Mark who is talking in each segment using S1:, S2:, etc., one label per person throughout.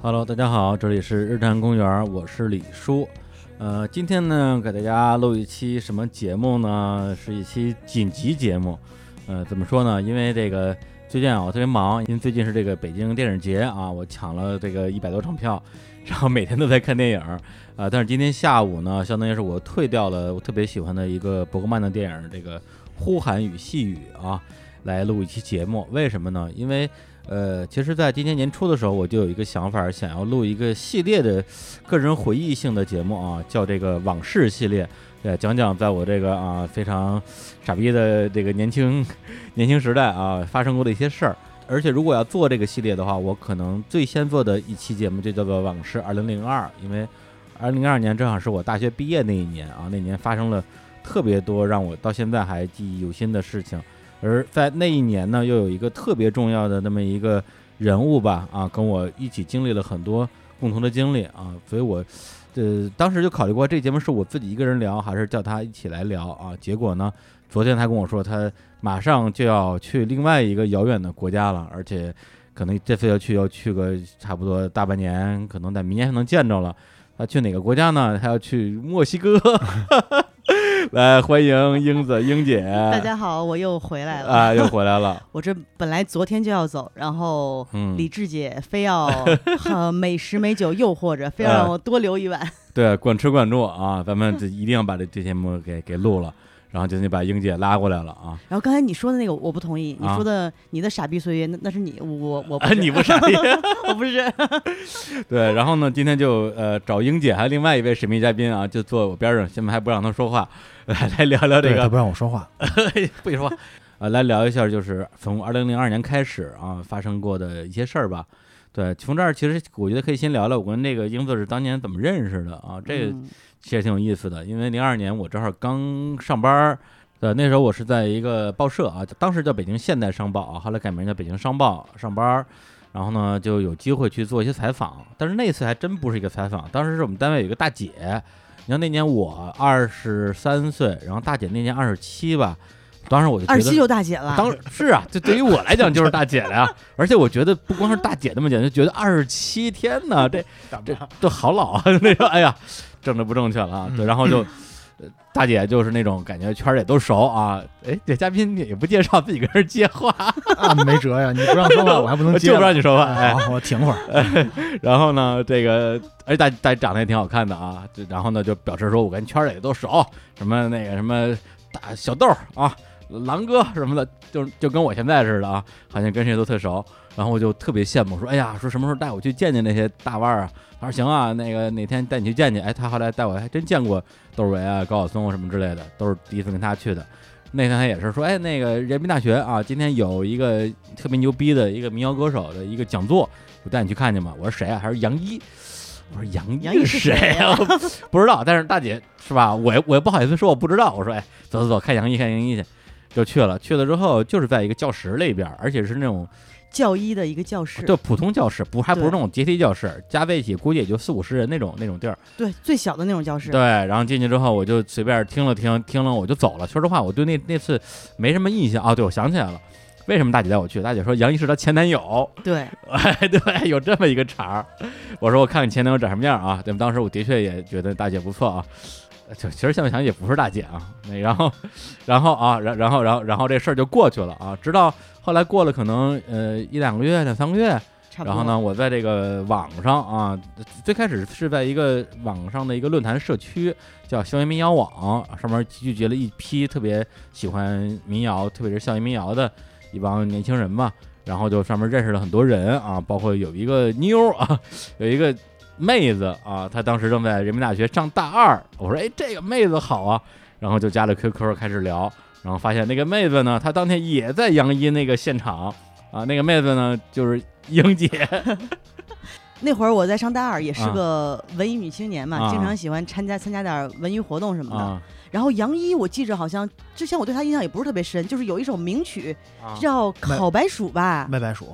S1: Hello，大家好，这里是日坛公园，我是李叔。呃，今天呢，给大家录一期什么节目呢？是一期紧急节目。呃，怎么说呢？因为这个最近啊，我特别忙，因为最近是这个北京电影节啊，我抢了这个一百多场票， 然后每天都在看电影儿。啊、但是今天下午呢，相当于是我退掉了我特别喜欢的一个伯格曼的电影《这个呼喊与细雨》啊，来录一期节目。为什么呢？因为呃，其实，在今年年初的时候，我就有一个想法，想要录一个系列的个人回忆性的节目啊，叫这个往事系列，呃，讲讲在我这个啊非常傻逼的这个年轻年轻时代啊发生过的一些事儿。而且，如果要做这个系列的话，我可能最先做的一期节目就叫做《往事2002》，因为2002年正好是我大学毕业那一年啊，那年发生了特别多让我到现在还记忆犹新的事情。而在那一年呢，又有一个特别重要的那么一个人物吧，啊，跟我一起经历了很多共同的经历啊，所以我，呃，当时就考虑过这节目是我自己一个人聊，还是叫他一起来聊啊？结果呢，昨天他跟我说，他马上就要去另外一个遥远的国家了，而且可能这次要去要去个差不多大半年，可能在明年就能见着了。他去哪个国家呢？他要去墨西哥。 来，欢迎英子英姐。
S2: 大家好，我又回来了。
S1: 啊啊，又回来 了。
S2: 我这本来昨天就要走，然后
S1: 嗯
S2: 李志姐非要呃美食美酒诱惑着，非要让我多留一晚。
S1: 对，管吃管住啊，咱们这一定要把这这节目给给录了，然后就得把英姐拉过来了啊。
S2: 然后刚才你说的那个我不同意，你
S1: 啊
S2: 说的你的傻逼岁月，那那是你，我我不
S1: 啊，
S2: 是
S1: 你 不傻逼。
S2: 我不是。
S1: 对，然后呢，今天就呃找英姐还有另外一位神秘嘉宾啊，就坐我边上，现在还不让她说话， 来来聊聊这
S3: 对他
S1: 个
S3: 不让我说话，
S1: 不许说话。呃，来聊一下，就是从二零零二年开始啊发生过的一些事儿吧。对，从这儿其实我觉得可以先聊聊我跟那个英子是当年怎么认识的啊，这个
S2: 嗯
S1: 其实挺有意思的，因为零二年我正好刚上班儿，对，那时候我是在一个报社啊，当时叫北京现代商报啊，后来改名叫北京商报上班儿，然后呢就有机会去做一些采访，但是那次还真不是一个采访，当时是我们单位有一个大姐，你看那年我二十三岁，然后大姐那年二十七吧，当时我就觉
S2: 二
S1: 得
S2: 十七就大姐了，
S1: 当是啊，这对于我来讲就是大姐了呀、而且我觉得不光是大姐那么简单，就觉得二十七天呢，这这都好老啊， 那个哎呀，政治不正确了啊。
S3: 嗯
S1: 对，然后就、呃大姐就是那种感觉圈儿也都熟啊，哎，这嘉宾也不介绍，自己跟人接话，
S3: 啊，没辙呀，你不让说话，我还不能接
S1: 就
S3: 了，
S1: 不让你说话。哎
S3: 哎，好，我停会儿，
S1: 然后呢，这个而且大大姐长得也挺好看的啊，就然后呢就表示说我跟圈里都熟，什么那个什么大小豆儿啊、狼哥什么的，就就跟我现在似的啊，好像跟谁都特熟。然后我就特别羡慕，说哎呀，说什么时候带我去见见那些大腕儿啊？他说行啊，那个哪天带你去见见。哎，他后来带我还真见过窦唯啊、高晓松啊什么之类的，都是第一次跟他去的。那天他也是说，哎，那个人民大学啊，今天有一个特别牛逼的一个民谣歌手的一个讲座，我带你去看去嘛。我说谁啊？还是杨一？我说杨
S2: 杨
S1: 一
S2: 一是
S1: 谁
S2: 谁
S1: 啊？
S2: 呀
S1: 我不知道。但是大姐是吧？我也我也不好意思说我不知道。我说哎，走走走，看杨一，看杨一去，就去了。去了之后就是在一个教室里边，而且是那种
S2: 教一的一个教室，
S1: 就普通教室，不还不是那
S2: 对
S1: 种阶梯教室，加在一起估计也就四五十人那种那种地儿。
S2: 对最小的那种教室
S1: 对，，然后进去之后我就随便听了听，听了我就走了。说实话，我对那那次没什么印象啊。对，我想起来了，为什么大姐带我去？大姐说杨一是她前男友，
S2: 对，
S1: 哎，对，有这么一个茬儿。我说我看看前男友长什么样啊？对，当时我的确也觉得大姐不错啊。就其实现在想也不是大姐啊，那然后，然后啊，然然后然后然后这事儿就过去了啊，直到后来过了可能呃一两个月两三个月，
S2: 差不多。
S1: 然后呢，？我在这个网上啊，最开始是在一个网上的一个论坛社区，叫校园民谣网，上面聚集了一批特别喜欢民谣，特别是校园民谣的一帮年轻人嘛。然后就上面认识了很多人啊，包括有一个妞儿啊， 有一个妹子啊，她当时正在人民大学上大二。我说，哎，这个妹子好啊，然后就加了 QQ 开始聊，然后发现那个妹子呢，她当天也在杨一那个现场啊，那个妹子呢就是英姐，
S2: 那会儿我在上大二，也是
S1: 啊
S2: 个文艺女青年嘛，
S1: 啊
S2: 经常喜欢参加参加点儿文娱活动什么 的。
S1: 啊，
S2: 然后杨一，我记着好像之前我对他印象也不是特别深，就是有一首名曲
S1: 啊
S2: 叫《
S3: 麦
S2: 烤白薯》吧，
S3: 卖白薯，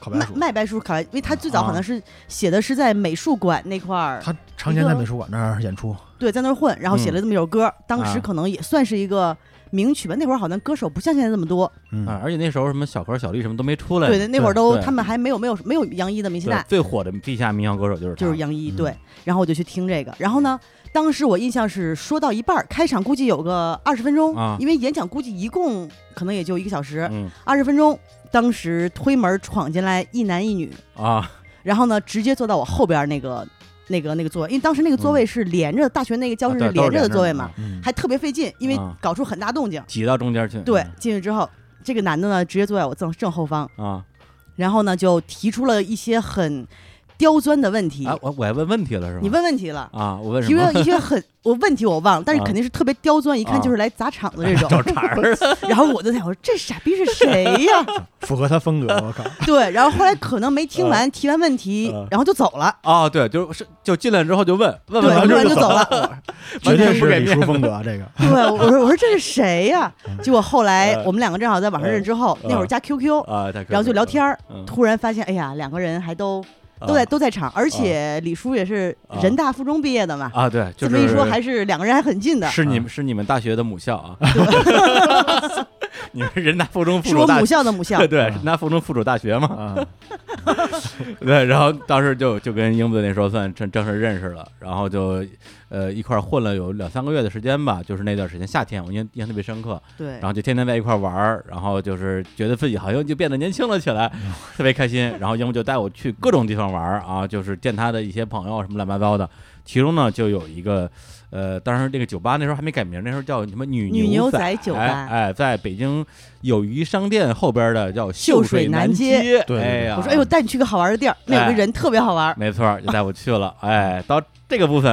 S3: 烤白
S2: 卖
S3: 薯，
S2: 卖白薯烤白，因为他最早好像是写的是在美术馆那块儿，
S3: 他常年在美术馆那儿演出，
S2: 对，在那儿混，然后写了这么一首歌，当时可能也算是一个名曲吧。那会儿好像歌手不像现在这么多，
S1: 啊
S3: 嗯，，
S1: 而且那时候什么小何、小丽什么都没出来，
S2: 对的，那会儿都
S1: 对
S2: 他们还没有没有没有杨一的明星
S1: 对
S2: 代，
S1: 最火的地下民谣歌手就是他
S2: 就是杨一
S3: 嗯
S2: 对。然后我就去听这个，然后呢，当时我印象是说到一半儿，开场估计有个二十分钟
S1: 啊，
S2: 因为演讲估计一共可能也就一个小时，
S1: 嗯
S2: 二十分钟。当时推门闯进来一男一女，
S1: 啊，
S2: 然后呢直接坐到我后边儿那个那个那个座位，因为当时那个座位是连着，大学那个教室
S1: 嗯啊
S2: 是
S1: 对都
S2: 连
S1: 是
S2: 着的座位
S1: 连
S2: 嘛，
S1: 的
S3: 嗯
S2: 还特别费劲，因为
S1: 啊
S2: 搞出很大动静。
S1: 挤到中间去，
S2: 对，进去之后，这个男的呢直接坐在我正正后方，
S1: 啊，
S2: 然后呢就提出了一些很刁钻的问题。
S1: 哎，我我还问问题了是吗？
S2: 你问问题了，
S1: 啊，我问什
S2: 提出
S1: 么？
S2: 了一些很我问题我忘了，但是
S1: 啊
S2: 肯定是特别刁钻，一看就是来砸场 子这种。
S1: 找茬儿，
S2: 然后我就想，我说这傻逼是谁 呀？
S3: 符合他风格，我靠，
S2: 对，然后后来可能没听完，提完问题
S1: 啊，
S2: 然后就走了。
S1: 哦，对，就是就进来之后就问，问问
S2: 对，问
S1: 完之
S2: 完就
S1: 后
S2: 走
S1: 了，
S2: 了。
S3: 绝对
S1: 完全不
S3: 是
S1: 给
S3: 李
S1: 面
S3: 叔
S1: 子
S3: 风格啊，这个
S2: 对，我说我说这是谁呀？结果后来
S1: 嗯
S2: 我们两个正好在网上认识之后，
S1: 嗯
S2: 那会儿加 QQ，
S1: 啊，太可
S2: 然后就
S1: 恶
S2: 聊
S1: 了，
S2: 天儿，
S1: 嗯
S2: 突然发现，哎呀，两个人还都
S1: 啊
S2: 都在都在场，而且李叔也是人大附中毕业的嘛。
S1: 啊，对，呃就
S2: 这么一
S1: 是
S2: 说，还是两个人还很近的。嗯
S1: 是你
S3: 啊
S1: 们是你们大学的母校啊， 你们人大附中附
S2: 是
S1: 属
S2: 我
S1: 大
S2: 母校的母 校
S1: 对，对，人大附中附属大学嘛，
S3: 啊，
S1: 对，然后当时就就跟英子那时候算正正式认识了，然后就呃一块儿混了有两三个月的时间吧，就是那段时间夏天，我印印象特别深刻，
S2: 对
S1: 然，后就天天在一块儿玩儿，然后就是觉得自己好像就变得年轻了起来，
S2: 嗯
S1: 特别开心。然后英子就带我去各种地方玩儿啊，就是见他的一些朋友什么乱七八糟的，其中呢就有一个。呃，当时这个酒吧那时候还没改名，那时候叫什么女
S2: 女牛
S1: 仔
S2: 仔酒吧
S1: 哎，哎在北京友谊商店后边的叫
S2: 秀水
S1: 水
S2: 南
S1: 街。
S2: 街
S3: 对
S1: 哎呀，
S2: 我说，哎呦，带你去个好玩的地儿，
S1: 哎
S2: 那有个人特别好玩。
S1: 没错儿，就带我去了。哎，到这个部分，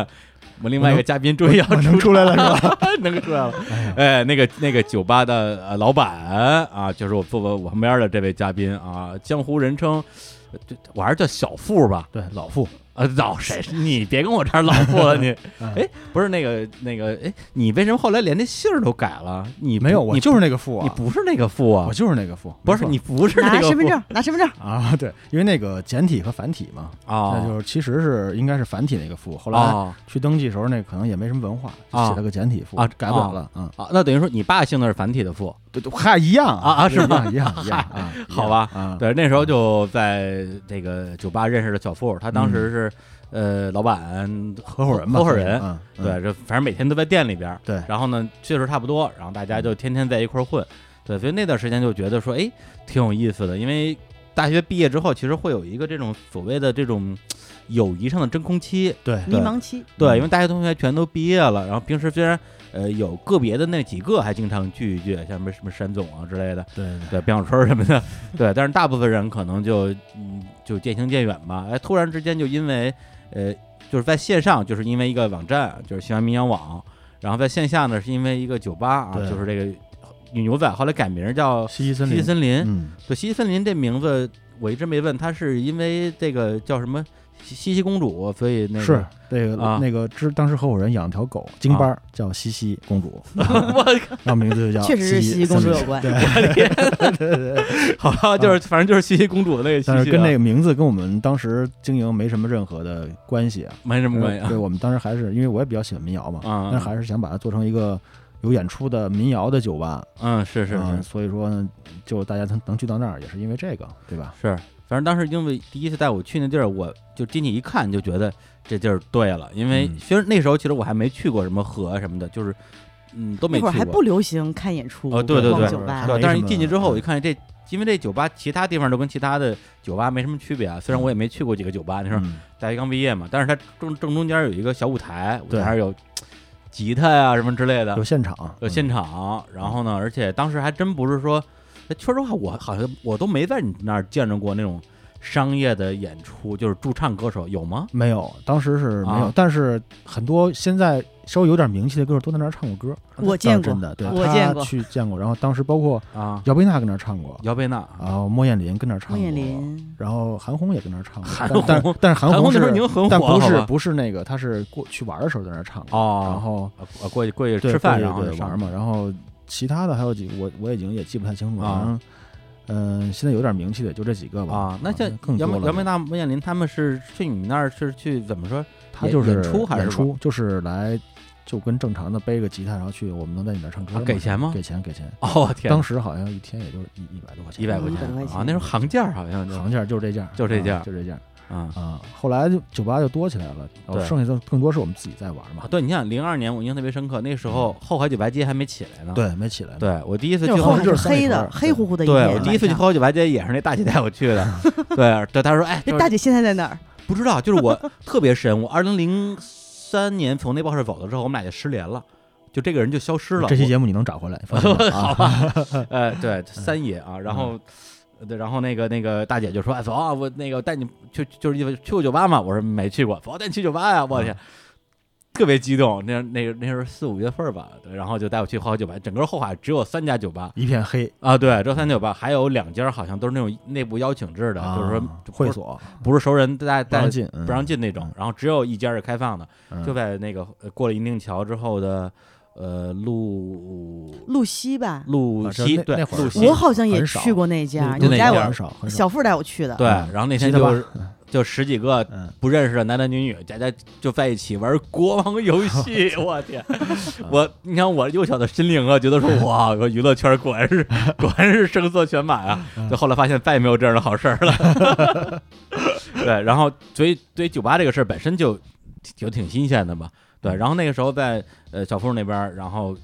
S1: 我们另外一个嘉宾终于要
S3: 我能出来了 是吧？
S1: 场能出来了。
S3: 哎呀
S1: 哎，那个那个酒吧的呃老板啊，就是我坐我旁边的这位嘉宾啊，江湖人称。呃这我还是叫小富吧，
S3: 对，老傅，
S1: 啊，老谁？你别跟我这儿老富了，你
S3: 嗯
S1: 哎不是那个那个，哎，你为什么后来连那姓儿都改了？你不
S3: 没有，我
S1: 你
S3: 就是那个傅
S1: 你
S3: 啊，
S1: 不是那个富啊
S3: 我，就是那个傅，
S1: 不是
S3: 没错
S1: 你不是那个
S2: 拿身份
S1: 富
S2: 证，拿身份证。
S3: 啊，对，因为那个简体和繁体嘛，那
S1: 啊，
S3: 就是其实是应该是繁体那个傅，后来
S1: 啊
S3: 去登记时候那可能也没什么文化，就写了个简体傅
S1: 啊
S3: 改不了了，嗯，
S1: 啊，那等于说你爸姓的是繁体的富，
S3: 对对，嗨，一样
S1: 啊啊是
S3: 吧？一样一样一样啊，一 样
S1: 好吧
S3: 啊，
S1: 对，那时候就在这个酒吧认识的小付，他当
S3: 嗯
S1: 时是、呃老板，
S3: 合伙人吧，
S1: 合伙人
S3: 嗯，嗯
S1: 对，这反正每天都在店里边儿，
S3: 对嗯
S1: 然后呢岁数差不多，然后大家就天天在一块儿混，对，所以那段时间就觉得说，哎，挺有意思的，因为大学毕业之后，其实会有一个这种所谓的这种友谊上的真空期，
S3: 对
S2: 迷茫期，
S1: 对，
S3: 嗯
S1: 因为大学同学全都毕业了，然后平时虽然呃有个别的那几个还经常聚一聚，像什么什么山总啊之类的，
S3: 对对，
S1: 对，边小春什么的，对，但是大部分人可能就嗯就渐行渐远吧。哎，突然之间就因为呃就是在线上，就是因为一个网站，就是西安民谣网，然后在线下呢是因为一个酒吧啊，
S3: 对
S1: 就是这个女牛仔，后来改名叫
S3: 西西森
S1: 西
S3: 林
S1: 西，森林。
S3: 嗯，
S1: 对，西西森林这名字我一直没问，它是因为这个叫什么西西西公主，所以那个
S3: 是那个
S1: 啊
S3: 那个之当时合伙人养了条狗京巴儿，叫西西公主，
S1: 我
S3: 然后名字就叫
S2: 确实是西西
S3: 西
S2: 公主
S3: 森林
S2: 有关
S3: 对
S1: 好吧，就是反正就是西西公主的那个西西、啊，
S3: 啊但是跟那个名字跟我们当时经营没什么任何的关系啊，
S1: 没什么关系
S3: 呃
S1: 啊
S3: 对我们当时还是因为我也比较喜欢民谣嘛，
S1: 啊
S3: 但是还是想把它做成一个有演出的民谣的酒吧，
S1: 嗯，是是是。
S3: 嗯所以说呢，就大家能能去到那儿也是因为这个，对吧？
S1: 是，反正当时因为第一次带我去那地儿，我就进去一看就觉得这地儿对了，因为
S3: 嗯
S1: 其实那时候其实我还没去过什么河什么的，就是嗯都没
S2: 那
S1: 去
S2: 会
S1: 过。
S2: 儿还不流行看演出，
S1: 哦对对
S2: 逛
S1: 对
S2: 酒吧
S3: 对。
S1: 对，但是一进去之后，
S2: 嗯
S3: 没什么
S1: 我一看这，因为这酒吧其他地方都跟其他的酒吧没什么区别啊。虽然我也没去过几个酒吧，那时候
S3: 嗯
S1: 大学刚毕业嘛，但是它正正中间有一个小舞台，舞台
S3: 对
S1: 上有吉他呀、什么之类的
S3: 有，现场，
S1: 有现场。然后呢，而且当时还真不是说，哎说实话，我好像我都没在你那儿见着过那种商业的演出，就是驻唱歌手有吗？
S3: 嗯没有，当时是没有，
S1: 啊
S3: 但是很多现在稍微有点名气的歌手都在那儿唱过歌，
S2: 我见
S3: 倒
S2: 过
S3: 是真的，对，
S2: 我
S3: 他
S2: 见过
S3: 去见过，然后当时包括
S1: 啊，
S3: 姚贝娜跟那儿唱过，
S1: 姚贝娜、啊
S3: 然后莫艳琳跟那儿唱
S2: 莫
S3: 过，
S2: 艳琳，
S3: 然后韩红也跟那儿唱过，
S1: 韩
S3: 但但
S1: 红
S3: 但是韩
S1: 红
S3: 红
S1: 那时候
S3: 是
S1: 已经很火，
S3: 但不
S1: 好
S3: 是
S1: 吧
S3: 不是那个，他是过去玩的时候在那儿唱的，然
S1: 哦，
S3: 后
S1: 啊过过去过去
S3: 对
S1: 吃饭，
S3: 对
S1: 然后
S3: 对
S1: 就上
S3: 玩嘛，然后其他的还有几个，我我已经也记不太清楚
S1: 啊
S3: 了。反正嗯，现在有点名气的就这几个吧。
S1: 啊，那像
S3: 更
S1: 姚
S3: 多
S1: 贝
S3: 了
S1: 姚贝娜、莫艳琳他们是去你那儿是去怎么说？
S3: 他
S1: 演
S3: 就是
S1: 演出还是
S3: 演
S1: 什
S3: 出，就是来就跟正常的背个吉他然后去，我们能在你那儿唱歌
S1: 啊给钱吗
S3: 给钱，给钱。
S1: 哦我天
S3: 当，时好像一天也就是一一百多块钱，嗯
S1: 一百块
S2: 100
S1: 钱
S2: 块钱
S1: 啊，那时候行价好像就
S3: 行价就是这价，
S1: 就这价
S3: 啊就这价
S1: 啊
S3: 啊。后来就酒吧就多起来了，然后
S1: 对
S3: 剩下的更多是我们自己在玩
S1: 啊
S3: 嘛。
S1: 对，你想零二年我印象特别深刻，那时候后海酒吧街还没起来呢。
S3: 嗯对，没起来。，
S1: 啊对，我第一次
S3: 那
S1: 去
S3: 会
S1: 后
S2: 后
S3: 儿好
S1: 海
S2: 海
S3: 像就是是三里
S2: 黑的，
S3: 屯
S2: 黑乎乎的一
S1: 对
S2: 片。
S1: 我第一次去
S2: 晚上
S1: 后海酒吧街也是那大姐带我去 的，对对，她说哎，
S2: 那大姐现在在哪儿？
S1: 不知道，就是我特别深。我二零零三年从那报社走的时候，我们俩就失联了，就这个人就消失了。
S3: 这期
S1: 我
S3: 节目你能找回来，放心吧 嗯啊。
S1: 呃，对，三爷啊，然后，对，然后那个那个大姐就说：“哎，走啊，我那个带你去，就是因为去过酒吧嘛。”我说没去过，走，啊带你去酒吧呀！
S3: 嗯
S1: 我天，特别激动。那那个那时候四五月份吧，对然后就带我去后海酒吧。整个后海只有三家酒吧
S3: 一片黑
S1: 啊，对，只有三家酒吧，还有两家好像都是那种内部邀请制的，
S3: 啊
S1: 就是说不
S3: 会
S1: 是
S3: 所
S1: 不是熟人带
S3: 不
S1: 带
S3: 让。进，嗯
S1: 不让进那种，然后只有一家是开放的，
S3: 嗯
S1: 就在那个呃过了银锭桥之后的，呃，路
S2: 露西吧，
S1: 路
S3: 啊这
S1: 西
S3: 那
S1: 对
S3: 那会儿
S1: 路
S3: 是
S1: 西，
S2: 我好像也
S3: 很少
S2: 去过那家，
S1: 就
S2: 你
S1: 那家
S2: 带我
S3: 很，少很少。
S2: 小付带我去的。
S1: 对，
S3: 嗯
S1: 然后那天
S3: 吉他吧
S1: 就就十几个
S3: 嗯，
S1: 不认识的男男女女，大家就在一起玩国王游戏，我天！我你看我幼小的心灵啊，觉得说哇，我娱乐圈果然是果然是声色犬马啊！就后来发现再也没有这样的好事儿了。 对，然后所以对于酒吧这个事儿本身就就挺新鲜的吧。对，然后那个时候在呃小富那边儿，然后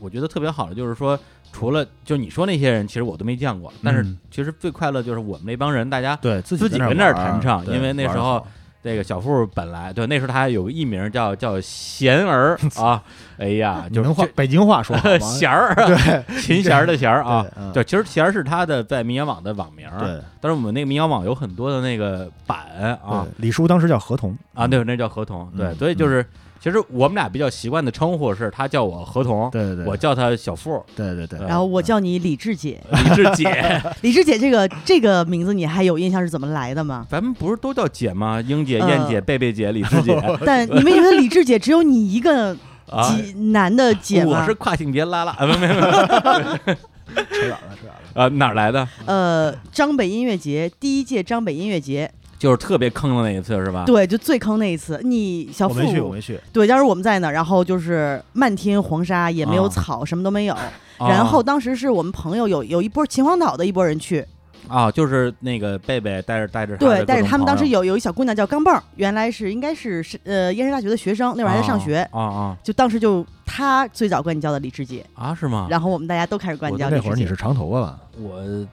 S1: 我觉得特别好的就是说，除了就你说那些人，其实我都没见过，但是
S3: 嗯
S1: 其实最快乐就是我们那帮人，大家
S3: 对自
S1: 自己
S3: 己在
S1: 跟那儿
S3: 玩儿
S1: 弹唱
S3: 对
S1: 因为那
S3: 玩儿
S1: 时候
S3: 好
S1: 这个小富本来对那时候他还有个艺名叫叫贤 儿啊，哎呀，
S3: 你
S1: 就是
S3: 能话
S1: 这
S3: 北京话说好吗？
S1: 弦儿，对，琴弦儿的弦儿啊
S3: 对，嗯
S1: 对，其实弦儿是他的在民谣网的网名儿，
S3: 对
S1: 但是我们那个民谣网有很多的那个版啊
S3: 对，李叔当时叫合同
S1: 啊，对，那叫合同，对，
S3: 嗯
S1: 所以就是其实我们俩比较习惯的称呼是他叫我合同，
S3: 啊对对对，
S1: 我叫他小富，
S3: 对对对
S1: 对
S2: 然后我叫你李志姐，
S1: 李志 姐，
S2: 李志姐这个这个名字你还有印象是怎么来的吗？
S1: 咱们不是都叫姐吗？英姐、
S2: 嗯
S1: 燕姐、贝贝姐、李志姐
S3: 哦
S2: 但你们以为李志姐只有你一个
S1: 啊，
S2: 姐男的姐
S1: 我
S2: 吗
S1: 是？跨性别拉拉，啊，没有没有没有，
S3: 扯远了扯远了。
S1: 啊，哪儿来 的？
S2: 呃，张北音乐节第一届张北音乐节，
S1: 就是特别坑的那一次是吧？
S2: 对，就最坑那一次。你小
S3: 我
S2: 付
S3: 没去，我没去，
S2: 对，当时我们在那儿，然后就是漫天黄沙，也没有
S1: 啊
S2: 草，什么都没有。
S1: 啊，
S2: 然后当时是我们朋友有有一波秦皇岛的一波人去，
S1: 啊，就是那个贝贝带着带着她的
S2: 对，但是
S1: 各种
S2: 他们当时
S1: 朋友
S2: 有有一小姑娘叫钢镚儿，原来是应该是是呃燕师大学的学生，那会儿还在上学，
S1: 啊啊
S2: 就当时就她最早管你叫的李志杰，
S1: 啊啊是吗？
S2: 然后我们大家都开始管你叫李
S3: 那
S2: 志
S3: 会儿你
S2: 杰。
S3: 是长头发吧？
S1: 我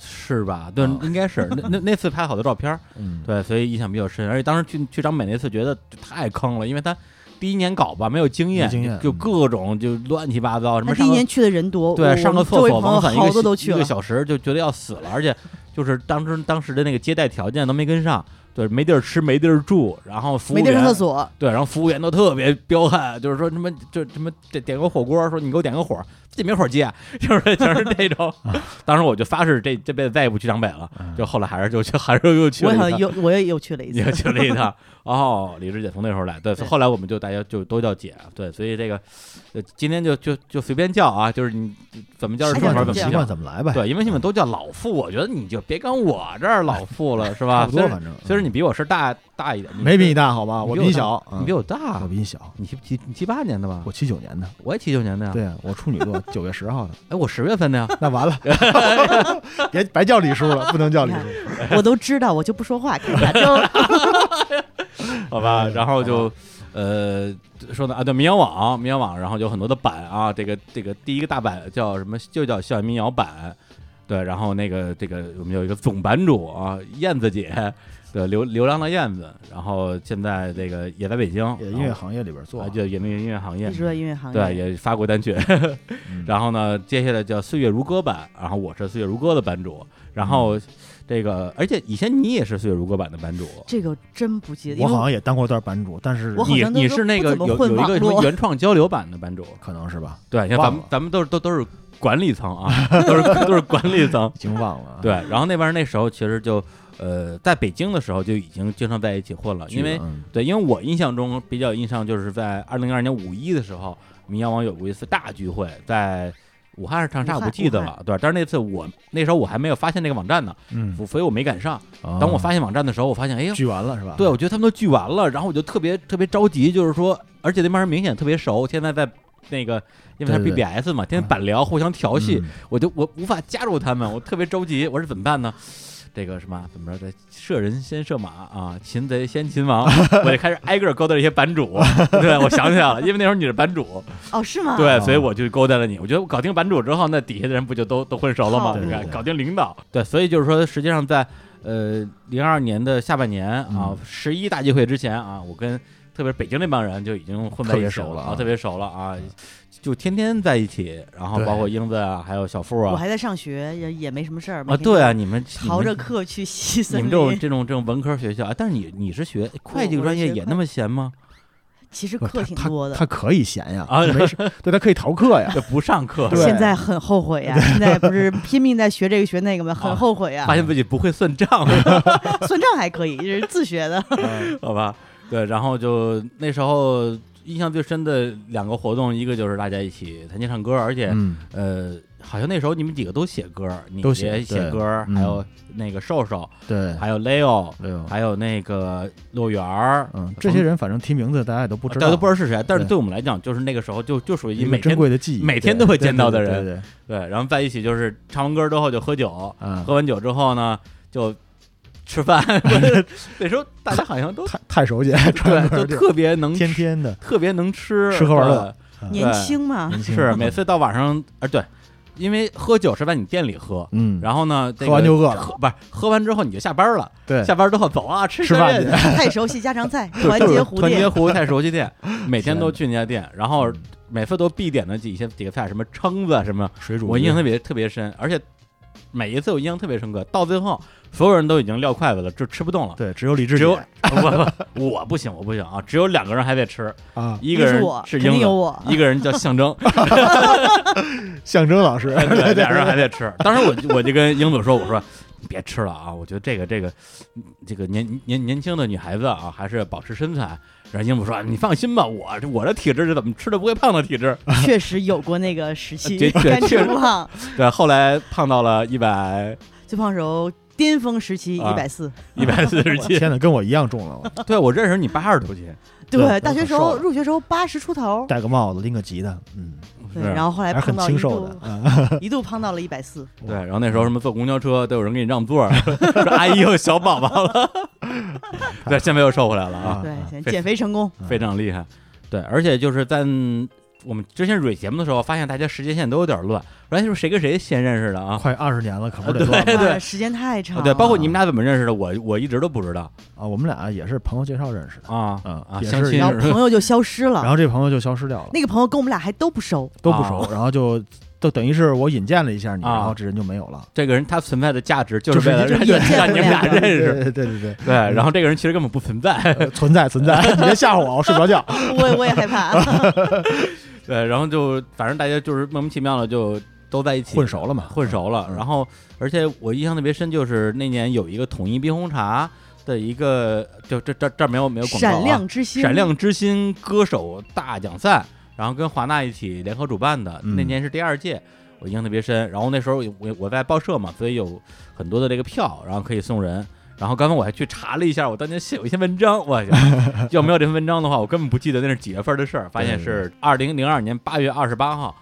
S1: 是吧？对，
S2: 哦
S3: 啊
S1: 应该是那 那那次拍好多照片儿，
S3: 嗯，
S1: 对，所以印象比较深。而且当时去去张美那次，觉得太坑了，因为他第一年搞吧，没有经验，
S3: 没经验嗯
S1: 就就各种就乱七八糟，什
S2: 那
S1: 么
S2: 第
S1: 上
S2: 一
S1: 个
S2: 年去的人多，我
S1: 对上
S2: 我
S1: 个
S2: 们
S1: 厕
S2: 周围
S1: 所
S2: 朋
S1: 往
S2: 友
S1: 返一个
S2: 好多
S1: 小
S2: 都去
S1: 一
S2: 了
S1: 个。小时，就觉得要死了，而且就是当时当时的那个接待条件都没跟上。对，没地儿吃，没地儿住，然后服务
S2: 没地儿
S1: 员
S2: 上厕所，
S1: 对，然后服务员都特别彪悍，就是说什么就什么点点个火锅，说你给我点个火，自己没火接， 就是就是这种。
S3: 啊
S1: 当时我就发誓这这辈子再也不去张北了，
S3: 嗯
S1: 就后来还是就去，还是又去
S2: 我
S1: 了一
S2: 好
S1: 趟。
S2: 像又我也又去了一
S1: 也
S2: 次。
S1: 去了一趟哦，李志姐从那时候来，对，
S2: 对
S1: 后来我们就大家就都叫姐，啊对，所以这个，呃，今天就就就随便叫啊，就是你怎么叫是
S2: 哎
S1: 正
S2: 呀
S1: 门怎
S3: 惯怎么
S1: 么
S2: 这样
S3: 习
S1: 叫
S3: 惯，怎么来呗，
S1: 对，因为你们都叫老傅，我觉得你就别跟我这儿老傅了，是吧？
S3: 差不
S1: 虽
S3: 多
S1: 然
S3: 反正。
S1: 虽然你比我事儿大大一点，你
S3: 没比你大好吧？
S1: 你
S3: 我
S1: 比
S3: 比你
S1: 大
S3: 小，
S1: 你比我大嗯
S3: 嗯我，比你小，
S1: 你七七你七八年的吧？
S3: 我七九年的，
S1: 我也七九年的呀。
S3: 对啊，我处女 座，九月十号的，
S1: 哎，我十月份的 呀。
S3: 那完了，别白叫李叔了，不能叫李叔，
S2: 我都知道，我就不说话，看看就
S1: 好
S3: 哎
S1: 吧，然后就呃说呢啊，对民谣网，民谣网，然后有很多的版啊，这个这个第一个大版叫什么？就叫校园民谣版，对，然后那个这个我们有一个总版主啊，燕子姐，对，流流浪的燕子，然后现在这个也在北京，
S3: 也音乐行业里边做
S1: 啊，，就 也那个音乐行业
S2: 一。直在音乐行业。
S1: 对，也发过单曲，
S3: 嗯
S1: 然后呢，接下来叫《岁月如歌》版，然后我是《岁月如歌》的版主，然后这个，而且以前你也是《岁月如歌》版的版主，
S2: 这个真不记得，
S3: 我
S2: 因为
S3: 好像也当过一段版主，但是
S2: 我好
S1: 你
S2: 像都
S1: 你
S2: 都
S1: 是那
S2: 不
S1: 个
S2: 怎
S1: 有
S2: 么
S1: 有
S2: 混
S1: 一个
S2: 网
S1: 什么
S2: 络
S1: 原创交流版的版主，
S3: 可能是吧，
S1: 对，像
S3: 忘
S1: 咱们
S3: 了
S1: 咱们都是都都是管理层啊， 都是都是管理层
S3: 已，经忘了，啊
S1: 对。然后那边那时候其实就呃，在北京的时候就已经经常在一起混了，
S3: 聚
S1: 因
S3: 了，
S1: 为
S3: 嗯
S1: 对，因为我印象中比较有印象就是在二零二年五一的时候，民谣网有过一次大聚会，在武汉还是长沙，
S2: 武
S1: 我
S2: 汉
S1: 不记得
S2: 武
S1: 了，对吧？但是那次我那时候我还没有发现那个网站呢，
S3: 嗯，
S1: 所以我没赶上。
S3: 啊
S1: 当我发现网站的时候，我发现，哎呦，
S3: 聚完了是吧？嗯
S1: 对，我觉得他们都聚完了，然后我就特别特别着急，就是说，而且那帮人明显特别熟，现在在那个，因为他是
S3: 对嗯对
S1: BBS 嘛，天天板聊，互相调戏，我就我无法加入他们，我特别着急，我说怎么办呢？这个什么怎么着？得射人先射马啊，擒贼先擒王。我就开始挨个勾搭这些版主，对我想起来了，因为那时候你是版主，
S2: 哦，是吗？
S1: 对，
S3: 啊
S1: 所以我就勾搭了你。我觉得我搞定版主之后，那底下的人不就都都混熟了吗？
S2: 好
S1: 你看，
S3: 对
S1: 搞定领导，对，所以就是说，实际上在呃零二年的下半年啊
S3: 嗯，
S1: 十一大聚会之前啊，我跟特别是北京那帮人就已经混在一起
S3: 特别熟了
S1: 啊，
S3: 啊
S1: 特别熟了啊，就天天在一起，然后
S3: 对
S1: 包括英子啊，还有小付
S2: 我
S1: 啊，
S2: 还在上学，也也没什么事儿
S1: 啊，
S2: 每天
S1: 对啊，你们
S2: 逃
S1: 你
S2: 着
S1: 们
S2: 课去西
S1: 你
S2: 森
S1: 们这种
S2: 林
S1: 这种这种文科学校，啊，但是你你是
S3: 哦
S1: 学会计
S2: 我
S1: 专业
S2: 学
S1: 也
S2: 会
S1: 那么闲 吗？
S2: 其实
S3: 不是
S2: 课
S3: 他
S2: 挺
S3: 他
S2: 多的
S3: 他。可以闲呀，
S1: 啊
S3: 没事，对他可以逃 课呀，
S1: 就不上课，
S3: 对
S2: 现在很后悔呀，现在不是拼命在学这个学那个吗？很后悔呀
S1: 发，现自己不会算账 了。
S2: 算账还可以，这是自学的。
S1: 好吧，对，然后就那时候印象最深的两个活动，一个就是大家一起弹琴唱歌，而且、
S3: 嗯，
S1: 呃，好像那时候你们几个都写歌，你
S3: 都
S1: 写
S3: 写
S1: 写
S3: 对
S1: 歌，
S3: 嗯
S1: 还有那个瘦瘦，
S3: 对，
S1: 还有 Leo，
S3: 哎呦，
S1: 还有那个洛源儿。
S3: 嗯，这些人反正提名字大家也都不知
S1: 大家
S3: 道，
S1: 都不知道是谁，但是
S3: 对
S1: 对我们来讲，就是那个时候就就属
S3: 一
S1: 于
S3: 个
S1: 每
S3: 珍
S1: 天
S3: 贵的记忆，
S1: 每天
S3: 对
S1: 都会
S3: 对
S1: 见到的
S3: 对
S1: 人
S3: 对对，对
S1: 对，然后在一起就是唱完歌之后就喝酒，
S3: 嗯，
S1: 喝完酒之后呢就吃 饭，不是那时候大家好像都
S3: 太太熟悉，
S1: 对，就
S3: 就
S1: 特别能
S3: 天天的，
S1: 特别能吃，
S3: 吃喝玩乐
S1: 对
S3: 嗯
S2: 年轻嘛，
S3: 年轻
S1: 是每次到晚上，啊对，因为喝酒是在你店里喝，
S3: 嗯，
S1: 然后呢，这个
S3: 喝完就饿了
S1: 喝不是喝完之后你就下班了，
S3: 对，
S1: 下班之后走啊，吃
S3: 吃饭
S1: 去
S3: 去，
S2: 太熟悉家常菜，团
S1: 就是
S2: 结蝴
S1: 团结
S2: 蝶，
S1: 湖太熟悉店，每天
S3: 天
S1: 都
S3: 哪
S1: 去那家店，然
S3: 嗯
S1: 后每次都必点的几些几个菜，什么蛏子啊什么，
S3: 水煮鱼，
S1: 我印象特别特别深，而且每一次我印象特别深刻，到最后所有人都已经撂筷子了，就吃不动了。
S3: 对，只有李志
S1: 只有
S3: 姐
S1: 不不，我不行，我不行啊！只有两个人还在吃，
S3: 啊，
S1: 一个
S2: 是
S1: 人
S2: 我，
S1: 是
S2: 肯
S1: 英
S2: 定
S1: 子
S2: 有， 我。
S1: 一个人叫象征，
S3: 象征老师，
S1: 对，俩人还在吃。当时我就我就跟英子说，我说你别吃了啊，我觉得这个这个这个年年年轻的女孩子啊，还是保持身材。然后英子说：“你放心吧，我我的体质是怎么吃都不会胖的体质。
S2: 确实有过那个时
S1: 的
S2: 期，
S1: 确确
S2: 感觉
S1: 实
S2: 不胖，”
S1: 对，后来胖到了一百
S2: 最胖时候巅峰时期
S1: 啊
S2: 一百四，
S1: 一百四十斤。
S3: 天哪，跟我一样重了， 我
S1: 对我认识你八十多斤，
S3: 对
S2: 大学时
S3: 很瘦
S2: 候
S3: 了
S2: 入学时候八十出头，
S3: 戴个帽子，拎个吉他，嗯，
S2: 对，
S1: 是
S2: 然后后来
S3: 还是
S2: 胖
S3: 很
S2: 到一
S3: 清瘦的
S2: 度，
S3: 嗯。
S2: 一度胖到了一百四，
S1: 对。然后那时候什么坐公交车都有人给你让座， 说阿姨有小宝宝了。 对，现在又瘦回来了啊。
S3: 啊
S2: 对，
S1: 非
S2: 现在减肥成功，
S3: 嗯
S1: 非常厉害。对，而且就是在嗯我们之前蕊节目的时候，发现大家时间线都有点乱，原来就是谁跟谁先认识的啊？
S3: 快二十年了，可不
S1: 啊
S3: 得多
S1: 对对啊
S2: 哇时间太长了，
S1: 对，包括你们俩怎么认识的，我我一直都不知道
S3: 啊！我们俩也是朋友介绍认识的，
S1: 啊
S3: 嗯
S1: 啊，
S3: 也
S1: 相
S3: 是
S1: 亲
S2: 然 后
S1: 是
S2: 朋友就消失
S3: 然
S2: 了，
S3: 后这朋友就消失掉了，
S2: 那个朋友跟我们俩还都不熟，
S3: 都不熟
S1: 啊，
S3: 然后就都等于是我引荐了一下你，
S1: 啊
S3: 然后这人就没有了，
S1: 这个人他存在的价值就
S3: 就是
S1: 为
S3: 是
S1: 了
S3: 就
S1: 让
S2: 是引荐
S1: 让你们俩
S2: 他
S1: 啊认
S2: 们
S1: 识。
S3: 对对对
S1: 对，然后这个人其实根本不存在。
S3: 对，呃存在存在， 你别吓唬我，我睡不着觉。
S2: 我也我也害怕，
S1: 对，然后就反正大家就是莫名其妙的就都在一起
S3: 混熟 了嘛
S1: 混熟了。
S3: 嗯
S1: 然后，而且我印象特别深，就是那年有一个统一冰红茶的一个，就这这这儿没有没有广告啊
S2: 闪亮之星，
S1: 闪亮之星歌手大奖赛，然后跟华纳一起联合主办的，
S3: 嗯
S1: 那年是第二届，我印象特别深。然后那时候我我在报社嘛，所以有很多的这个票，然后可以送人。然后刚才我还去查了一下，我当年写有一篇文章，我去， 要没有这篇文章的话，我根本不记得那是几月份的事儿。发现是二零零二年八月二十八号，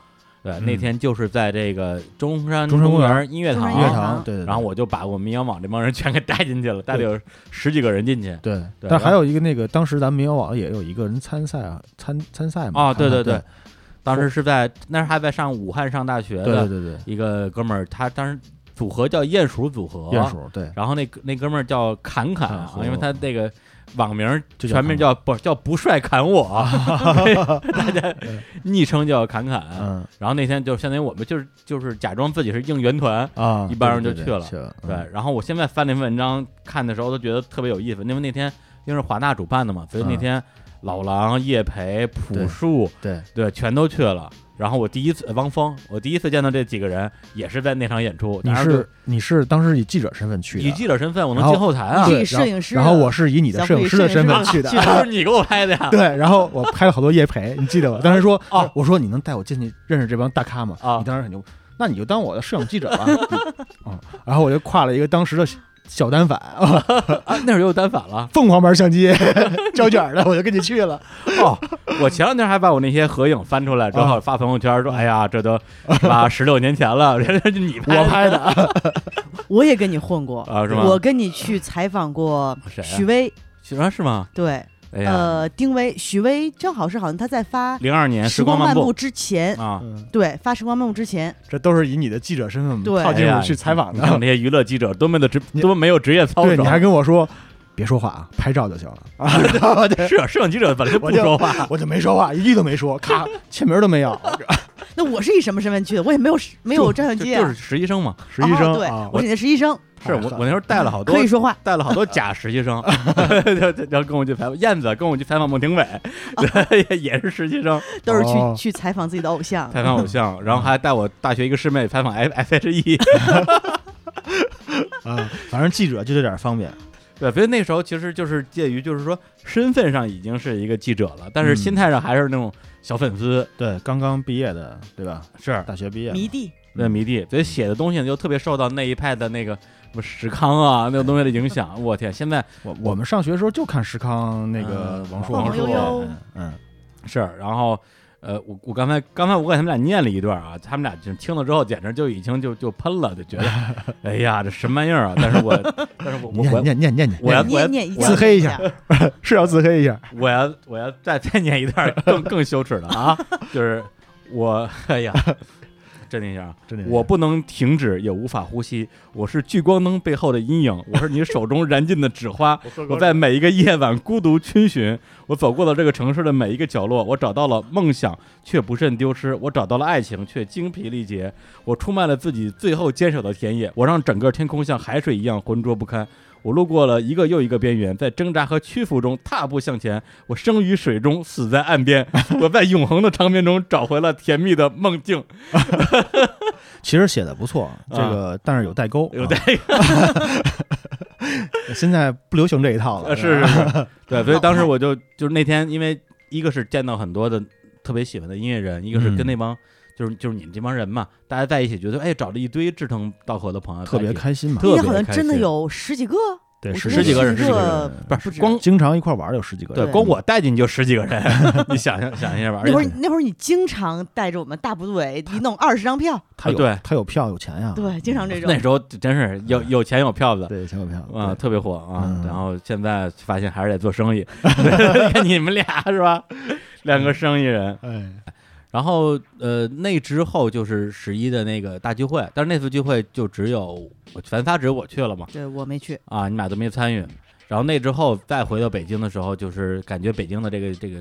S1: 对，
S3: 嗯
S1: 那天就是在这个中山
S3: 中山公园
S1: 园音乐
S2: 中
S1: 堂，
S2: 山
S3: 乐
S2: 音乐
S3: 堂
S2: 堂
S3: 对，对对
S1: 然后我就把我们民谣网这帮人全给带进去了，带了有十几个人进去。
S3: 对，
S1: 对
S3: 但还有一个那个，当时咱们民谣网也有一个人参赛啊，参参赛嘛。
S1: 啊对
S3: 参赛
S1: 对对当时是在那时还在上武汉上大学
S3: 对对
S1: 的
S3: 对对，
S1: 一个哥们儿，他当时组合叫鼹鼠组合，
S3: 鼹，鼠对，
S1: 然后那哥那哥们儿叫侃侃
S3: 侃
S1: 啊，
S3: 和
S1: 因为他那个网名儿
S3: 就叫
S1: 全名叫不叫不帅侃我， 大家昵称叫侃侃。
S3: 嗯
S1: 然后那天就相当于我们就是就是假装自己是应援团。
S3: 啊，
S1: 一般人就
S3: 对
S1: 去
S3: 对对
S1: 了
S3: 去了，
S1: 对
S3: 嗯，
S1: 然后我现在翻那篇文章看的时候都觉得特别有意思，因为那天因为是华纳主办的嘛，所以那
S3: 嗯
S1: 天老狼、叶培、朴
S3: 对
S1: 树，
S3: 对，
S1: 对，全都去了。然后我第一次，呃汪峰，我第一次见到这几个人也是在那场演出。
S3: 你
S1: 当然就是
S3: 你是当时以记者身份去
S1: 以
S3: 的，
S1: 记者身份，我能
S3: 然后
S1: 进后台啊？
S2: 是以
S3: 对然后
S2: 摄影师
S3: 然后我是以你的
S2: 小
S3: 摄
S2: 布
S3: 影
S2: 以
S3: 师
S2: 摄
S3: 的
S2: 影
S3: 身
S2: 师
S3: 份
S2: 的
S3: 去的，
S1: 记者是 你给我拍的呀？
S3: 对，然后我拍了好多夜陪，你 记得吧？当时说
S1: 啊哦
S3: 我说你能带我进去认识这帮大咖吗？
S1: 啊
S3: 你当时很牛，那你就当我的摄影记者 吧。嗯，然后我就挎了一个当时的小单反，
S1: 啊，那会儿又单反了。
S3: 凤凰牌相机， 胶卷的，我就跟你去 了。
S1: 哦，我前两天还把我那些合影翻出来，之
S3: 嗯
S1: 后发朋友圈说：“哎呀，这都啊十六年前了， 人家是你拍
S3: 我
S1: 的
S3: 拍的，
S2: 我也跟你混过，
S1: 啊，是吗？”
S2: 我跟你去采访过
S1: 谁啊
S2: 许巍，
S1: 许啊是吗？
S2: 对，
S1: 哎呀，
S2: 呃，丁薇，许巍正好是好像他在发《
S1: 零二年
S2: 时
S1: 光
S2: 光漫
S1: 步
S2: 之前，
S1: 啊，
S3: 嗯
S2: 对，发《时光漫步》之前，
S3: 这都是以你的记者身份
S2: 对
S3: 套进
S1: 哎呀
S3: 入去采访
S1: 你看我
S3: 的。
S1: 那些娱乐记者多么的职，
S3: 你
S1: 多么没有职业操
S3: 对，
S1: 守
S3: 你。还跟我说别说话啊，拍照就 行了。
S1: 是 摄影记者本来就不
S3: 我就
S1: 说话，
S3: 我就没说话，一句都没说， 咔，签名都没有。
S2: 那我是以什么身份去的？我也没有没有照相
S1: 就
S2: 机、啊
S1: 就是实习生嘛。
S3: 实习生
S2: 哦、对，
S3: 啊，
S2: 我是你的实习生，
S1: 是我我那时候带了好多
S2: 可以说话。
S1: 带了好多假实习 生，就就要跟我去采访燕子，跟我去采访孟 庭苇， 对，也是实习 生，
S2: 都是去、
S3: 哦
S2: 去采访自己的偶像。
S1: 采访偶像，然后还带我大学一个师妹采访 F F H E，
S3: 啊，反正记者就这点方便。
S1: 对，所以那时候其实就是介于，就是说身份上已经是一个记者了，但是
S3: 嗯
S1: 心态上还是那种小粉丝，
S3: 对，刚刚毕业的，对吧？
S1: 是
S3: 大学毕业嘛
S2: 迷弟，
S1: 对迷弟，所以写的东西呢就特别受到那一派的那个什么石康啊那个东西的影响。我天，现在
S3: 我我们上学的时候就看石康那个
S1: 嗯
S3: 王朔，
S2: 王
S3: 朔
S2: 朔王朔
S3: 嗯嗯，
S1: 是，然后呃，我我刚才刚才我给他们俩念了一段啊，他们俩就听了之后，简直就已经就就喷了，就觉得哎呀这什么玩意儿啊！但是我但是我我
S3: 念
S1: 我
S3: 念念念念，
S1: 我要
S2: 念念一
S1: 我
S2: 定
S1: 要
S2: 要
S3: 自黑一
S2: 下
S3: 下， 是要自黑一下，
S1: 我要我要再再念一段更更羞耻的啊，就是我 哎呀，镇定一下啊。
S3: 真的。
S1: 我不能停止，也无法呼吸。我是聚光灯背后的阴影，我是你手中燃尽的纸花。我在每一个夜晚孤独逡巡，我走过了这个城市的每一个角落，我找到了梦想，却不慎丢失；我找到了爱情，却精疲力竭。我出卖了自己最后坚守的田野，我让整个天空像海水一样浑浊不堪。我路过了一个又一个边缘，在挣扎和屈服中踏步向前。我生于水中，死在岸边。我在永恒的长眠中找回了甜蜜的梦境。
S3: 其实写的不错，这个但是有代沟，
S1: 啊有
S3: 啊
S1: 代
S3: 现在不流行这一套
S1: 呃，
S3: 了，啊
S1: 是是
S3: 吧
S1: 是，对，所以当时我就就是那天，因为一个是见到很多的特别喜欢的音乐人，一个是跟
S3: 嗯
S1: 那帮、就是就是你们这帮人嘛，大家在一起觉得哎，找了一堆志同道合的朋友，
S3: 特别
S1: 在一起
S3: 开心嘛，
S1: 特别
S2: 应该好像
S1: 开
S2: 真的
S1: 心
S2: 有十几个，
S3: 对
S2: 我觉
S1: 得十几个人
S2: 十
S1: 十几
S2: 个
S1: 个
S2: 人
S1: 不
S2: 不
S1: 是
S2: 止
S1: 光
S3: 经常一块玩儿有十几个人，
S1: 对，光我带进去就十几个 人，你想想想一下吧，而
S2: 那会儿
S1: 且
S2: 那会儿你经常带着我们大部队一弄二十张票，
S3: 他有
S1: 对
S3: 他有票有钱呀，
S2: 对，经常这种
S1: 啊那时候真是有有钱有票子。
S3: 对有钱有票
S1: 啊，，特别火啊！
S3: 嗯
S1: 然后现在发现还是得做生意， 看你们俩是吧？两个生意人，
S3: 对哎，
S1: 然后呃，那之后就是十一的那个大聚会，但是那次聚会就只有我咱仨只有我去了嘛，
S2: 对我没去，
S1: 啊，你们俩都没参与。然后那之后再回到北京的时候，就是感觉北京的这个这个，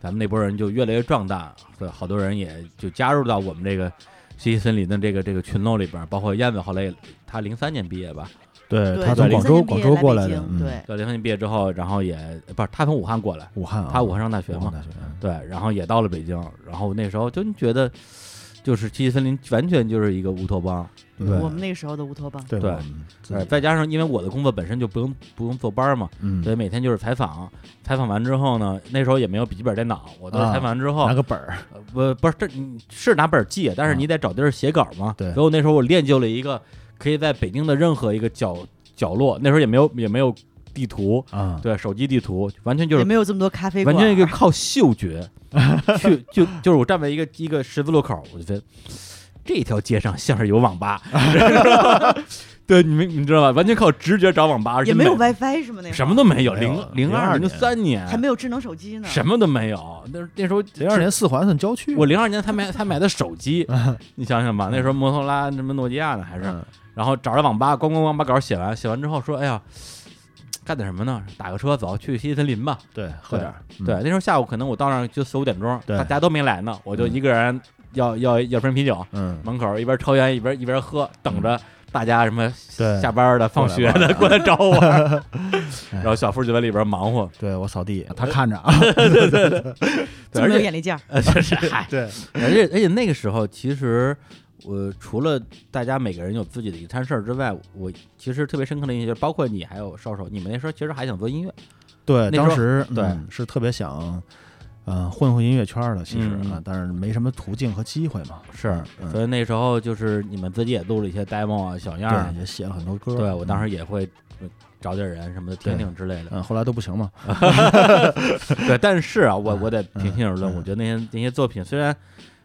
S1: 咱们那波人就越来越壮大，对，好多人也就加入到我们这个西西森林的这个这个群落里边儿，包括燕子后来也他零三年毕业吧，
S3: 对
S2: 对，
S3: 他
S1: 对
S3: 从
S2: 零
S3: 广
S2: 三
S3: 州
S2: 年毕
S3: 广
S2: 业
S3: 州
S2: 来
S3: 过
S2: 北
S3: 来的，
S2: 京
S3: 嗯
S2: 对，
S1: 对，零三年毕业之后，然后也不是他从武汉过来，
S3: 武汉啊，
S1: 他武汉上大学
S3: 武
S1: 嘛
S3: 汉，大学，嗯
S1: 对，然后也到了北京，然后那时候就觉得，就是七七森林完全就是一个乌托邦，
S3: 嗯对
S2: 我们那时候的乌托邦，
S3: 对
S1: 对
S3: 我们自
S1: 呃
S3: 己
S1: 再加上因为我的工作本身就不用不用坐班儿嘛，
S3: 嗯
S1: 所以每天就是采访，采访完之后呢，那时候也没有笔记本电脑，我都是
S3: 啊
S1: 采访完之后，
S3: 拿个本儿，
S1: 呃不不是这你是拿本儿记，啊但是你得找地儿写稿嘛，
S3: 对
S1: 所以我那时候我练就了一个可以在北京的任何一个角角落，那时候也没有也没有地图，
S3: 啊，
S1: 对，手机地图完全就是
S2: 也没有这么多咖啡馆，
S1: 完全一 个靠嗅觉去就就是我站在一个一个十字路口，我就觉得这条街上像是有网 吧，对，你们你知道吧？完全靠直觉找网吧，而且
S2: 也没有
S1: 每
S2: WiFi 什么那会儿
S1: 什么都没有，
S3: 没有
S1: 零零二
S3: 02
S1: 零三年
S2: 还没有智能手机呢，
S1: 什么都没有，那那时候
S3: 零二。年四环算郊区，
S1: 我零二年才买才买的手 机，你想想吧，那时候摩托罗拉什么诺基亚呢，还是
S3: 嗯
S1: 然后找着网吧，咣咣咣把稿写完，写完之后说，哎呀，干点什么呢？打个车走，去西森林吧。
S3: 对，喝点儿，
S1: 对，那时候下午可能我到那儿就四五点钟，
S3: 对
S1: 大家都没来呢，我就
S3: 嗯
S1: 一个人要、要要瓶啤酒，
S3: 嗯，
S1: 门口一边抽烟一边一边喝，等着大家什么
S4: 对
S1: 下班的、放学的嗯过来找 我，然后小夫就在里边忙活，
S4: 对我扫地，他看 着啊，
S1: 对
S2: 这么
S1: 而
S2: 有
S1: 且
S2: 眼力见儿，
S1: 呃，就是嗨，
S4: 对，
S1: 而且而且那个时候，其实我除了大家每个人有自己的一摊事儿之外，我其实特别深刻的印象，就是包括你还有少少，你们那时候其实还想做音乐，
S4: 对，
S1: 那时候
S4: 当时
S1: 对
S4: 嗯是特别想，呃，混混音乐圈的，其实
S1: 嗯
S4: 啊，但是没什么途径和机会嘛，
S1: 是
S4: 嗯
S1: 所以那时候就是你们自己也录了一些 demo 啊、小样儿
S4: 对，，也写了很多歌，
S1: 对我当
S4: 嗯
S1: 时也会。呃找点人什么的听听之类的，
S4: 嗯，后来都不行嘛，
S1: 对。但是啊，我我得平心而论，
S4: 嗯
S1: 我觉得那些那些作品虽然，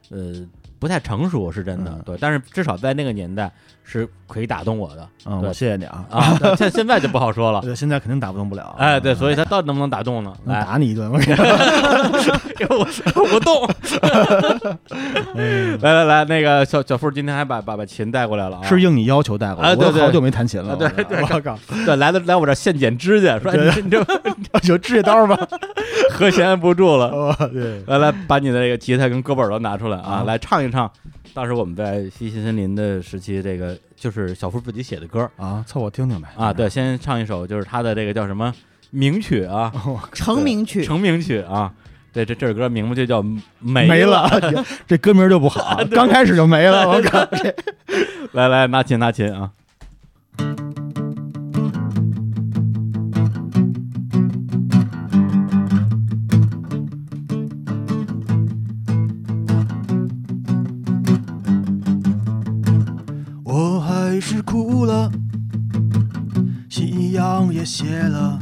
S1: 呃，不太成熟是真的，
S4: 嗯
S1: 对，但是至少在那个年代是可以打动 我的
S4: 嗯，
S1: 对
S4: 我谢谢你啊，
S1: 啊。但现现在就不好说了，
S4: 对现在肯定打不动不了，
S1: 哎，对，所
S4: 以
S1: 以哎他到底能不能打动呢？
S4: 能
S1: 来，
S4: 打你一顿，我跟你说
S1: 我我 动。来来来，那个小小富今天还把把把琴带过来了啊！
S4: 是应你要求带过来，
S1: 哎对
S4: 我
S1: 对
S4: 好久没弹琴了，
S1: 啊对
S4: 我
S1: 对
S4: 我靠，
S1: 对，来了来我这儿现剪指甲，说哎
S4: 对
S1: 你这 你这
S4: 有指甲 刀吗？
S1: 和弦按不住 了。
S4: 哦对，
S1: 来来，把你的这个吉他跟胳膊耳朵拿出来啊，
S4: 啊
S1: 来唱一唱。当时我们在西西森林的时期，这个就是小富自己写的歌
S4: 啊，凑合听听呗，
S1: 啊。对，先唱一首，就是他的这个叫什 么名曲啊，
S2: 成名曲，
S1: 成名曲啊。对，这这首歌名字就叫《没
S4: 没了， 这歌名就不 好，刚开始就没了，我靠，这
S1: 来来，拿琴拿琴啊！
S3: 我还是哭了，夕阳也斜了，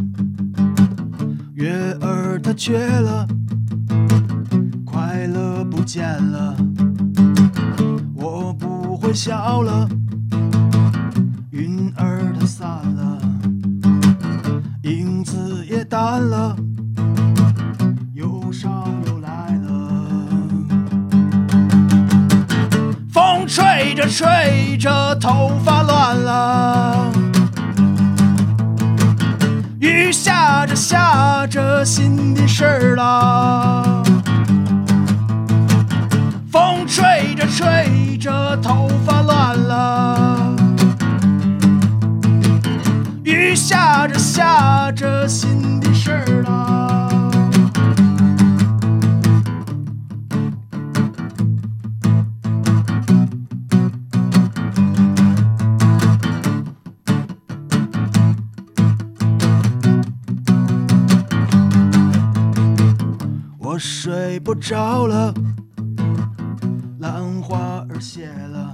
S3: 月儿它缺了，快乐不见了，我不会笑了，云儿它散了，影子也淡了，忧伤又来了。风吹着吹着，头发乱了；雨下着下着，心的事儿了。风吹着吹着，头发乱了；雨下着下着，心的事儿了。我睡不着了，兰花儿谢了，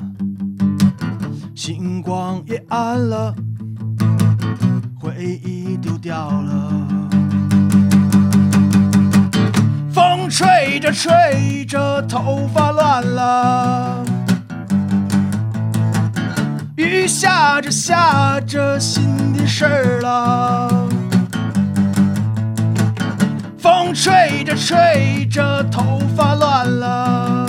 S3: 星光也暗了，回忆丢掉了。风吹着吹着，头发乱了；雨下着下着，新的事儿了。风吹着吹着，头发乱了；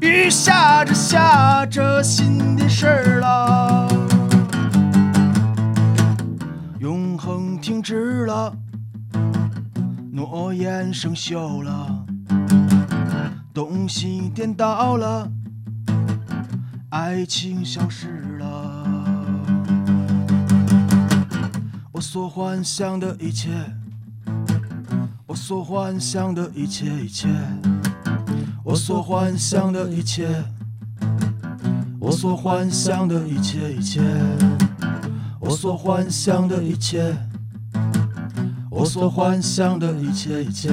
S3: 雨下着下着，新的事儿了。永恒停止了，诺言生锈了，东西颠倒了，爱情消失了。我所幻想的一切，我所幻想的一切，一切，我所幻想的一切，我所幻想的一切，一切，我所幻想的一切，我所幻想的一切，一切，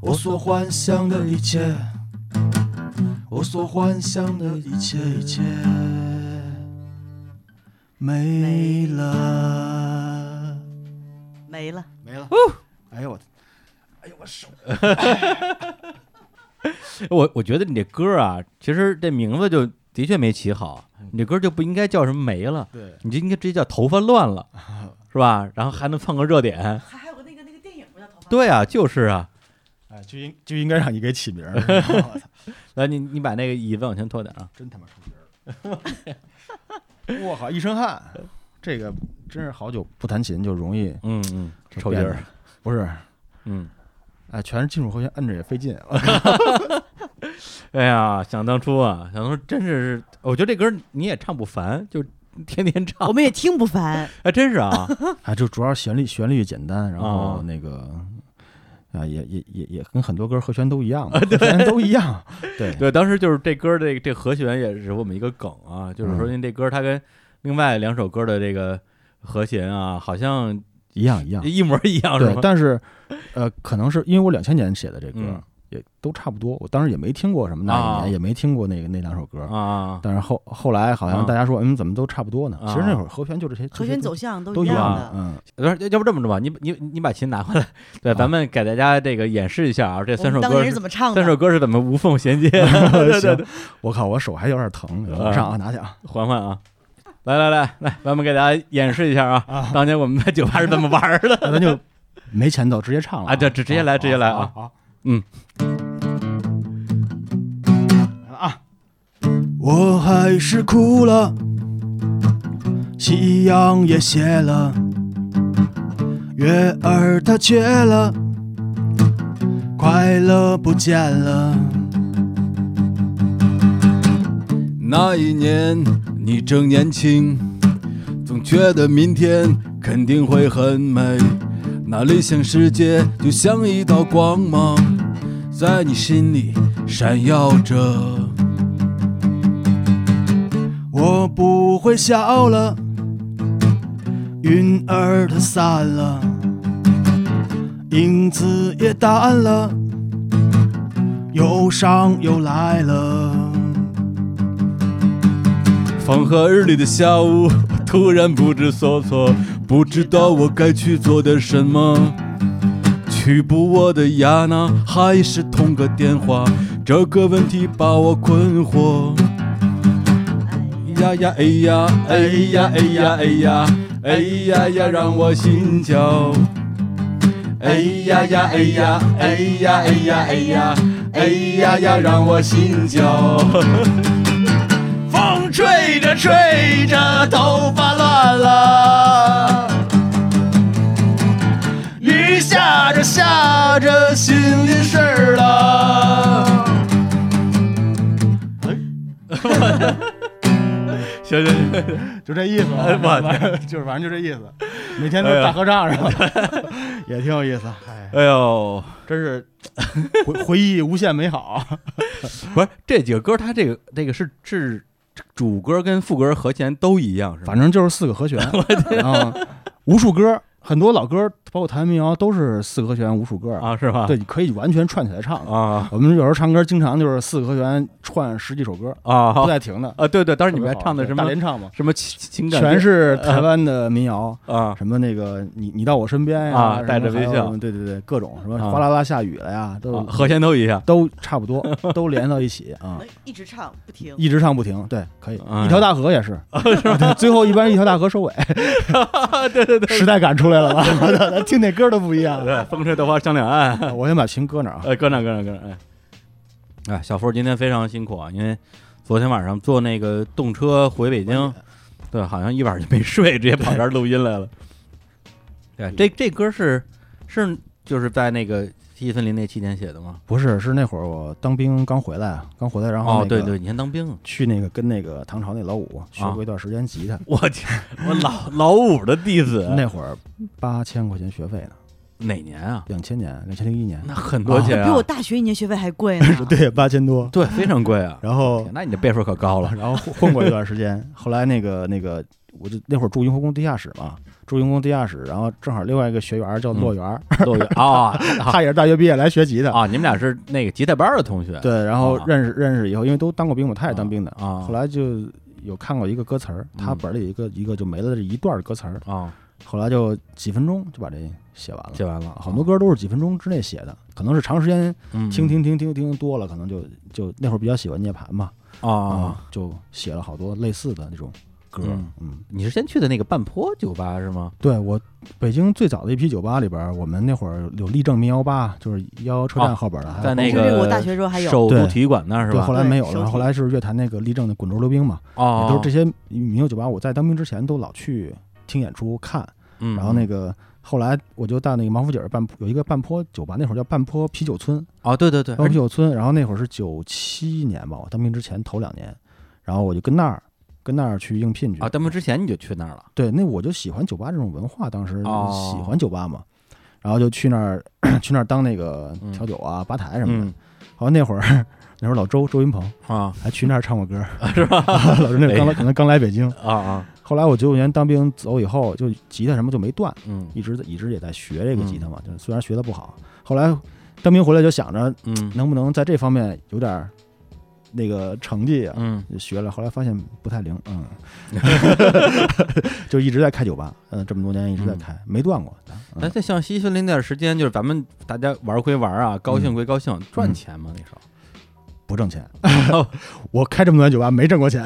S3: 我所幻想的一切，我所幻想的一切，一切。没了。
S2: 没了。
S4: 没了，哎呦我，哎呦我手，
S1: 我我觉得你这歌啊，其实这名字就的确没起好，你这歌就不应该叫什么没了，
S4: 对，
S1: 你就应该直接叫头发乱了， 是吧？然后还能蹭个热点。
S2: 还还有个那个那个电影不叫《头发
S1: 对啊，就是啊。
S4: 哎，就应就应该让你给起 名儿，我操
S1: 来，你你把那个椅子往前拖点啊。
S4: 真他妈出名儿，我靠，一身汗，这个真是好久不弹琴就容易
S1: 嗯嗯，
S4: 就
S1: 抽筋
S4: 变
S1: 儿
S4: 得。，不是，
S1: 嗯，
S4: 哎，全是金属和弦，摁着也费劲，
S1: 哎呀，想当初啊，想当初真是，我觉得这歌你也唱不烦，就天天唱
S2: 我，们也听不烦。
S1: 还真是 啊，
S3: 啊，就主要旋律旋律简单，然
S1: 啊
S3: 后那个啊，也也也也跟很多歌和弦都一样嘛，和弦都一样，对
S1: 啊对，当时就是这歌这这和弦也是我们一个梗啊，就是说因为这歌它跟另外两首歌的这个和弦啊，好像
S3: 一样一样，
S1: 一模一样，是
S3: 啊对
S1: 吗，？
S3: 但是呃，可能是因为我两千年写的这歌、
S1: 嗯
S3: 也都差不多，我当时也没听过什么那一年，
S1: 啊
S3: 也没听过那个那两首歌。
S1: 啊，
S3: 但是后后来好像
S1: 啊
S3: 大家说，嗯，怎么都差不多呢？
S1: 啊
S3: 其实那会儿和弦就是这些，
S2: 和弦走向
S3: 这
S2: 都
S3: 些都
S2: 一
S3: 一
S2: 样
S1: 样
S2: 的，
S3: 嗯，
S1: 不是，要要不这么着吧，你你你把琴拿回来，对，
S3: 啊
S1: 咱们给大家这个演示一下啊，这
S2: 我
S1: 三
S2: 们
S1: 首
S2: 当
S1: 歌
S2: 年
S1: 是
S2: 是怎么唱的？
S1: 三首歌是怎么无缝衔接 的， 对对对，
S3: 我靠，我手还有点疼，
S1: 啊
S3: 上啊，拿去啊，
S1: 缓缓啊。来来来来，咱们给大家演示一下啊！当年我们在酒吧是怎么玩儿的
S3: 那咱就没前奏，直接唱了
S1: 啊？这直直接来，直接来
S3: 啊
S1: 啊！！
S3: 好，好
S1: 嗯，
S3: 来了啊，
S5: 我还是哭了，夕阳也斜了，月儿它缺了，快乐不见了。 那一年你正年轻，总觉得明天肯定会很美，那理想世界就像一道光芒，在你心里闪耀着。我不会笑了，云儿它散了，影子也淡了，忧伤又来了。风和日丽的下午，我突然不知所措，不知道我该去做点什么。去不我的亚娜，还是通个电话？这个问题把我困惑。呀呀哎呀哎呀哎呀哎呀哎呀呀，让我心焦。哎呀呀哎呀哎呀哎呀哎呀哎呀呀，让我心焦。风吹着吹着，头发乱了。雨下着下着，心淋湿了。
S1: 行行行，
S3: 就这意思
S5: 哎
S3: 啊，
S1: 我
S3: 就是反正就这意思，每天都是大合唱是吧？
S5: 哎
S3: 也挺有意思，哎，
S1: 哎呦，
S3: 真是回回忆无限 美好。
S1: 不是这几个歌，它这个这个是是主歌跟副歌和弦都一样是吧？
S3: 反正就是四个和弦 啊，无数歌，很多老歌，包括台湾民谣啊都是四个和弦无数歌。
S1: 啊是吧？
S3: 对，你可以完全串起来唱。
S1: 啊
S3: 我们有时候唱歌经常就是四个和弦串十几首歌，
S1: 啊
S3: 不带停 的。
S1: 啊！对对，当时你们还唱的什
S3: 大
S1: 么
S3: 连唱嘛，
S1: 什么情情感
S3: 全是台湾的民谣，
S1: 啊
S3: 什么那个你你到我身边呀，
S1: 啊
S3: 什么
S1: 带着微笑
S3: 还有对对对，各种什么
S1: 啊
S3: 哗啦啦下雨了呀，都
S1: 啊和弦都一样
S3: 都 差不多，都连到一起啊。
S2: 一直唱不停。
S3: 一直唱不停，对，可以，
S1: 嗯
S3: 一条大河也 是，对最后一般一条大河收尾，对对对，时代感出来 了吧？我操咱听那歌都不一样。
S1: 对，风吹豆花香两岸。
S3: 我先把琴搁哪儿啊？
S1: 哎，哥长，哥长，哥长，哎，哎，小福今天非常辛苦啊，因为昨天晚上坐那个动车回北京，对，好像一晚上就没睡，直接跑这儿录音来 了。对，这这歌是是就是在那个西森林那期间写的吗？
S3: 不是，是那会儿我当兵刚回来，啊刚回来，然后
S1: 哦，
S3: 那
S1: 对
S3: 个
S1: 对，你先当兵。
S3: 去那个跟那个唐朝那老
S1: 啊
S3: 五学过一段时间吉他，
S1: 我去，我老老五的弟子，
S3: 那会儿八千块钱学费呢，
S1: 哪年啊？
S3: 两千年，两千零一年，。
S1: 那很多钱
S2: 比
S1: 啊
S2: 我，大学一年学费还贵呢
S3: 对，八千多，
S1: 对，非常贵啊。
S3: 然后
S1: 那你的辈数可高了
S3: 然后混混过一段时间。后来那个那个，我就那会儿住雍和宫地下室嘛，住雍和宫地下室，然后正好另外一个学员叫骆源，
S1: 都 有啊啊
S3: 他也是大学毕业来学吉的。
S1: 嗯啊！你们俩是那个吉他班的同学，
S3: 对，然后
S1: 啊
S3: 认识认识以后，因为都当过兵嘛，他也当兵的。
S1: 啊嗯
S3: 后来就有看过一个歌词儿，他本儿里有一个一个就没了这一段歌词儿，
S1: 啊，
S3: 后来就几分钟就把这写完了。
S1: 写完了，
S3: 好啊多歌都是几分钟之内写的，可能是长时间
S1: 哦嗯
S3: 听听听听听多了，可能就就那会儿比较喜欢涅槃嘛，
S1: 啊，
S3: 就写了好多类似的那种歌，
S1: 嗯
S3: 嗯
S1: 你是先去的那个半坡酒吧是吗？
S3: 对我，北京最早的一批酒吧里边儿，我们那会儿有立正民谣吧，就是幺幺车
S1: 哦
S3: 站后边儿的，
S1: 在
S3: 还有
S1: 那
S2: 甚至
S1: 个
S2: 我大学时候还有
S1: 首都
S3: 对
S1: 体育馆那儿是
S3: 对，
S1: 吧
S3: 后？来
S2: 对
S3: 没有
S2: 首
S3: 了，
S2: 体
S3: 后来是乐坛那个立正的滚轴溜冰嘛，
S1: 哦
S3: 也，都是这些民谣酒吧，我在当兵之前都老去听演出看，
S1: 这
S3: 然后那个后来我就到那个王府井儿半有一个半坡酒吧，那会儿叫半坡啤酒村，
S1: 哦，对对对，
S3: 半坡
S1: 而
S3: 啤
S1: 且
S3: 酒村。然后那会儿是九七年吧，我当兵之前头两年，然后我就跟那儿跟那儿去应聘去
S1: 啊，当兵之前你就去那儿了，
S3: 对，那我就喜欢酒吧这种文化，当时
S1: 哦
S3: 喜欢酒吧嘛，然后就去那儿 去那儿当那个
S1: 嗯
S3: 调酒啊、吧台什么的。
S1: 嗯
S3: 好像那会儿那会儿老周周云鹏
S1: 啊
S3: 还去那儿唱过歌，是吧？ 老周那
S1: 哎
S3: 会儿刚来，可能刚来北京。
S1: 啊啊，
S3: 后来我九九年当兵走以后，就吉他什么就没断，
S1: 嗯
S3: 一直一直也在学这个吉他嘛，就是虽然学的不好，后来当兵回来就想着
S1: 嗯
S3: 能不能在这方面有点儿那个成绩啊。
S1: 嗯，
S3: 就学了，后来发现不太灵，嗯， 就一直在开酒吧，嗯，这么多年一直在开，没断过。嗯
S1: 那这像西分那段时间，就是咱们大家玩归玩啊，高兴归高兴，赚钱嘛那时候。
S3: 不挣钱， 我开这么多年酒吧没挣过钱，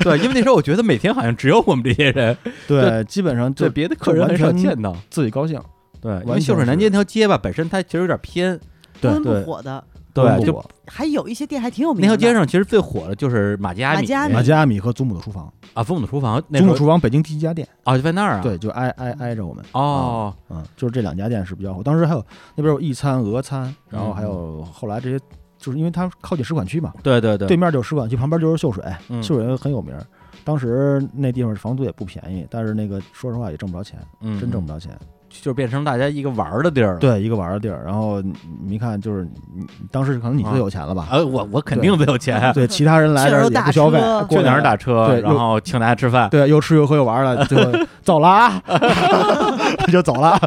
S1: 对，因为那时候我觉得每天好像只有我们这些人，
S3: 对，基本上
S1: 对
S3: 就
S1: 别的客人很少见到。
S3: 自己高兴，
S1: 对，因为
S3: 完全
S1: 秀水南
S3: 是
S1: 街那条街吧，本身它其实有点偏，
S3: 对
S2: 温布
S3: 对
S2: 火的，
S1: 对，
S3: 就
S1: 就
S3: 我
S2: 还有一些店还挺有名
S1: 那条
S2: 的。
S1: 街上其实最火的就是马家米，
S2: 马家
S3: 马加米和祖母的厨房，
S1: 啊，父母的厨房，那时
S3: 祖母
S1: 候
S3: 厨房北京第一家店，
S1: 啊就在那儿啊，，
S3: 对，就挨挨挨着我们，
S1: 哦，
S3: 嗯，就是这两家店是比较火。当时还有那边有意餐、俄餐，然后还有后来这些，就是因为它靠近使馆区嘛，
S1: 对对对
S3: 对，面就是使馆区，旁边就是秀水，
S1: 嗯
S3: 秀水很有名儿。当时那地方房租也不便宜，但是那个说实话也挣不着钱，
S1: 嗯
S3: 真挣不着钱。
S1: 就是变成大家一个玩儿的地儿了。，
S3: 对，一个玩儿的地儿。然后你你一看，就是你你当时可能你最有钱了吧？
S1: 啊，我我肯定没有钱，
S3: 对，其他人来这儿也不消费
S2: 去哪儿都打车，
S1: 去哪
S3: 过来
S1: 儿打？车，
S3: 对
S1: 然
S3: 又
S1: 后请大家吃饭。
S3: 对，又吃又喝又玩 儿了，就走了啊，就走了。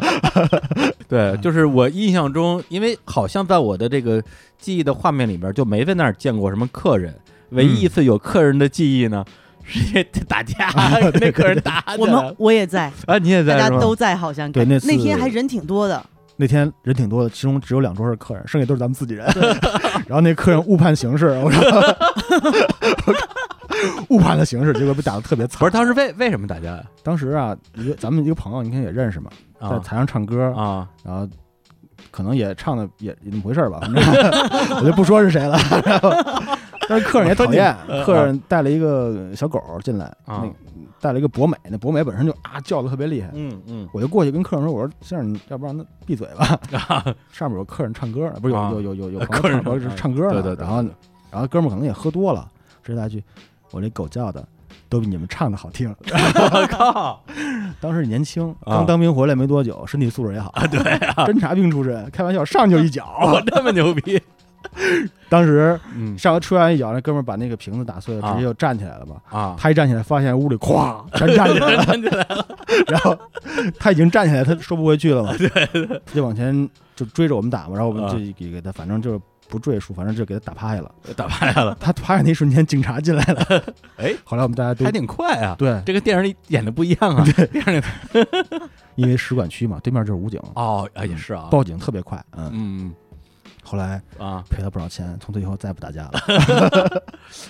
S1: 对，就是我印象中，因为好像在我的这个记忆的画面里边，就没在那儿见过什么客人。唯一一次有客人的记忆呢，是因为打架，那客人打起来
S2: 我们我也在，
S1: 啊，你也
S2: 大
S1: 在
S2: 家
S1: 是吧？
S2: 都在，好像
S3: 对
S2: 感
S3: 那
S2: 那
S3: 次
S2: 天还人挺多的，
S3: 那天人挺多的，其中只有两桌是客人，剩下都是咱们自 己人。然后那客人误判形势，我说 我靠误判了形势，结果被打得特别惨。
S1: 不是当时为为什么打架
S3: 当时啊，一个咱们一个朋友，你看也认识嘛，在
S1: 啊
S3: 台上唱歌，
S1: 啊？
S3: 然后可能也唱的也也那么回事儿吧， 反正我就不说是谁了。然后但是客人也讨厌
S1: 我说你，
S3: 客人带了一个小狗进来，
S1: 啊
S3: 那带了一个博美，那博美本身就啊叫的特别厉害。
S1: 嗯嗯
S3: 我就过去跟客人说：“我说先生，你要不然他闭嘴 吧，上面有客人唱歌呢，不是有、
S1: 啊
S3: 有有有有
S1: 呃
S3: 朋友
S1: 客人
S3: 唱
S1: 唱
S3: 歌唱歌
S1: 对
S3: 呢。
S1: 对对
S3: 然后然后哥们儿可能也喝多了，直接来一句：“我这狗叫的都比你们唱的好听。”
S1: 我靠，
S3: 当时年轻，
S1: 啊
S3: 刚当兵回来没多久，身体素质也好啊，对啊， 侦察兵出身，开玩笑上就一脚
S1: 我。这么牛逼，
S3: 当时
S1: 嗯
S3: 上来出完一脚，那哥们儿把那个瓶子打碎了，
S1: 啊
S3: 直接就站起来了吧。
S1: 啊，
S3: 他一站起来，发现屋里咵全站起来了，站起来了。 然后他已经站起来，他说不回去了嘛，对他就往前就追着我们打嘛，然后我们
S1: 啊
S3: 就给给他，反正就是不赘述，反正就给他打趴下了。
S1: 打趴下了，
S3: 他趴下那一瞬间，警察进来了，
S1: 哎，
S3: 后来我们大家都
S1: 还挺快啊。
S3: 对，
S1: 这跟电影里演的不一样啊，电影里
S3: 因为使馆区嘛，对面就是武警，
S1: 哦啊也是啊，
S3: 报警特别快，嗯，
S1: 嗯
S3: 后来。
S1: 啊，
S3: 赔了不少钱，从此以后再不打架了。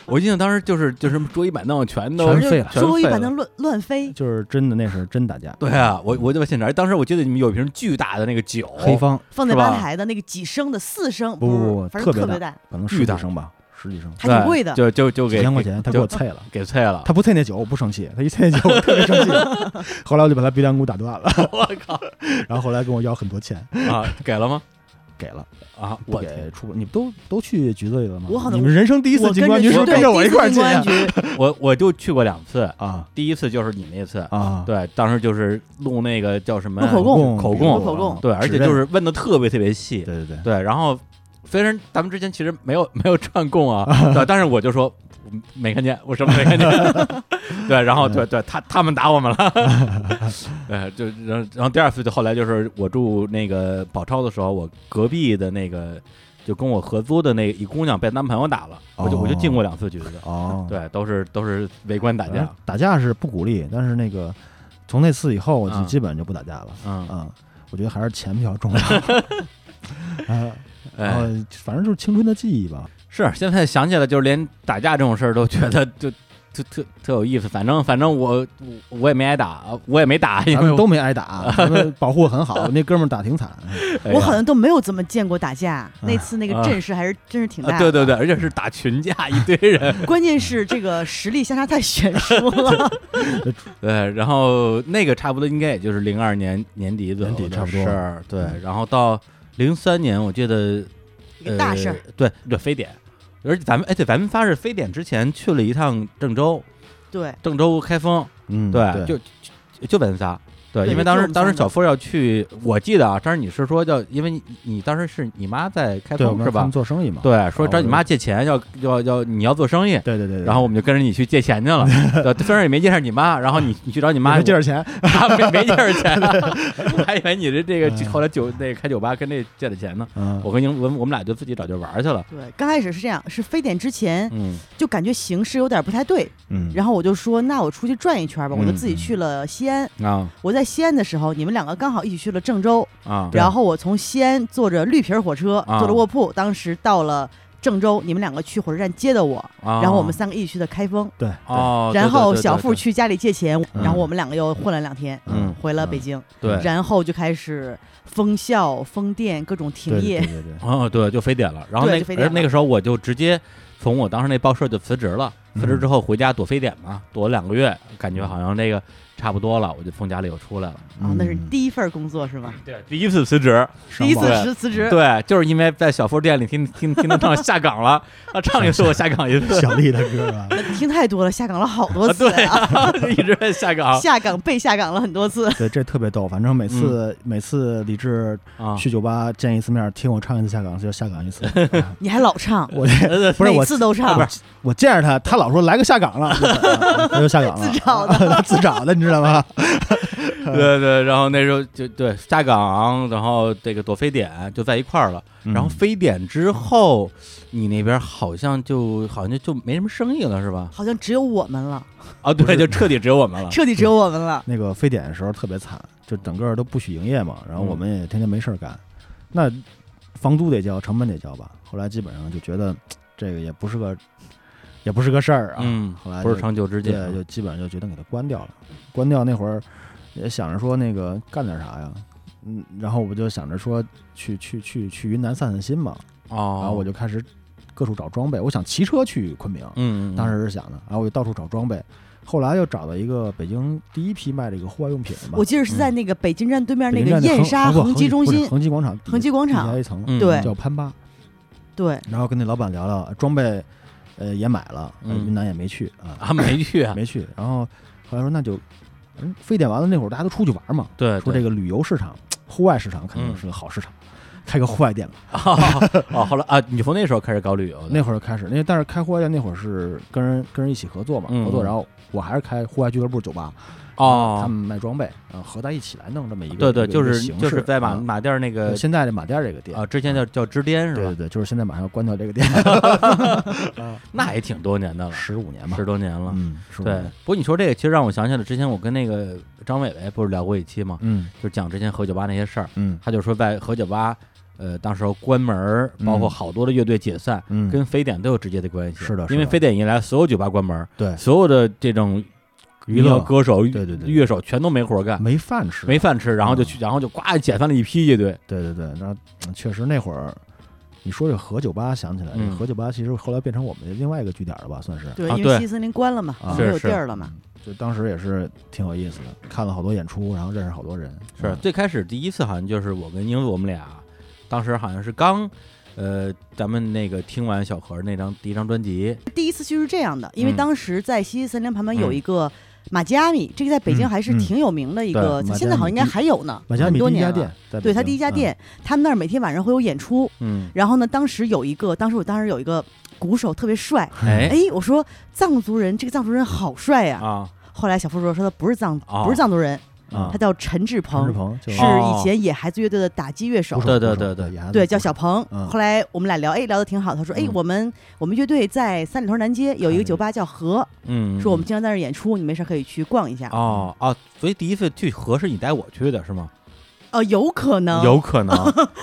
S1: 我印象当时就是就是什么桌椅板凳全都
S3: 全废了
S1: 全
S2: 桌椅
S1: 废了
S2: 板凳乱乱飞，
S3: 就是真的，那是真打架。
S1: 对啊，我我就在现场，而当时我记得你们有一瓶巨大的那个酒，
S3: 黑方
S2: 放在
S1: 是吧
S2: 吧台的那个几升的四升，
S3: 不不不
S2: 是反
S3: 特
S2: 正
S3: 别
S2: 特别
S3: 大
S2: 大，
S3: 可能
S1: 巨
S3: 十
S1: 大
S3: 几升吧，十几升，
S2: 还挺贵的。
S1: 就就就给
S3: 几千块钱，他给我啐了。
S1: 给退了。
S3: 他不啐那酒，我不生气；他一啐那酒，我特别生气。 后来我就把他鼻梁骨打断了，
S1: 我靠
S3: 然后后来跟我要很多钱，
S1: 啊，给了 吗？
S3: 给了，
S1: 啊，
S3: 不
S1: 我
S3: 给出。你们都都去局子里了吗？
S2: 我好像
S3: 你们人生第一次
S2: 我
S3: 进
S2: 跟
S3: 公安局
S2: 着
S3: 是不
S2: 去
S3: 是跟
S2: 对
S3: 着我一块儿
S2: 第
S3: 进
S2: 次
S3: 啊
S2: 进公安局，
S1: 我我就去过两次，
S3: 啊
S1: 第一次就是你那次，
S3: 啊？
S1: 对，当时就是录那个叫什么
S2: 录口供
S1: 口
S2: 供
S1: 供，
S2: 口供
S1: 对，而且就是问的特别特别细，
S3: 啊对对对，
S1: 对，然后虽然咱们之前其实没有没有串供啊，对，但是我就说嗯没看见，我什么没看见，对，然后对对，他他们打我们了， 对，就然后然后第二次就后来就是我住那个宝钞的时候，我隔壁的那个就跟我合租的那一姑娘被男朋友打了，我就我就进过两次局子，
S3: 哦，
S1: 对，都是都是围观打架，
S3: 打架是不鼓励，但是那个从那次以后，我就
S1: 嗯
S3: 基本就不打架了。
S1: 嗯，
S3: 嗯，我觉得还是钱比较 重要。啊，然后
S1: 哎，
S3: 反正就是青春的记忆吧。
S1: 是现在想起来就是连打架这种事儿都觉得就特特特有意思。反正反正我我我也没挨打，我也没打，因
S3: 咱
S1: 为
S3: 们
S1: 我
S3: 都没 挨打，咱们保护得很好。那哥们儿打挺惨，
S1: 哎呀
S2: 我好像都没有怎么见过打架，那次那个阵势还是真是挺大
S1: 啊
S2: 的。
S1: 对对对，而且是打群架，一堆 人。
S2: 关键是这个实力相差太悬殊了。
S1: 对，然后那个差不多应该也就是零二年年底左右
S3: 年底
S1: 的
S3: 差不多嗯
S1: 事儿。对，然后到零三年，我记得
S2: 一个大事
S3: 哎
S2: 儿
S1: 呃，对对，非典。而且咱们哎，对，咱们发誓非典之前去了一趟郑州，
S2: 对，
S1: 郑州开封，
S3: 嗯，
S1: 对，
S3: 对，
S1: 就就就本仨。对，
S2: 对
S1: 因为
S2: 就
S1: 当
S2: 我
S1: 时
S2: 们
S1: 当时
S2: 三个
S1: 小付要去，我记得啊，当时你是说要，因为你你当时是你妈在开
S3: 对，我
S1: 封
S3: 们
S1: 是
S3: 他
S1: 吧
S3: 们？做生意嘛，
S1: 对，说
S3: 我
S1: 找你
S3: 是
S1: 妈借钱，要要要你要做生意，
S3: 对对对对，
S1: 然后我们就跟着你去借钱去 了。对，虽然也没介绍你妈，然后你你去找你妈
S3: 妈，借点钱，
S1: 啊，没没借着 钱，我还以为你是这个
S3: 嗯
S1: 后来酒那个开酒吧跟那借的钱呢。
S3: 嗯，
S1: 我跟您我们我们俩就自己找去玩去了。
S2: 对，刚开始是这样，是非典之前
S1: 嗯
S2: 就感觉形势有点不太对，
S3: 嗯，
S2: 然后我就说那我出去转一圈吧，
S1: 嗯
S2: 我就自己去了西安。
S1: 啊
S2: 我在西安的时候，你们两个刚好一起去了郑州，
S1: 啊，
S2: 然后我从西安坐着绿皮儿火车，
S1: 啊
S2: 坐着卧铺，当时到了郑州，你们两个去火车站接的我，
S1: 然
S2: 然后我们三个一起去的开封，
S3: 对，
S1: 啊哦，对
S2: 然后
S1: 对对
S2: 小
S1: 对
S2: 付去家里借钱，
S3: 嗯
S2: 然后我们两个又混了两天，
S1: 嗯
S2: 回了北京，
S1: 对
S2: 然后就开始封校、封店、各种停
S3: 对
S2: 业
S3: 对，对对，
S1: 哦，对，就非典了。然后
S2: 对
S1: 那
S2: 就非
S1: 而
S2: 典了
S1: 那个时候我就直接从我当时那报社就辞职了，辞职之后回家躲非典
S2: 嗯
S1: 嘛，躲了两个月，感觉好像那个差不多了，我就从家里又出来了。
S2: 啊，那是
S3: 嗯
S2: 第一份工作是吗？
S1: 对，第一次辞职，
S2: 第一次
S1: 对
S2: 辞辞职，
S1: 对，就是因为在小付店里听 听听他唱下岗 了，他唱一次我下岗一 次，
S3: 小丽的歌啊，
S2: 听太多了，下岗了好多
S1: 啊
S2: 次
S1: 对
S2: 啊，
S1: 啊，就一直在下岗
S2: 下岗被下岗了很 多次，
S3: 对，这特别逗。反正每次每次李志
S1: 嗯啊。
S3: 去酒吧见一次面，听我唱一次下岗就下岗一 次。啊
S2: 你还老唱，
S3: 我这不是
S2: 每
S3: 我
S2: 次都唱
S3: 不，是我见着他，他老说来个下岗了，啊他就下岗 了，
S2: 自找 的，
S3: 自找的，你知道吗？
S1: 对对，然后那时候就对下岗，然后这个躲非典就在一块儿了。然后非典之后，你那边好像就好像就就没什么生意了，是吧？
S2: 好像只有我们了，
S1: 啊，
S3: 不
S1: 对，
S3: 是
S1: 就彻底只有我们了。
S2: 彻底只有我们了。
S3: 那个非典的时候特别惨，就整个都不许营业嘛，然后
S1: 嗯
S3: 我们也天天没事儿干，那房租得交，成本得交吧。后来基本上就觉得这个也不是个也不是个事儿啊，
S1: 嗯
S3: 后来，
S1: 不是
S3: 就
S1: 长久之计啊。
S3: 对，就基本上就决定给它关掉了。关掉那会儿也想着说那个干点啥呀，嗯，然后我就想着说去去去去云南散散心嘛，
S1: 哦，
S3: 然后我就开始各处找装备，我想骑车去昆明，
S1: 嗯，嗯
S3: 当时是想的，然后我就到处找装备，后来又找到一个北京第一批卖这个户外用品的嘛
S2: 我，记得是在那个北京站对面那
S3: 北
S2: 个
S3: 京站的
S2: 燕
S3: 恒
S2: 莎
S3: 不是恒
S2: 基中
S3: 不是
S2: 心，
S3: 恒基广场底下，
S2: 恒基广
S3: 地
S2: 场
S3: 下，一层
S1: 嗯
S2: 对
S3: 叫潘巴，
S2: 对，
S3: 然后跟那老板聊聊装备，呃，也买了，呃
S1: 嗯
S3: 云南也没去啊，
S1: 啊没去啊，
S3: 没去。然后后来说那就，嗯，非典完了那会儿大家都出去玩嘛，
S1: 对，
S3: 说这
S1: 个
S3: 个旅游市场、户外市场
S2: 嗯
S3: 肯定是个好市场，开个户外店吧。
S1: 哦，后来啊，你从那时候开始搞旅游的，
S3: 那会儿开始，那但是开户外店那会儿是跟人跟人一起合作嘛，
S1: 嗯
S3: 合作，然后我还是开户外俱乐部酒吧，他
S1: 哦，
S3: 们卖装备，然后合在一起来弄这么一
S1: 对
S3: 个，
S1: 对，
S3: 一个
S1: 就
S3: 一个
S1: 是
S3: 形式
S1: 就是在马
S3: 啊
S1: 马甸儿那个
S3: 对现在这马甸这个店
S1: 啊，，之前叫叫支颠是
S3: 对
S1: 吧
S3: 嗯对？对，就是现在马上要关掉这个店，
S1: 那也挺多年的了，
S3: 十五年吧，
S1: 十多年了。
S3: 嗯，十五
S1: 对
S3: 年，，
S1: 不过你说这个，其实让我想起了之前我跟那个张伟伟不是聊过一期吗？
S3: 嗯
S1: 就讲之前何酒吧那些事儿，
S3: 嗯
S1: 他就说在何酒吧，呃，当时候关门儿，包括
S3: 嗯
S1: 好多的乐队解散，
S3: 嗯，
S1: 跟非典都有直接的关系。
S3: 是的是
S1: 因为
S3: 的
S1: 非典一来，所有酒吧关门儿，
S3: 对
S1: 所有的这种
S3: 娱
S1: 娱
S3: 乐
S1: 乐歌手、
S3: 对嗯对对
S1: 乐手全都没活儿干，
S3: 没饭吃，
S1: 没饭吃，然后就去，然后就呱解散了一批乐队。
S3: 对对对，然后嗯确实那会儿，你说这何酒吧想起来，
S1: 嗯
S3: 这何酒吧其实后来变成我们的另外一个据点了吧，算是。
S2: 对，
S1: 啊
S2: 因
S1: 对
S2: 为西森林关了嘛，
S3: 啊
S2: 没有
S1: 是是
S2: 地儿了嘛。
S3: 嗯，就当时也是挺有意思的，看了好多演出，然后认识好多人。
S1: 是
S3: 嗯
S1: 最开始第一次好像就是我跟英子我们俩，啊当时好像是刚，呃，咱们那个听完小何那张第一张专辑，
S2: 第一次去是这样的，因为
S1: 嗯
S2: 当时在西森林旁边
S1: 嗯
S2: 有一个马吉阿米，这个在北京还是
S3: 嗯
S2: 挺有名的一
S3: 对
S2: 个，
S3: 马吉阿米
S2: 现在好像应该还有呢，
S3: 马加
S2: 很
S3: 米
S2: 多
S3: 第一
S2: 年
S3: 家
S2: 了。
S3: 店，在
S2: 对
S3: 北
S2: 他
S3: 京
S2: 第一家，店，
S3: 嗯
S2: 他们那儿每天晚上会有演出。
S1: 嗯，
S2: 然后呢，当时有一个，当时我当时有一个鼓手特别帅，
S1: 哎
S2: 哎，我说藏族人，这个藏族人好帅呀、
S1: 啊
S2: 后来小付说，说他不是藏，
S1: 哦
S2: 不是藏族人，
S1: 啊
S2: 他，叫陈志
S3: 彭志
S2: 鹏，
S3: 鹏就是是
S1: 哦
S2: 以前野孩子乐队的打击乐手
S3: 鼓。手
S1: 对对
S3: 鼓
S1: 对
S3: 手
S1: 对，
S3: 野孩子
S2: 对，
S3: 鼓手
S2: 叫小鹏。
S3: 嗯
S2: 后来我们俩聊，哎，聊得挺好。他说，哎
S1: 嗯，哎
S2: 我们我们乐队在三里屯南街有一个酒吧叫和，
S1: 嗯，哦
S2: 说我们经常在那儿演出，你没事可以去逛一下。
S1: 哦哦，所以第一次去合是你带我去的是吗？
S2: 呃，有可能，
S1: 有可能，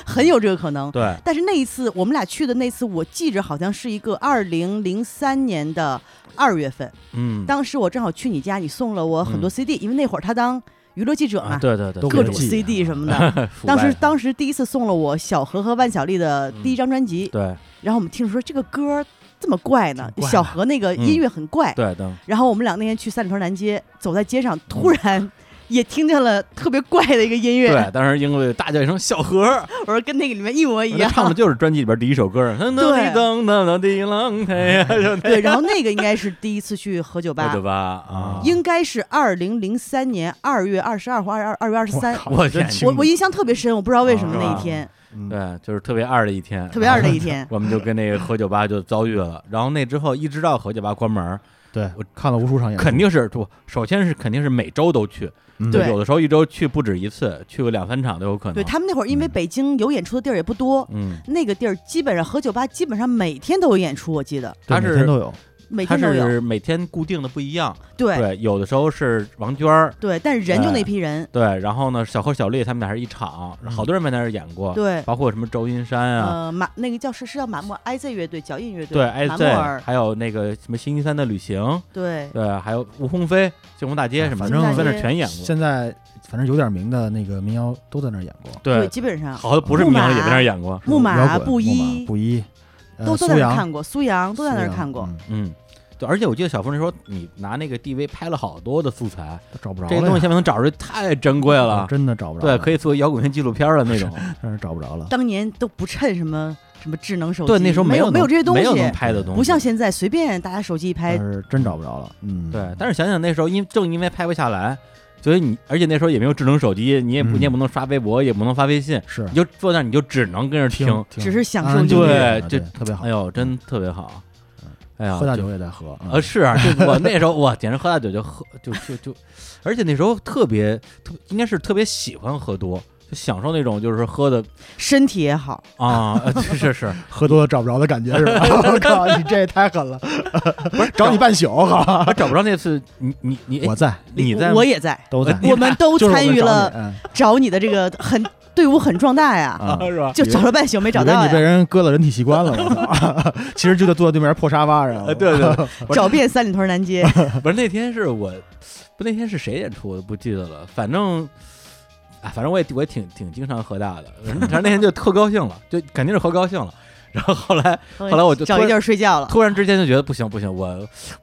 S2: 很有这个可能。
S1: 对，
S2: 但是那一次我们俩去的那次，我记着好像是一个二零零三年的二月份，
S1: 嗯，
S2: 当时我正好去你家，你送了我很
S1: 嗯
S2: 多 CD，、因为那会儿他当娱乐记者嘛，
S1: 啊对对对，
S3: 都
S1: 对
S2: 各
S3: 给
S2: 种
S3: 我寄
S1: 啊
S2: CD 什么 的。
S1: 腐败
S2: 当时当时第一次送了我小何和万晓利的
S1: 嗯
S2: 第一张专辑，
S1: 对
S2: 然后我们听说这个歌儿这么怪呢，
S1: 挺怪的
S2: 小何那个
S1: 嗯
S2: 音乐很怪。
S1: 对对，
S2: 然后我们俩那天去三里屯南街，走在街上，突然也听见了特别怪的一个音乐，
S1: 对，当时英国大叫一声“小何
S2: 我说跟那个里面一模”，一
S1: 他
S2: 样。
S1: 唱的就是专辑里边第一首歌，噔噔噔噔滴啷嘿，就那
S2: 对，然后那个应该是第一次去喝酒嗯 吧嗯
S1: 个，吧啊，
S2: 应该是二零零三年二月二十二或二二二月二十三。
S1: 我天，
S2: 我我印象特别深，我不知道为什么
S1: 啊
S2: 那一天、
S3: 嗯
S1: 对，就是特别二的一天，。
S2: 特别二的一天
S1: 我们就跟那个何酒吧就遭遇了，然后那之后一直到何酒吧关门儿，
S3: 对，我看了无数场演出，
S1: 肯定是不，首先是肯定是每周都去，
S3: 嗯
S2: 对
S1: 有的时候一周去不止一次，去个两三场都有可能。
S2: 对他们那会儿，因为北京有演出的地儿也不多，
S1: 嗯，
S2: 那个地儿基本上和酒吧基本上每天都有演出，我记得
S1: 他
S3: 对每
S1: 是
S3: 天都有，
S2: 每
S1: 他
S2: 天都有。
S1: 是每天固定的不一样，
S2: 对
S1: 对，有的时候是王娟儿，
S2: 对，但人
S1: 哎
S2: 就那批人，
S1: 对，然后呢，小何、小丽他们俩是一场，
S3: 嗯
S1: 好多人在那儿演过，
S2: 对
S1: 包括什么周云山哦啊，
S2: 呃，马那个叫是是叫马莫 IZ 乐队、脚印乐队、
S1: 对
S2: 马莫尔
S1: ，IZ，，还有那个什么星期三的旅行，
S2: 对
S1: 对，还有吴鸿飞、星空大街
S3: 啊
S1: 什么
S3: 反
S1: 的，
S3: 正
S1: 在那儿全演过，
S3: 现在反正有点名的那个民谣都在那儿演过，
S1: 对，
S2: 基本上
S1: 好多不是民谣也在那儿演过，
S2: 木
S3: 摇
S2: 马、啊
S3: 滚
S2: 布
S3: 木
S2: 衣
S3: 马布衣，呃
S2: 都都在
S3: 苏
S2: 那
S3: 阳
S2: 儿看过，苏阳都在那儿看过
S3: 嗯，
S1: 嗯。对，而且我记得小峰说，你拿那个 DV 拍了好多的素材，
S3: 都找不着
S1: 这些
S3: 了
S1: 东西
S3: 呀啊
S1: 现在能找着，太珍贵哦了。
S3: 真的找不着
S1: 对
S3: 了，，
S1: 可以做摇滚乐纪录片儿的那种。
S3: 但是找不着了。
S2: 当年都不趁什么什么智能手机，
S1: 对，那时候
S2: 没
S1: 有
S2: 没有
S1: 能
S2: 这些东
S1: 没有能
S2: 西，
S1: 拍的东西，
S2: 不像现在随便大家手机一
S3: 但
S2: 拍，
S3: 是真找不着了，嗯，
S1: 对。但是想想那时候，因正因为拍不下来，所以你而且那时候也没有智能手机，你也不、
S3: 嗯
S1: 你也不能刷微博，也不能发微信，
S3: 是
S1: 你就坐那儿你就只能跟着听。
S2: 只是享
S3: 安
S2: 受
S3: 安
S2: 音
S3: 静静
S2: 乐。
S3: 的
S1: 对
S3: 对，特别好
S1: 哎，呦，真特别好。哎呀，
S3: 喝大
S1: 就
S3: 酒也在喝，嗯
S1: 呃，是啊，就我那时候哇，简直喝大酒就喝就就就，而且那时候特别特应该是特别喜欢喝多，就享受那种就是喝的
S2: 身体也好，
S1: 啊，呃是是是，
S3: 喝多了找不着的 感觉是吧？我靠，你这也太狠了！不是找你半宿，好，
S1: 我找不着那次你你你哎
S3: 我在
S1: 你在
S2: 我也在，
S3: 都在，
S2: 我们都
S3: 就是我
S2: 参与
S3: 找你
S1: 哎
S2: 了
S3: 嗯
S2: 找你的这个很队伍很壮大呀，
S3: 啊，
S1: 是吧？
S2: 就找了半宿没
S3: 没
S2: 找到
S3: 你被
S2: 呀，
S3: 人割了人体器官了，我操！ 其实就在坐在对面破沙发上，
S1: 呃，对对，对我
S2: 找遍三里屯南街，
S1: 不是那天是我，不那天是谁演出我不记得了，反正。啊，反正我也我也挺挺经常喝大的，反正那天就特高兴了，就肯定是喝高兴了。然后 后来
S2: 后
S1: 来我就
S2: 找
S1: 突
S2: 一
S1: 然
S2: 地儿睡觉了。
S1: 突然之间就觉得不行不行，我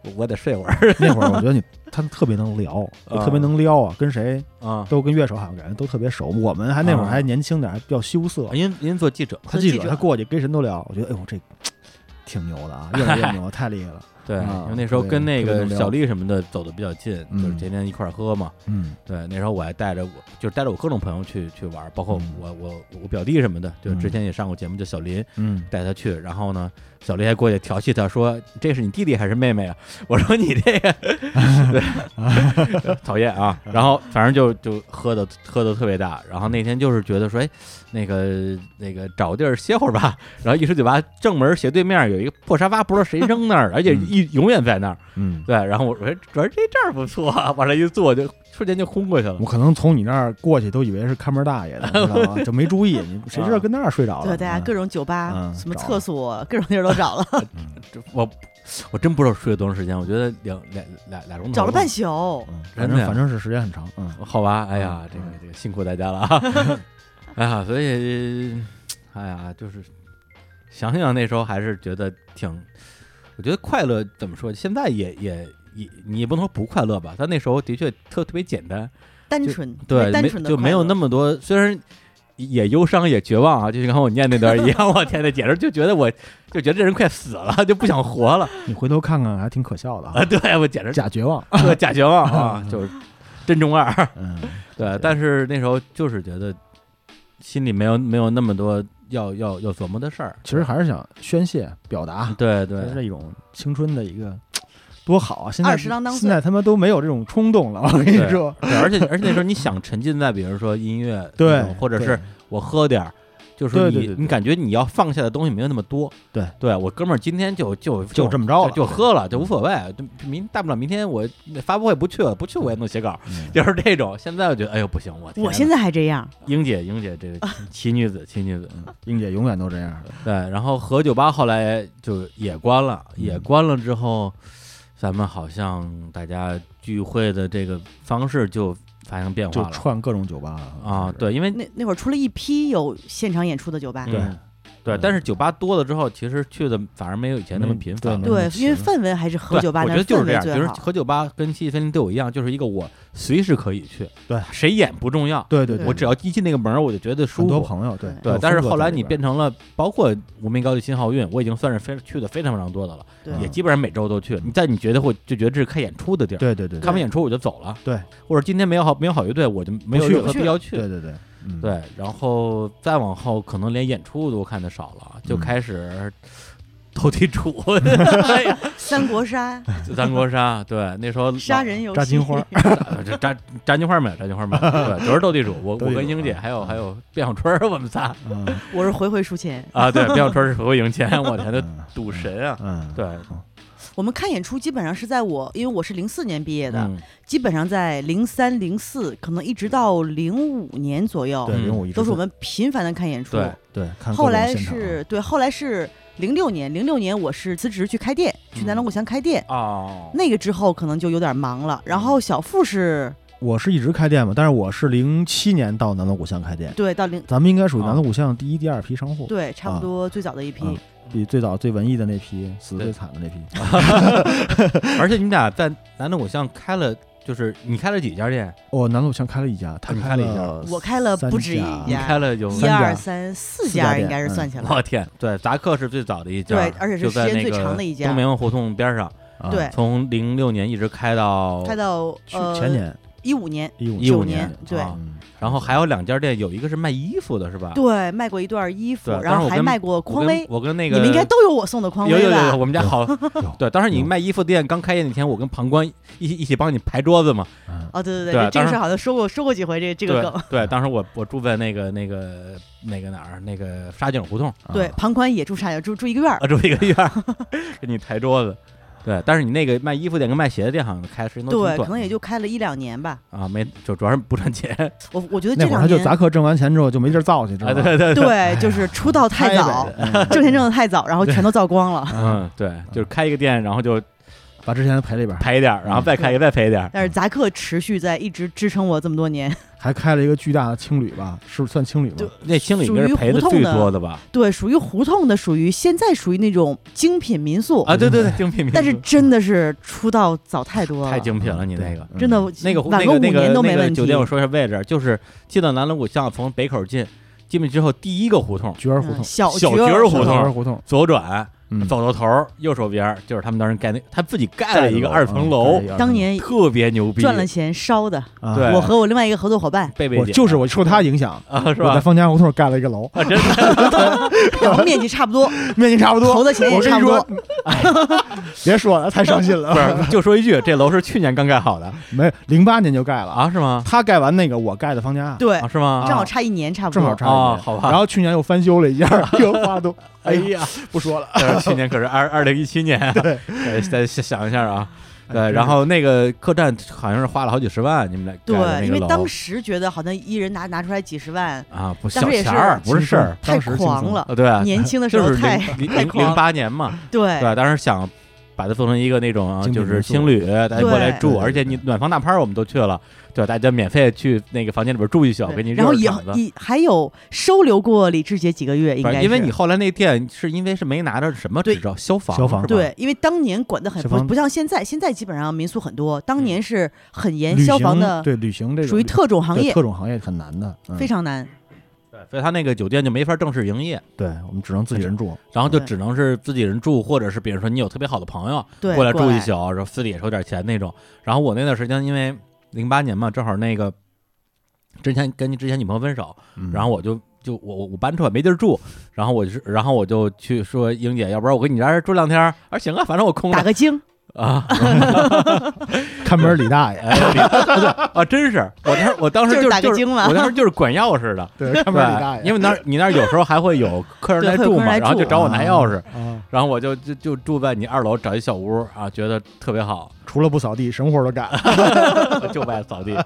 S1: 我我得睡会儿
S3: 那会儿我觉得你他特别能聊，
S1: 啊
S3: 特别能撩啊，跟谁
S1: 啊。
S3: 都跟乐手好像感觉都特别熟。我们还那会儿
S1: 啊
S3: 还年轻点，还比较羞涩。
S2: 哎
S1: 您您做记者，
S3: 他记者他过去跟谁都聊，我觉得哎呦这挺牛的啊，越来越牛，太厉 害了。
S1: 对，
S3: 啊
S1: 因为那时候
S3: 特别
S1: 跟那
S3: 特别
S1: 个
S3: 能聊
S1: 小丽什么的走的比较近，
S3: 嗯
S1: 就是天天一块儿喝嘛。
S3: 嗯，
S1: 对，那时候我还带着我，就是带着我各种朋友去去玩，包括
S3: 嗯
S1: 我我我表弟什么的，就是之前也上过节目叫小林，
S3: 嗯，
S1: 带他去，然后呢，小丽还过去调戏他说：“这是你弟弟还是妹妹啊？” 我说：“你这个对讨厌啊！”然后反正就就喝的喝的特别大，然后那天就是觉得说：“哎，那个那个找个地儿歇会儿吧。” 然后一出酒吧正门斜对面有一个破沙发，不知道谁扔那儿，而且一永远在那儿。
S3: 嗯，
S1: 对，然后我说：“主要这这儿不错、啊。”往那一坐就瞬间就昏过去了
S3: 我。可能从你那儿过去都以为是看门大爷的，你知道吗？就没注意，你谁知
S1: 啊
S3: 道跟那儿睡着
S2: 对，
S3: 了？
S2: 大家各种酒吧、
S3: 嗯
S2: 什么
S3: 找
S2: 厕所、各种地儿都 找了，
S1: 这我我真不知道睡了多长时间，我觉得两两两俩钟头吧。
S2: 找了半宿。
S3: 嗯，
S1: 真
S3: 反
S1: 的呀
S3: 正反正是时间很长，嗯，
S1: 好吧，哎呀
S3: 嗯，
S1: 这个这个辛苦大家了啊！ 哎呀，所以，哎呀，就是想想那时候还是觉得挺，我觉得快乐怎么说？现在也也也，你也不能说不快乐吧，但那时候的确特特别简单，
S2: 单
S1: 就
S2: 纯，
S1: 对，
S2: 哎单
S1: 没
S2: 纯的
S1: 就没有那
S2: 么
S1: 么多，虽然。也忧伤，也绝望啊！就像我念那段一样， 我天呐，简直就觉得我就觉得这人快死了，就不想活了
S3: 你回头看看还挺可笑的啊
S1: 啊！， 对，我简直
S3: 假绝望，
S1: 特假绝望 啊！就是真中二，
S3: 嗯，
S1: 对，但是那时候就是觉得心里没有没有那么多要要要琢磨的事儿。
S3: 其实还是想宣泄表达，
S1: 对
S3: 这嗯是
S1: 对，
S3: 一种青春的一个多好啊！现在
S2: 二十郎当岁
S3: 现在他妈都没有这种冲动了，我跟你
S1: 对
S3: 说，
S1: 对而且而且那时候你想沉浸在比如说音乐
S3: 对
S1: 那种，或者
S3: 对
S1: 是我喝点儿，就是你
S3: 对对对对
S1: 你感觉你要放下的东西没有那么多。
S3: 对，
S1: 对我哥们儿今天就就
S3: 就这么着了
S1: 就喝了就无所谓，就明大不了明天我发布会不去了，不去我也能写稿，
S3: 嗯
S1: 就是这种。现在我觉得哎呦不行，我
S2: 我现
S1: 在
S2: 在还这样，
S1: 英姐英姐这 个奇女子奇女子，
S3: 英姐永远都这样的。
S1: 嗯对，然后和酒吧后来就也关了，
S3: 嗯
S1: 也关了之后，咱们好像大家聚会的这个方式就发生变
S3: 就
S1: 化了
S3: 串各种酒吧
S1: 啊，，对，因为
S2: 那那会儿出了一批有现场演出的酒吧，
S3: 对
S1: 嗯对，但是酒吧多了之后，其实去的反而没有以前那么
S3: 没
S1: 频
S3: 对
S1: 繁了。
S3: 没
S2: 对，因为
S3: 行
S2: 氛围还是喝酒吧，
S1: 嗯我觉
S2: 但
S1: 得就是
S2: 氛
S1: 这样，就
S2: 围最
S1: 是
S2: 好。
S1: 和酒吧跟西森林对我一样，就是一个我随时可以去，
S3: 对
S1: 谁演不重要，
S3: 对对对，
S1: 我只要一进那个门儿，我就觉得
S3: 很
S1: 舒
S3: 多
S1: 服。
S3: 朋友对
S1: 对，但是后来你变
S3: 成
S1: 成了，包括无名高地新奥运，我已经算是非去的非常非常多的了，
S2: 对
S1: 也基本上每周都去。你在你觉得会就觉得这是看演出的地儿，
S3: 嗯对对对
S1: 看完演出我就走了，
S3: 对，
S1: 或者今天没有好没有好乐队，我就没有
S3: 去
S1: 任
S3: 了
S1: 何必要去。
S3: 对对对嗯
S1: 对，然后再往后可能连演出都看的少了，就
S3: 嗯
S1: 开始斗地主、 哎呀
S2: 三 国杀、
S1: 三国杀。对，那时候
S2: 杀人游戏、
S3: 扎金花儿，
S1: 老，这炸炸金花没有，炸金花没有， 对，就是斗地主。我
S3: 斗
S1: 我
S3: 地
S1: 跟
S3: 主
S1: 英姐
S3: 啊
S1: 还有还有卞小春儿，我们仨
S3: 嗯
S2: 我是回回输钱。
S1: 啊，对，卞小春是会赢钱，我天，那
S3: 嗯
S1: 赌神啊，
S3: 嗯
S1: 对，
S2: 我们看演出基本上是在我，因为我是零四年毕业的，
S1: 嗯
S2: 基本上在零三、零四，可能一直到零五年左右，
S3: 对零五一直
S2: 都是我们频繁的看演出。
S1: 对
S3: 对，看啊各种
S2: 后来
S3: 现场
S2: 是对，后来是零六年，零六年我是辞职去开店，去南锣鼓巷开店。
S1: 哦，
S2: 那个之后可能就有点忙了。然后小付是
S3: 我是一直开店嘛，但是我是零七年到南锣鼓巷开店，
S2: 对到零
S3: 咱们应该属于
S1: 啊
S3: 南锣鼓巷第一、第二批商户，
S2: 对差不多最早的一批，
S3: 啊比最早最文艺的那批死得
S1: 对
S3: 最惨的那批，
S1: 而且你们俩在南锣鼓巷开了，就是你开了几家店？
S3: 我哦南锣鼓巷开了一家，他
S1: 你
S3: 开
S1: 开了一
S3: 了
S2: 我开了
S3: 三
S2: 不止一
S3: 家
S1: 你
S2: 家
S1: 开了有
S2: 一
S3: 三家
S2: 二三四
S3: 四家
S2: 家
S3: 店
S2: 应该是
S3: 嗯
S2: 算起来。
S1: 我天，对，达克是最早的一家，
S2: 对而且是
S1: 就在
S2: 时间
S1: 那
S2: 最
S1: 个
S2: 长的一家
S1: 东明胡同边上，
S3: 啊
S2: 对
S1: 从零六年一直开到
S2: 开到
S3: 去
S2: 呃
S3: 前年
S2: 一五年，
S3: 一五
S1: 一五
S2: 九年对
S1: 啊
S3: 嗯
S1: 然后还有两家店，有一个是卖衣服的，是吧？
S2: 对，卖过一段衣服
S1: 啊对，当
S2: 然
S1: 时
S2: 后
S1: 我
S2: 还
S1: 跟
S2: 卖过
S1: 我
S2: 匡
S1: 跟
S2: 威，
S1: 我跟那个
S2: 你们应该都有我送的匡
S1: 有
S2: 威
S1: 有有
S2: 吧
S1: 有，？我们家 好对，当时你
S3: 有
S1: 卖衣服店刚开业那天，我跟旁观一起一起帮你排桌子嘛，
S3: 嗯
S2: 哦，对
S1: 对
S2: 对对，这
S1: 当时
S2: 个事儿好像说过说过几回，这个这个梗。
S1: 对，对，啊当时我我住在那个那个那个哪儿，那个沙井胡同
S3: 啊
S2: 对，庞宽也住沙住住一个院儿
S1: 啊，，住一个院儿，给你抬桌子。对，但是你那个卖衣服店跟卖鞋的店好像开的时间都
S2: 对，
S1: 呃挺
S2: 可能
S1: 短
S2: 也就开了一两年吧。
S1: 啊，没就主要是不赚钱。
S2: 我我觉得这
S3: 那会儿
S2: 两
S3: 他就
S2: 年
S3: 砸课挣完钱之后就没地儿造去，知道
S1: 啊，
S3: 吧？
S1: 对对对，
S2: 对，就是出道太
S3: 拍呗
S2: 早，
S3: 嗯
S2: 挣钱挣的太早，然后全都造光了。
S1: 嗯，对，就是开一个店，然后就
S3: 把之前的赔里边儿，
S1: 赔一点儿，然后再开一个再赔一点儿。
S2: 但是扎克持续在一直支撑我这么多年，
S3: 还开了一个巨大的青旅吧，是不是算青旅
S2: 对
S3: 吧？
S1: 那青旅应该
S2: 属
S1: 是
S2: 于
S1: 赔的
S2: 胡同
S1: 最
S2: 的
S1: 多的吧？
S2: 对，属于胡同的，属于现在属于那种精品民宿，
S1: 啊，对对对，精品民宿，
S2: 但是真的是出道早太多了，
S1: 太精品了，你那个。
S3: 嗯
S2: 真的
S1: 那个
S2: 晚
S1: 那
S2: 五
S1: 个那个
S2: 年都
S1: 那
S2: 没
S1: 个
S2: 问题。
S1: 酒店，我说一下位置，就是进到南锣鼓巷，从北口进，进去之后第一个胡同，
S3: 菊儿胡
S2: 嗯
S3: 同，
S2: 小
S1: 小
S2: 角
S1: 角儿胡
S3: 胡
S1: 同
S3: 菊儿胡同，
S1: 左转，
S3: 嗯
S1: 走到头儿，右手边儿就是他们当时盖那，他自己盖了一个二层楼，
S3: 嗯
S2: 当年
S1: 特别哎牛逼。
S2: 赚了钱烧的，
S3: 啊
S1: 对
S2: 我和我另外一个合作伙伴
S1: 贝贝
S3: 我
S1: 姐
S3: 就是我受他影响，
S1: 啊，是
S3: 我在
S1: 吧？
S3: 方家胡同盖了一个楼，
S1: 啊，真的，
S2: 然后面积差不多，
S3: 面积差不多，
S2: 投的钱也
S3: 我跟
S2: 差
S3: 你
S2: 不
S3: 说
S2: 多，，
S3: 别说了，太伤心
S1: 不
S3: 了。
S1: 是，就说一句，这楼是去年刚盖好的
S3: 没，零八年就盖了啊，
S1: 啊，是吗？
S3: 他盖完那个我盖的方家，
S2: 对
S1: 啊，，是吗？
S2: 正好差一年，差不
S3: 正好
S2: 多。
S3: 差一年
S1: 哦好吧
S3: 然后去年又翻修了 一下，又花都，哎呀，
S1: 呀，
S3: 不说了。
S1: 但是去年可是二二零一七年 啊，对，再想一下啊，
S3: 哎
S1: 对，然后那个客栈好像是花了好几十万，你们俩盖的
S2: 对，
S1: 那
S2: 因
S1: 个
S2: 为
S1: 楼
S2: 当时觉得好像一人拿拿出来几十万，
S1: 啊，不
S2: 当
S1: 小
S2: 时也
S1: 钱儿
S2: 是
S1: 不是事儿
S2: 太
S3: 当时轻松
S2: 狂了
S1: 啊，，对啊，
S3: 呃
S2: 年轻的时
S1: 就
S2: 候
S1: 是
S2: 太
S1: 零零
S2: 太
S1: 零
S2: 狂
S1: 零八年嘛，
S2: 对
S1: 对吧，当时想。把它做成一个那种啊
S3: 精品
S1: 就是
S3: 民宿
S1: 青旅，大家过来
S2: 对
S1: 住，
S3: 对对
S1: 而且你暖房大趴我们都去了，对吧，大家免费去那个房间里边住一宿，给你
S2: 然
S1: 热
S2: 后
S1: 热
S2: 也
S1: 场子。
S2: 也还有收留过李志杰几个月，应
S1: 不是
S2: 该
S1: 因为
S2: 是
S1: 你后来那店是因为是没拿着什么
S2: 对
S1: 执照，消防
S3: 消防
S1: 是吧
S2: 对，因为当年管得很
S3: 消
S2: 不
S3: 防
S2: 不像现在，现在基本上民宿很多，当年是很严
S3: 嗯旅行
S2: 消防的，
S3: 对旅行这种
S2: 属于特种行
S3: 对
S2: 业，
S3: 特种行业很难的，嗯
S2: 非常难。
S1: 对所以他那个酒店就没法正式营业，
S3: 对，我们只能自己人住。
S1: 然后就
S2: 对
S1: 只能是自己人住，或者是比如说你有特别好的朋友
S2: 对，
S1: 过来住一宿，然后私底下收点钱那种。然后我那段时间因为零八年嘛，正好那个之前跟之前女朋友分手，
S3: 嗯
S1: 然后我就就我我我搬出来没地儿住，然后我就是然后我就去说英姐，要不然我跟你家住两天儿？啊行啊，反正我空
S2: 打
S1: 着。
S2: 个精，
S1: 啊，
S3: 看门儿李 大爷，
S1: 哎李啊，真是我当时我当时
S2: 就是
S1: 是
S2: 打个
S1: 就是
S2: 精嘛
S1: 我当时就是管钥匙的，
S3: 对，看门儿李大
S1: 对，因
S3: 爷
S1: 为那儿你那儿有时候还会有客人
S2: 对
S1: 来
S2: 会有
S1: 住
S2: 客人
S1: 嘛，
S2: 来
S1: 然后就
S2: 住
S1: 找我拿钥匙，
S3: 啊，
S1: 然后我就就就住在你二楼找一小屋啊，觉得特别 好，
S3: 除了不扫地，什么活儿 都干。
S1: 就爱扫地。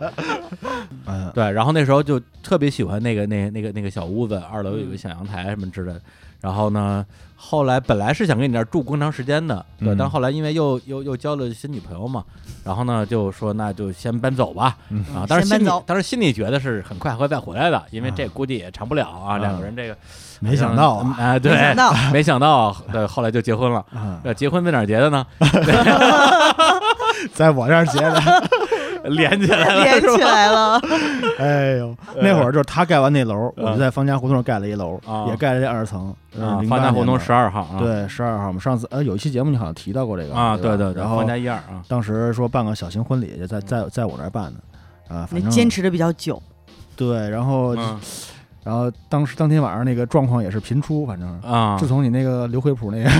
S5: 嗯，
S1: 对，然后那时候就特别喜欢那个那那个那个小屋子，二楼有
S2: 嗯
S1: 个小阳台什么之类的。然后呢，后来本来是想跟你那儿住更长时间的，对，
S5: 嗯
S1: 但后来因为又又又交了新女朋友嘛，然后呢就说那就先搬走吧，
S5: 嗯
S1: 啊，但是心
S2: 先搬
S1: 里
S2: 走
S1: 当时心里觉得是很快会再回来的，因为这估计也长不了啊，
S5: 嗯
S1: 两个人这个
S3: 没想到
S1: 啊
S3: 啊，，
S1: 哎对，
S2: 没想到，
S1: 没想到，啊对，后来就结婚了。
S2: 嗯
S5: 啊
S1: 呃，结婚在哪儿结的呢？
S2: 嗯
S3: 在我这儿结的，
S1: 连起来了，啊
S2: 连起来了，
S3: 哎呦，那会儿就是他盖完那楼，我就
S1: 嗯
S3: 在方家胡同上盖了一楼
S1: 啊，
S3: 也盖了这二层，
S1: 啊，
S3: 嗯
S1: 方家胡同十
S3: 二，
S1: 二号啊，
S3: 对，十二号嘛。上次呃有一期节目你好像提到过这个
S1: 啊，
S3: 对
S1: 对
S3: 吧
S1: 对对，
S3: 然后
S1: 方家一嗯二啊，
S3: 当时说办个小型婚礼，在在在我这儿办的，啊，反
S2: 你
S3: 正
S2: 坚持的比较久，
S3: 对，然后
S1: 嗯
S3: 然后当时当天晚上那个状况也是频出，反正
S1: 啊
S3: 自，从你那个刘惠普那个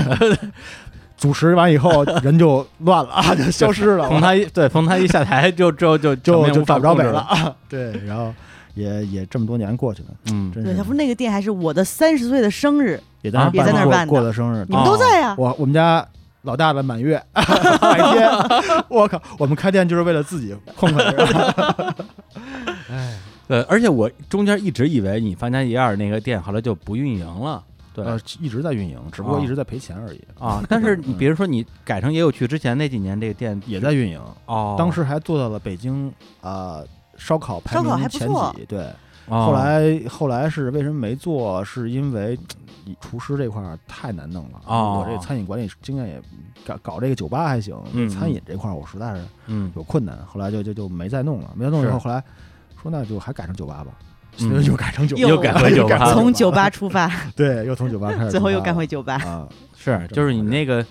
S3: 主持完以后，人就乱 了啊，就消失了，
S1: 冯他一对冯他一下台就就就场
S3: 就
S1: 面
S3: 就
S1: 无法
S3: 找不着
S1: 控
S3: 北
S1: 制
S3: 了。啊。 对，然后也也这么多年过去了，
S1: 嗯，
S3: 真
S2: 对，他
S3: 是
S2: 说那个店还是我的三十岁的生日，
S3: 也当时
S1: 也在那儿
S3: 过
S2: 办的
S3: 过的生日
S2: 你，们都在啊呀、
S3: 啊我我们家。老大的满 月白天，我靠！我们开店就是为了自己混混儿。
S1: 对，而且我中间一直以为你方家一二那个店后来就不运营了，对
S3: 呃，一直在运营，只不过
S1: 啊
S3: 一直在赔钱而已。
S1: 啊，但是你
S3: 嗯
S1: 比如说你改成也有去之前那几年，这个店
S3: 也在运营，
S1: 哦，
S3: 当时还做到了北京啊烧烤排
S2: 烧烤
S3: 名
S2: 还不
S3: 前
S2: 错
S3: 几。对，
S1: 哦
S3: 后来后来是为什么没做？是因为嗯厨师这块儿太难弄了。
S1: 哦
S3: 我这餐饮管理经验也搞搞这个酒吧还行，
S1: 嗯
S3: 餐饮这块儿我实在是
S1: 嗯
S3: 有困难，后来就就就没再弄了。没再弄以
S1: 是
S3: 后，后来说那就还改成酒吧吧，
S1: 嗯
S3: 所以就改成酒吧，
S2: 又
S3: 又
S2: 改
S1: 回酒吧
S3: 改成
S2: 从酒吧出发，
S3: 对，又从酒吧开始，
S2: 最后又赶回酒吧。
S3: 啊，
S1: 是就是你那个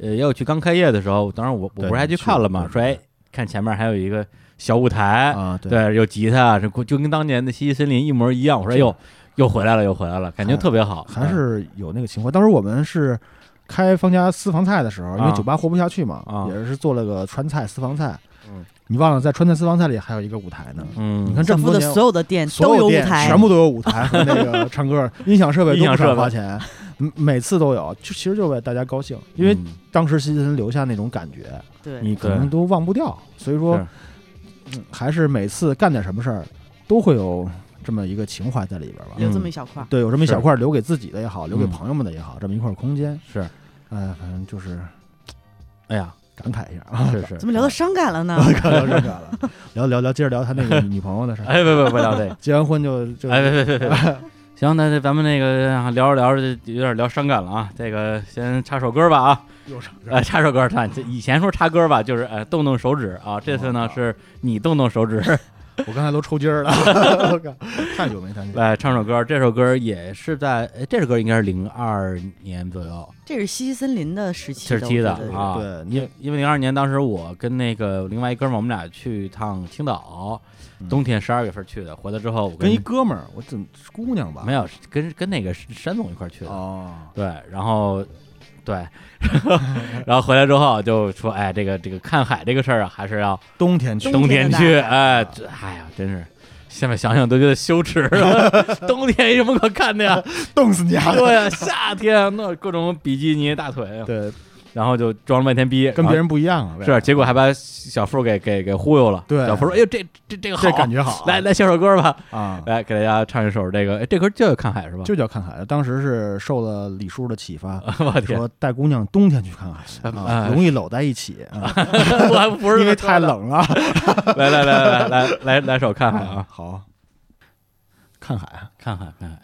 S1: 呃要去刚开业的时候，当时我我
S3: 对
S1: 不是还去看了
S3: 你
S1: 嘛，
S3: 去
S1: 说哎看前面还有一个小舞台，
S3: 啊，对，
S1: 哎对，有吉他，这就跟当年的西西森林一模一样。我说，哎呦，又回来了，又回来了，感觉
S3: 还
S1: 特别好。
S3: 还是有那个情况。当时我们是。开方家私房菜的时候，因
S1: 啊
S3: 为酒吧活不下去嘛，
S1: 啊
S3: 也是做了个川菜私房菜。
S1: 嗯，
S3: 你忘了在川菜私房菜里还有一个舞台呢。
S1: 嗯，
S3: 你看这
S2: 小
S3: 么
S2: 夫
S3: 多
S2: 的
S3: 年，
S2: 所有的店
S3: 所
S2: 都有
S3: 有
S2: 舞
S3: 店
S2: 台
S3: 全，部都有舞台和那个唱 歌，音响设备
S1: 音
S3: 都
S1: 响
S3: 不
S1: 设备
S3: 少花钱，嗯每次都有，就其实就为大家高兴，因为
S1: 嗯
S3: 当时西森留下那种感觉，
S2: 对，
S3: 你可能都忘不掉，所以说
S1: 是
S3: 嗯还是每次干点什么事儿，都会有这么一个情怀在里边吧。
S2: 留这么一小块儿，
S3: 对，有这么一
S1: 是
S3: 小块留给自己的也好，留给
S1: 嗯
S3: 朋友们的也好，这么一块空间，
S1: 是，
S3: 哎呀，反正就是，哎呀，感慨一下啊，
S1: 是是
S2: 怎。么聊到伤感了呢？
S3: 聊这个了，聊聊聊，接着聊他那个女朋友的 事儿。
S1: 哎，别别别聊这个，
S3: 结完婚就就
S1: 哎别别别别。 行，那这咱们那个啊聊着聊着就有点聊伤感了啊，这个先插首歌吧啊，
S3: 又上
S1: 呃，插首歌，看以前说插歌吧，就是呃动动手指啊，这次呢是你动动手指
S3: 我刚才都抽筋儿了， 我靠，太久没弹琴了。
S1: 来唱首歌，这首歌也是在，哎这首歌应该是零二年左右，
S2: 这是西西森林的时期
S1: 时期的
S2: 我觉得
S1: 啊，
S3: 对
S1: 因为因为零二年当时我跟那个另外一哥们儿，我们俩去一趟青岛，
S3: 嗯
S1: 冬天十二月份去的，回来之后我
S3: 跟一哥们儿，我怎么是姑娘吧？
S1: 没有跟跟那个山总一块儿去的，
S3: 哦，
S1: 对，然后对， 然后回来之后就说，哎，这个这个看海这个事儿啊，还是要
S3: 冬天去，
S1: 冬天
S2: 天的
S1: 去，
S2: 大
S1: 哎，这哎呀，真是。现在想想都觉得羞耻， 冬天有什么可看的呀？
S3: 冻死 你啊！
S1: 对呀，夏天那各种比基尼、大腿，
S3: 对，
S1: 然后就装了半天逼，
S3: 跟
S1: 然后
S3: 别人不一样啊，
S1: 是，结果还把小付给给给忽悠了。
S3: 对
S1: 小付说：“哎呦，这这这个好
S3: 这，感觉好啊，
S1: 来来写首歌吧，
S3: 啊，
S1: 来给大家唱一首这个，哎，这歌就叫《看海》是吧？
S3: 就叫看海。当时是受了李叔的启发，
S1: 我天，
S3: 说带姑娘冬天去看海
S1: 哎
S3: 啊，容易搂在一起啊，
S1: 我还不是
S3: 因为
S1: 这么
S3: 太
S1: 说的。
S3: 冷了。
S1: 来来来来来来来首《看海》啊，
S3: 好，看海，
S1: 看海看海。”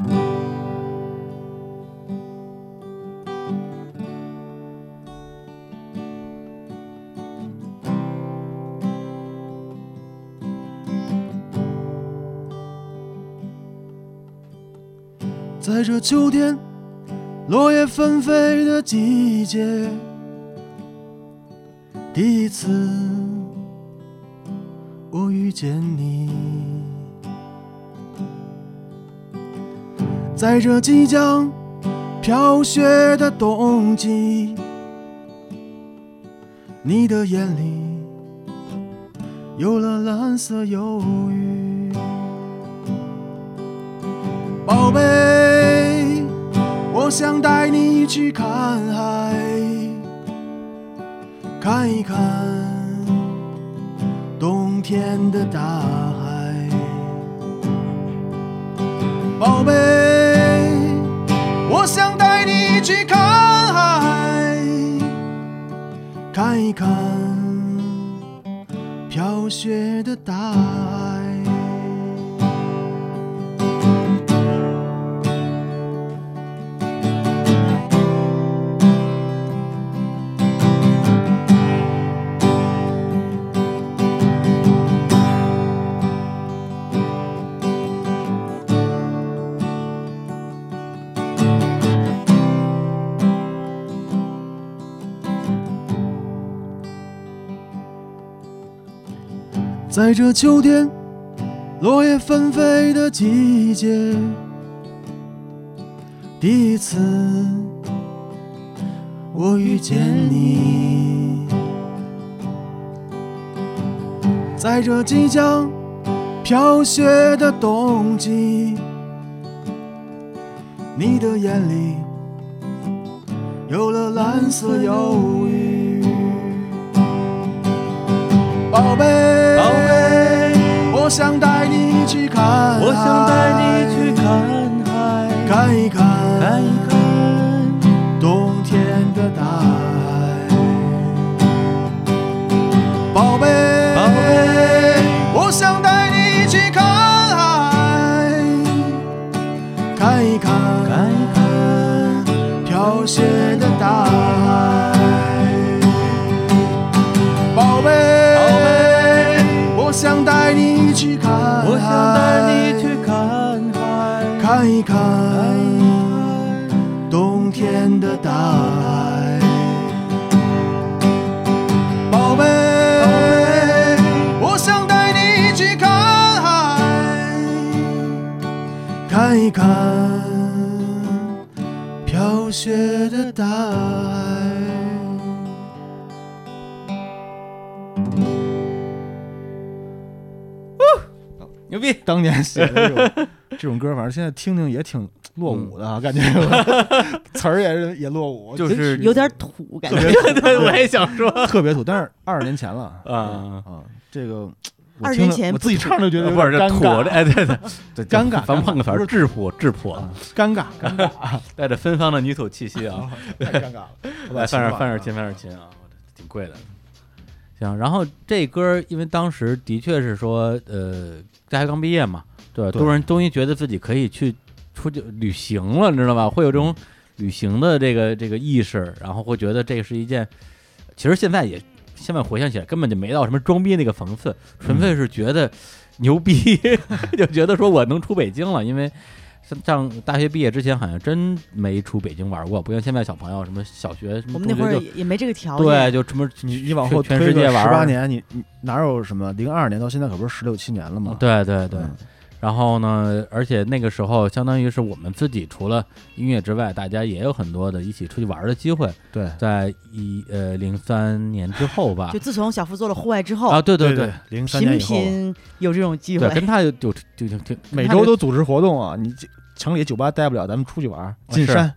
S5: 在这秋天落叶纷飞的季节，第一次我遇见你，在这即将飘雪的冬季，
S3: 你的眼里有了蓝色忧郁。宝贝，我想带你去看海，看一看冬天的大海。宝贝，我想带你去看海，看一看飘雪的大海。在这秋天，落叶纷飞的季节，第一次我遇见你。在这即将飘雪的冬季，你的眼里有了蓝色忧郁。宝贝，
S6: 宝贝，
S3: 我想带你去看，
S6: 我想带你去看海，
S3: 看一看，
S6: 看一看
S3: 冬天的大海。宝贝，
S6: 宝贝，
S3: 我想带你去看海，看一看，
S6: 看一看
S3: 飘雪的大海。宝贝，
S6: 宝贝，
S3: 我想带你去看海，
S6: 我想带你去看海，
S3: 看一看
S6: 看一看
S3: 冬天的大海。宝贝，我想带你去看海，看一看飘雪的大海。
S1: 牛逼！
S7: 当年写的这种 这种歌，反正现在听听也挺落伍的啊，感觉 词儿也是也落伍，
S1: 嗯就
S7: 真
S1: 是
S2: 有点土感
S7: 特
S2: 觉。
S7: 别土
S1: 对， 我也想说，
S7: 特别土，但是二十年前了
S1: 啊
S7: 啊，这个我
S2: 二十
S7: 听
S2: 年
S7: 了
S2: 前
S7: 我自己唱都觉得有
S1: 不
S7: 点
S1: 是这
S7: 尴
S1: 土
S7: 尬
S1: 这，哎，对对，
S7: 对尴尬，
S1: 咱们
S7: 尴尬
S1: 换个词
S7: 不
S1: 儿，
S7: 是
S1: 质朴质朴，
S7: 啊尴尬，尴尬，
S1: 带着芬芳的女土气息啊。
S7: 太尴尬了。我把
S1: 来，
S7: 琴
S1: 范点
S7: 换
S1: 范
S7: 了
S1: 点琴，范点琴啊，我这挺贵的。行，然后这歌儿因为当时的确是说，呃，大学刚毕业嘛，对吧？
S7: 对
S1: 多人终于觉得自己可以去出去旅行了，你知道吧？会有这种旅行的这个这个意识，然后会觉得这是一件，其实现在也现在回想起来，根本就没到什么装逼那个层次，纯粹是觉得 牛逼，就觉得说我能出北京了，因为上上大学毕业之前好像真没出北京玩过，不像现在小朋友什么小学什么
S2: 我们那
S1: 中学
S2: 会儿
S1: 就
S2: 也也没这个条
S1: 对，
S2: 件，
S1: 就什么
S7: 你你往后
S1: 全
S7: 推
S1: 世界
S7: 个
S1: 玩
S7: 十
S1: 儿
S7: 八年，你你哪有什么？零二年到现在可不是十六七年了吗？
S1: 对对对。
S7: 嗯
S1: 然后呢，而且那个时候相当于是我们自己除了音乐之外，大家也有很多的一起出去玩儿的机会，
S7: 对
S1: 在一呃零三年之后吧
S2: 就。自从小付做了户外之
S1: 啊，
S2: 后，
S1: 对对
S7: 对，零三
S2: 频
S7: 年以后啊，
S2: 频有这种机
S1: 对，
S2: 会。
S1: 跟他就就就就就
S7: 每周都组织活动啊，你这城里酒吧待不了，咱们出去玩儿，进
S1: 啊是
S7: 山，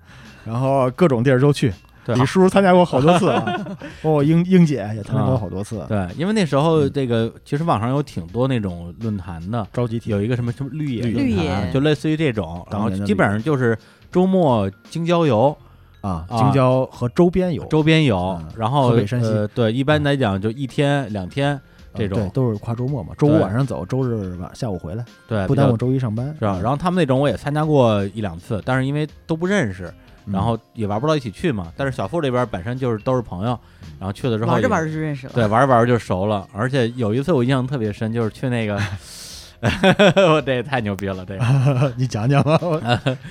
S7: 然后各种地儿都去。
S1: 对
S7: 李叔参加过好多次啊， 包括英英姐也参加过好多次。
S1: 对，因为那时候
S7: 嗯
S1: 这个其实网上有挺多那种论坛的，
S7: 着急体
S1: 有一个什么什么绿野
S7: 绿
S1: 论
S2: 野
S1: 坛，就类似于这种，然
S7: 当
S1: 后
S7: 年的
S1: 基本上就是周末京郊游，
S7: 啊，
S1: 啊
S7: 京郊和周边有
S1: 周边游
S7: 嗯，
S1: 然后
S7: 河北山西嗯
S1: 呃对，一般来讲就一天两天这
S7: 呃对
S1: 种，
S7: 都是跨周末嘛，周五
S1: 对
S7: 晚上走，周日晚下午回来，
S1: 对，
S7: 不
S1: 比较
S7: 耽误周一上班。
S1: 是吧？然后他们那种我也参加过一两次，但是因为都不认识，
S7: 嗯
S1: 然后也玩不到一起去嘛。但是小付这边本身就是都是朋友，然后去了之后
S2: 玩着
S1: 也
S2: 玩着就认识了。
S1: 对，玩着玩着就熟了。而且有一次我印象特别深，就是去那个， 我这也太牛逼了，这个
S7: 你讲讲吧，我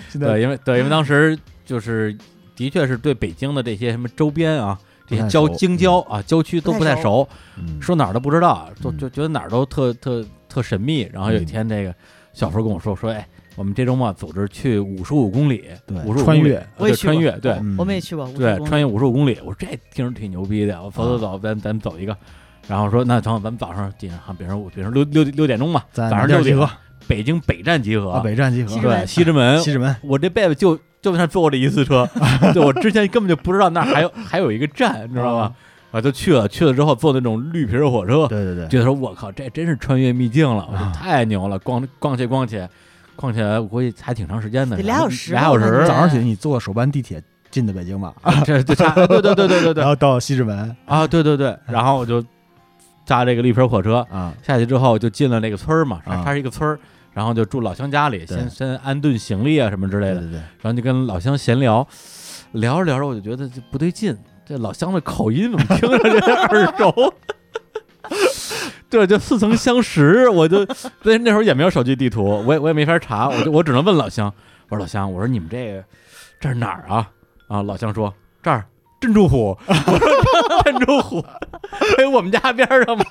S7: 现在
S1: 对，因为对，因为当时就是的确是对北京的这些什么周边啊，这些郊
S7: 不太熟
S1: 京郊啊郊区都
S2: 不
S1: 不
S2: 太
S1: 太熟，
S7: 嗯
S1: 说哪儿都不知道，就
S7: 嗯
S1: 就觉得哪儿都特特特神秘。然后有一天，这个小时候跟我说说，哎，我们这周末组织去五十五公里，
S3: 对
S1: 五十五
S3: 穿越
S2: 我也
S1: 对，
S2: 去过
S1: 穿越，对
S3: 嗯
S2: 我们也去过，五十
S1: 对，
S2: 公里
S1: 穿越五十五公里，我说这听着挺牛逼的，我走走走，咱咱们走一个。然后说那正好咱们早上几点？比如说我比如说六六六点钟吧，
S3: 在
S1: 早上
S3: 哪
S1: 六
S3: 啊儿集
S1: 点
S3: 合，
S1: 北京北站集合，
S3: 啊，北站集合
S2: 西，直门
S1: 对西直门，
S3: 西直门，
S1: 我这辈子就就在那儿坐过这一次车， 对我之前根本就不知道那儿还有还有一个站，你知道吗？啊，就去了，去了之后坐那种绿皮儿火车，
S3: 对对对，
S1: 觉得说我靠，这真是穿越秘境了，我
S3: 啊
S1: 说太牛了，逛逛去逛去，逛起来我估计还挺长时间的，
S2: 得俩小时
S1: 俩
S2: 吧
S1: 小
S2: 我感
S1: 时
S2: 觉
S3: 早，上起来你坐首班地铁进的北京吧，
S1: 这这差，对对对对 对 对
S3: 然后到西直门
S1: 啊，对对
S3: 嗯
S1: 对，然后我就搭这个绿皮儿火车
S3: 啊，
S1: 下去之后，就进了那个村儿嘛，它
S3: 啊
S1: 它是一个村儿，然后就住老乡家里，
S3: 对
S1: 先先安顿行李啊什么之类
S3: 对
S1: 的，
S3: 对对，
S1: 然后就跟老乡闲聊，聊着聊着我就觉得这不对劲，这老乡的口音怎么听着这耳熟？ 对，就似曾相识。我就那那时候也没有手机地图，我也我也没法查，我就我只能问老乡。我说老乡，我说你们这个这是哪儿啊？啊，老乡说这儿珍珠湖。 我说珍珠湖，哎，我们家边儿上嘛，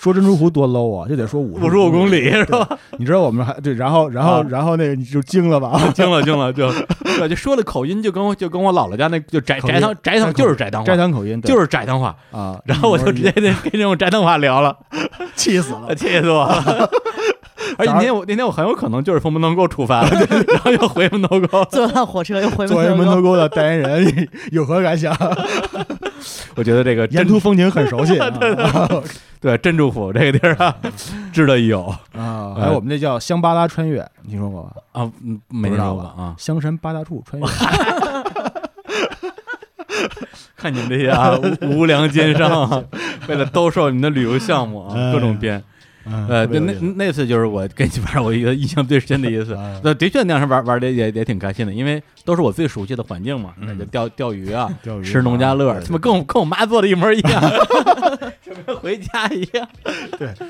S3: 说珍珠湖多 low 啊，就得说五
S1: 五十五公
S3: 里，
S1: 里是吧？
S3: 你知道我们还对，然后然后
S1: 啊
S3: 然后那个你就惊 了吧，
S1: 惊了惊了，就对，就说的口音就跟我就跟我姥姥家那就翟
S3: 口音
S1: 翟堂翟堂就是翟堂话
S3: 斋，堂口音
S1: 就是是翟堂话。
S3: 啊，
S1: 然后我就
S3: 一模
S1: 直
S3: 一
S1: 接
S3: 样
S1: 跟跟这种宅男话聊了，
S3: 气死 了，
S1: 气死我了。而且那天我那天我很有可能就是从门头沟出 发的，然后又回门头沟。
S2: 坐上火车又回
S3: 作为门头
S2: 沟，
S3: 沟的代言人 有何感想？
S1: 我觉得这个
S3: 沿
S1: 珍
S3: 途
S1: 珠
S3: 风景很熟 悉啊
S1: 对珍珠府这个地儿啊，值得一游哎
S3: 啊，还有我们那叫香巴拉穿越，你听说过吧？
S1: 啊，嗯没听
S3: 不知道
S1: 说过
S3: 吧
S1: 啊。哎
S3: 香山八大处穿越，
S1: 看你们这些啊无无良奸商啊， 为了兜售你们的旅游项目啊，
S3: 哎
S1: 各种编。
S3: 呃
S1: 呃，那那那次就是我跟你 玩，我一个印象最深的一次
S3: 哎。
S1: 那的确那样是玩玩的也也挺开心的，因为都是我最熟悉的环境嘛，
S3: 嗯
S1: 那就钓钓鱼啊，
S3: 钓鱼
S1: 吃农家乐，他妈跟我跟我妈做的一模一样， 就跟回家一 样，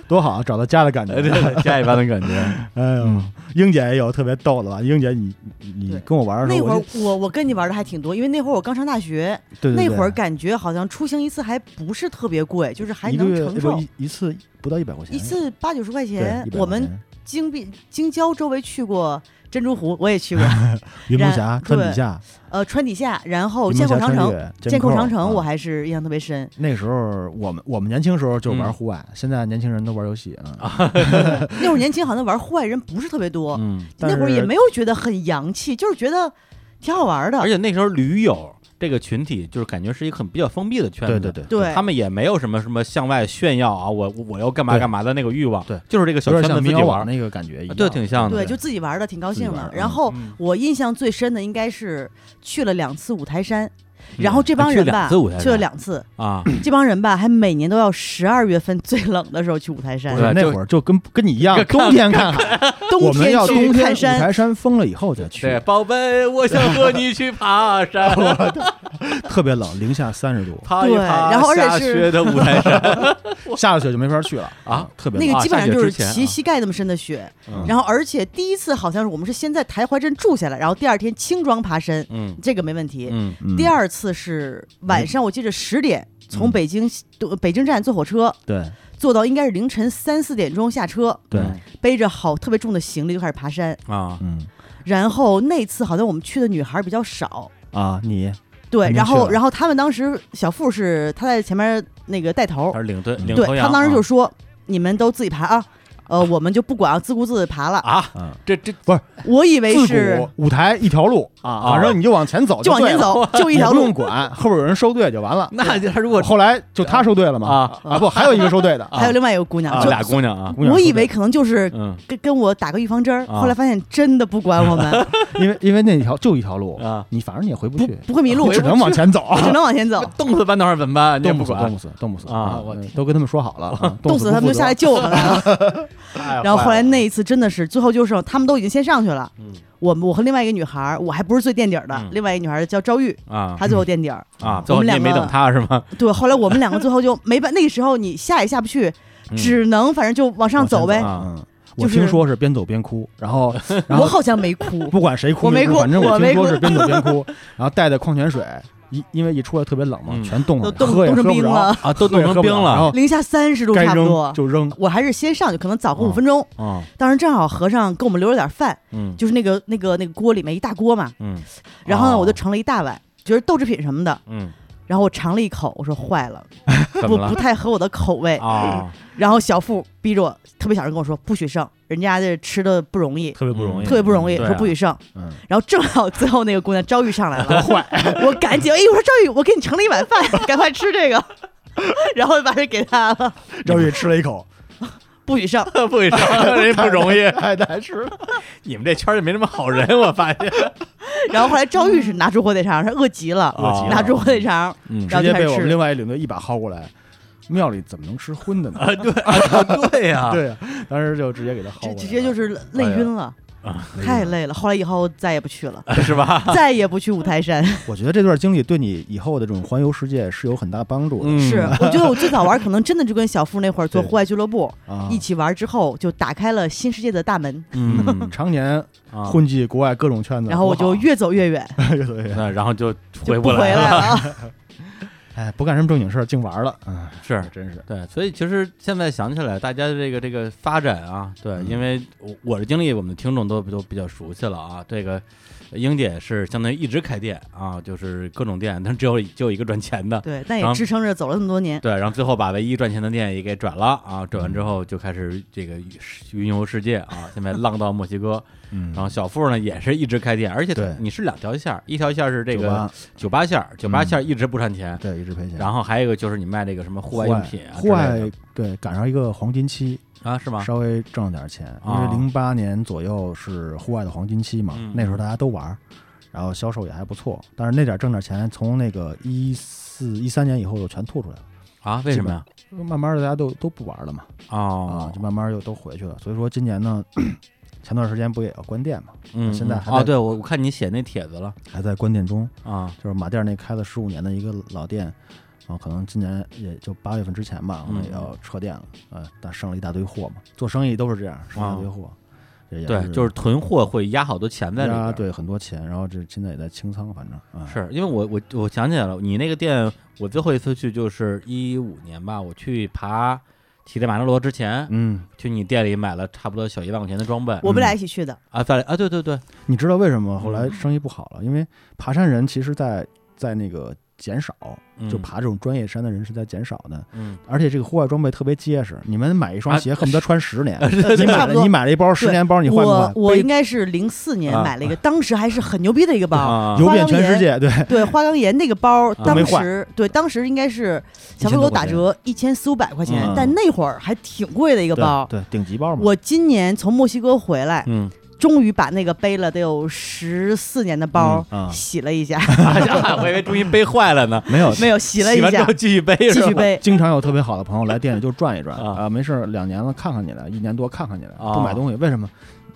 S3: 多好啊，找到家的感觉
S1: 哎对。嗯对，家一般的感 觉。
S3: 哎呦，英姐也有特别逗的吧？英姐，你你你
S2: 对
S3: 跟我玩的
S2: 那
S3: 时候，
S2: 会
S3: 我
S2: 儿
S3: 就
S2: 我我跟你玩的还挺多，因为那会儿我刚上大学，
S3: 对对对
S2: 那会儿感觉好像出行一次还不是特别贵，就是还
S3: 一个
S2: 能
S3: 月
S2: 承
S3: 不
S2: 受。
S3: 一一次不到一百块钱，
S2: 一次八九十块
S3: 对
S2: 钱
S3: 100，块
S2: 我们
S3: 钱
S2: 京滨京郊周围去过珍珠湖，我也去过，
S3: 云梦
S2: 然
S3: 峡穿
S2: 对
S3: 底下，
S2: 呃，川底下，然后
S3: 云
S2: 剑
S3: 梦
S2: 扣
S3: 峡
S2: 长
S3: 穿
S2: 城，
S3: 越，
S2: 剑扣长城
S3: 啊
S2: 我还是印象特别 深。
S3: 那时候我们我们年轻时候就玩户外，现在年轻人都玩游戏嗯啊。
S2: 那会儿年轻好像玩户外人不是特别多，
S1: 嗯，
S3: 但
S2: 那会儿
S3: 是
S2: 也没有觉得很洋气，就是觉得挺好玩
S1: 而
S2: 的。
S1: 且那时候驴友这个群体就是感觉是一个很比较封闭的圈子，
S3: 对对对，
S2: 对，
S1: 他们也没有什么什么向外炫耀啊，我我我要干嘛
S3: 对
S1: 干嘛的那个欲望，
S3: 对，
S1: 就是这个小
S3: 有点
S1: 圈子
S3: 像
S1: 自
S3: 民
S1: 己
S3: 谣
S1: 玩啊
S3: 网，那个感觉一样，
S1: 对，挺像的。
S2: 对，就自己玩的挺高兴
S3: 自己玩
S2: 的
S3: 儿。
S2: 然后
S1: 嗯
S2: 我印象最深的应该是去了两次五台山，
S1: 嗯
S2: 然后这帮
S1: 还去
S2: 人
S1: 两
S2: 吧
S1: 次五台
S2: 去了
S1: 山
S2: 两次，
S1: 啊，
S2: 这帮人吧还每年都要十二月份最冷的时候去五台
S3: 不
S2: 山
S3: 是，
S1: 对
S3: 那
S1: 就
S3: 会儿就跟跟你一样
S1: 看，
S3: 冬天看海，我
S2: 冬
S3: 们要冬
S2: 去
S3: 天五
S2: 看山，
S3: 台山封了以后再
S1: 对，
S3: 去，
S1: 宝贝，我想和你去爬山，
S3: 特别冷，零下三十度，
S1: 爬一
S2: 对
S1: 爬
S2: 然后而且
S1: 下
S2: 是
S1: 雪的五台 山
S3: 下了雪就没法去了
S1: 啊，
S3: 特别
S2: 那
S3: 冷。
S2: 个
S1: 啊
S2: 基本
S1: 下
S2: 上
S1: 雪
S2: 就是
S1: 之前
S2: 齐
S1: 啊
S2: 膝盖这么深的雪，
S3: 嗯
S2: 然后而且第一次好像是我们是先在台怀镇住下来，然后第二天轻装爬山，
S1: 嗯
S2: 这个没问题。
S1: 嗯
S3: 嗯
S2: 第二次是晚上，我记着十点从
S3: 嗯
S2: 北京、呃北京站坐火车，
S3: 对
S2: 坐到应该是凌晨三四点钟下车，
S3: 对，
S2: 背着好特别重的行李就开始爬山。
S1: 啊，
S3: 嗯
S2: 然后那次好像我们去的女孩比较少，
S3: 啊，你
S2: 对，
S3: 肯定
S2: 然
S3: 是
S2: 后
S3: 了
S2: 然后他们当时小付是他在前面那个带头
S1: 他，是领队，领头
S2: 对
S1: 羊
S2: 他当时
S1: 啊
S2: 就说你们都自己爬啊，呃，我们就不管啊，自顾自爬了。
S1: 啊，
S3: 嗯，
S1: 这这
S2: 我以为
S3: 自
S2: 是
S3: 古舞台一条路，
S1: 啊
S3: 反正你就往前走
S2: 就往
S3: 对
S2: 前
S3: 了，
S2: 走，就一条
S3: 你不用
S2: 路，
S3: 管后边有人收队就完了。
S1: 那就他如果
S3: 后来就他收队了嘛，
S1: 啊
S3: 啊不，还有一个收队的，
S1: 啊
S2: 还有另外一个姑娘，
S1: 啊
S2: 就
S1: 俩姑娘啊，
S3: 姑娘
S2: 我
S3: 收
S2: 以
S3: 队
S2: 为可能就是
S1: 嗯
S2: 跟跟我打个预防针儿，
S1: 啊
S2: 后来发现真的不管我 们，
S3: 因为因为那条就一条路，
S1: 啊，
S3: 你反正你也回不
S2: 不
S3: 去，啊
S2: 不会迷路，
S3: 只能往 前走，
S2: 只能往前 走，
S1: 冻死班等会儿怎么办？你也
S3: 冻
S1: 不
S3: 不死，
S1: 管
S3: 冻不死，冻不死
S1: 啊我
S3: 嗯都跟他们说好了，啊
S2: 冻死他们就下来。救我们来了。
S1: 哎
S2: 然后后来
S1: 坏了
S2: 那一次真的是，最后就是他们都已经先上去了，
S1: 嗯
S2: 我们我和另外一个女孩儿，我还不是最垫底儿的
S1: 嗯，
S2: 另外一个女孩儿叫赵玉，
S1: 啊
S2: 她最后垫底儿。
S1: 啊，最后
S2: 我
S1: 你
S2: 们两
S1: 也没
S2: 个
S1: 等他是吗？
S2: 对，后来我们两个最后就没办，那个时候你下也下不去，
S1: 嗯
S2: 只能反正就往上走呗
S3: 不。
S1: 啊
S3: 不不嗯，
S2: 就
S3: 我
S2: 是
S3: 听说是边走边哭，然后然
S2: 我
S3: 后
S2: 好像没哭，
S3: 不管谁哭
S2: 我没哭
S3: 反正
S2: 我
S3: 我
S2: 没
S3: 听
S2: 哭
S3: 说是边走边哭，然后带的矿泉水，一因为一出来特别冷嘛，
S1: 嗯
S3: 全冻
S2: 都
S3: 了，
S2: 冻
S3: 喝也
S2: 冻成
S3: 喝不
S2: 冰
S3: 着，
S2: 了，
S1: 啊，都
S3: 喝
S1: 冻
S3: 也
S1: 成
S3: 喝不
S1: 冰
S3: 着然
S1: 了
S3: 后
S2: 零下三十度
S3: 该
S2: 差不多
S3: 扔。就扔，
S2: 我还是先上去，可能早个
S3: 哦
S2: 五分钟。
S1: 啊，
S2: 当时正好和尚给我们留了点饭，
S1: 嗯
S2: 嗯就是那个那个那个锅里面一大锅嘛。
S1: 嗯
S2: 然后呢，
S1: 哦
S2: 我就盛了一大碗，就是豆制品什么的。
S1: 嗯，
S2: 然后我尝了一口，我说坏了，
S1: 怎
S2: 不
S1: 么了？
S2: 不太合我的口味。
S1: 啊，
S2: 然后小付逼着我，特别小声跟我说不许剩，人家这吃的不容易，
S3: 特别不容易。
S2: 嗯特别不容易，
S1: 对啊
S2: 说不许剩。
S3: 嗯，
S2: 然后正好最后那个姑娘招玉上来了，坏，我赶紧哎，我说招玉，我给你盛了一碗饭， 赶快吃这个。然后把这给她了，
S3: 赵宇吃了一口，
S2: 不许剩。
S1: 不给上，人家不容易。
S3: 太难哎吃了。
S1: 你们这圈儿也没什么好人，我发现。
S2: 然后后来招玉是拿出火腿肠，她饿极了，
S1: 饿极了
S2: 拿出火腿肠，
S1: 嗯
S2: 然
S3: 直
S2: 后就
S3: 接
S2: 开
S3: 被
S2: 始
S3: 我们
S2: 吃
S3: 另。外一领队一把薅过来。庙里怎么能吃荤的呢？
S1: 啊，对啊，对呀，
S3: 对呀，当时就直接给他薅过
S2: 直
S3: 来了，嗯
S2: 直接就是累晕了，
S3: 哎
S2: 太累了。后来以后再也不去了，
S1: 是吧？
S2: 再也不去五台山。
S3: 我觉得这段经历对你以后的这种环游世界是有很大帮助的。
S1: 嗯
S2: 是， 我觉得我最早玩可能真的就跟小付那会儿做
S3: 对
S2: 户外俱乐部
S3: 啊
S2: 一起玩之后，就打开了新世界的大门，
S1: 嗯，
S3: 常年
S1: 啊
S3: 混迹国外各种圈子，哎
S2: 然后我就 越走越远，
S3: 越越走越
S1: 那然后就回
S2: 就
S1: 不
S2: 不回
S1: 来
S2: 来
S1: 了，
S2: 了。啊
S3: 哎，不干什么正经事儿，净玩了，哎，
S1: 是
S3: 真是
S1: 对，所以其实现在想起来，大家的这个这个发展啊，对，
S3: 嗯
S1: 因为我我的经历，我们的听众都都比较熟悉了啊。这个英姐是相当于一直开店啊，就是各种店，但只有只有一个赚钱的，
S2: 对，但
S1: 然
S2: 也
S1: 后
S2: 支撑着走了那么多年。
S1: 对，然后最后把唯一赚钱的店也给转了啊，
S3: 嗯
S1: 转完之后就开始这个云游世界啊，现在浪到墨西哥。
S3: 嗯
S1: 然后小付呢也是一直开店，而且
S3: 对
S1: 你是两条线儿，一条线儿是这
S3: 酒
S1: 个
S3: 吧嗯
S1: 酒吧线儿，酒吧线儿一直不赚钱，
S3: 对一直赔钱，
S1: 然后还有一个就是你卖这个什么户外用品啊之
S3: 户
S1: 类的，
S3: 外对赶上一个黄金期，
S1: 啊是吗？
S3: 稍微挣了点钱，因
S1: 啊
S3: 为零八年左右是户外的黄金期嘛
S1: 嗯，
S3: 那时候大家都玩儿，然后销售也还不错，但是那点儿挣点钱，从那个一四一三年以后就全吐出来了，
S1: 啊，为什么呀？
S3: 慢慢的大家都都不玩了嘛，啊
S1: 哦，，
S3: 就慢慢又都回去了，所以说今年呢。 前段时间不也要关店嘛，
S1: 嗯，
S3: 现在
S1: 嗯
S3: 还
S1: 哦，
S3: 在
S1: 对我我看你写那帖子了
S3: 还在关店中。
S1: 啊，
S3: 就是马甸儿那开了十五年的一个老店，啊，可能今年也就八月份之前吧，我们也要撤店了，呃，但剩了一大堆货嘛，做生意都是这样，剩一大堆货，这也
S1: 对，就是囤货会压好多钱在里边
S3: 压
S1: 儿，
S3: 对很多钱，然后这现在也在清仓，反正啊，
S1: 是因为我我我想起来了，你那个店，我最后一次去就是一五年吧，我去爬乞力马扎罗之前，
S3: 嗯，
S1: 去你店里买了差不多小一万块钱的装备
S2: 我们俩一起去的，
S1: 啊，在啊，对对对，
S3: 你知道为什么后
S1: 嗯
S3: 来生意不好了？因为爬山人其实在在那个减少，
S1: 嗯
S3: 就爬这种专业山的人是在减少的，
S1: 嗯，
S3: 而且这个户外装备特别结实，你们买一双
S1: 啊
S3: 鞋恨不得穿 十年。
S2: 对
S3: 你
S2: 差
S3: 买
S2: 不
S3: 了
S2: 多
S3: 你买了一包十年包，你换不
S2: 我
S3: 换？
S2: 我
S3: 背
S2: 应该是零四年
S1: 啊
S2: 买了一个，当时还是很牛逼的一个包，
S1: 啊
S3: 游遍全世界，对，
S2: 对花岗岩那个包，
S1: 啊
S2: 当
S3: 没
S2: 时对当时应该是小付给我打折一千四五百块钱
S1: 嗯，
S2: 但那会儿还挺贵的一个
S3: 对
S2: 包。
S3: 对，顶级包嘛。
S2: 我今年从墨西哥回来，
S1: 嗯，
S2: 终于把那个背了得有十四年的包
S3: 嗯啊
S2: 洗了 一下，
S1: 哎我以为终于背坏了 呢，
S3: 没有，
S2: 没有洗了一
S1: 洗完之
S2: 下
S1: 后，继续背，
S2: 继续
S1: 是吧
S2: 背。
S3: 经常有特别好的朋友来店里就转一转
S1: 啊
S3: 啊，没事儿，两年了看看你了，一年多看看你了，
S1: 啊
S3: 不买东西为什么？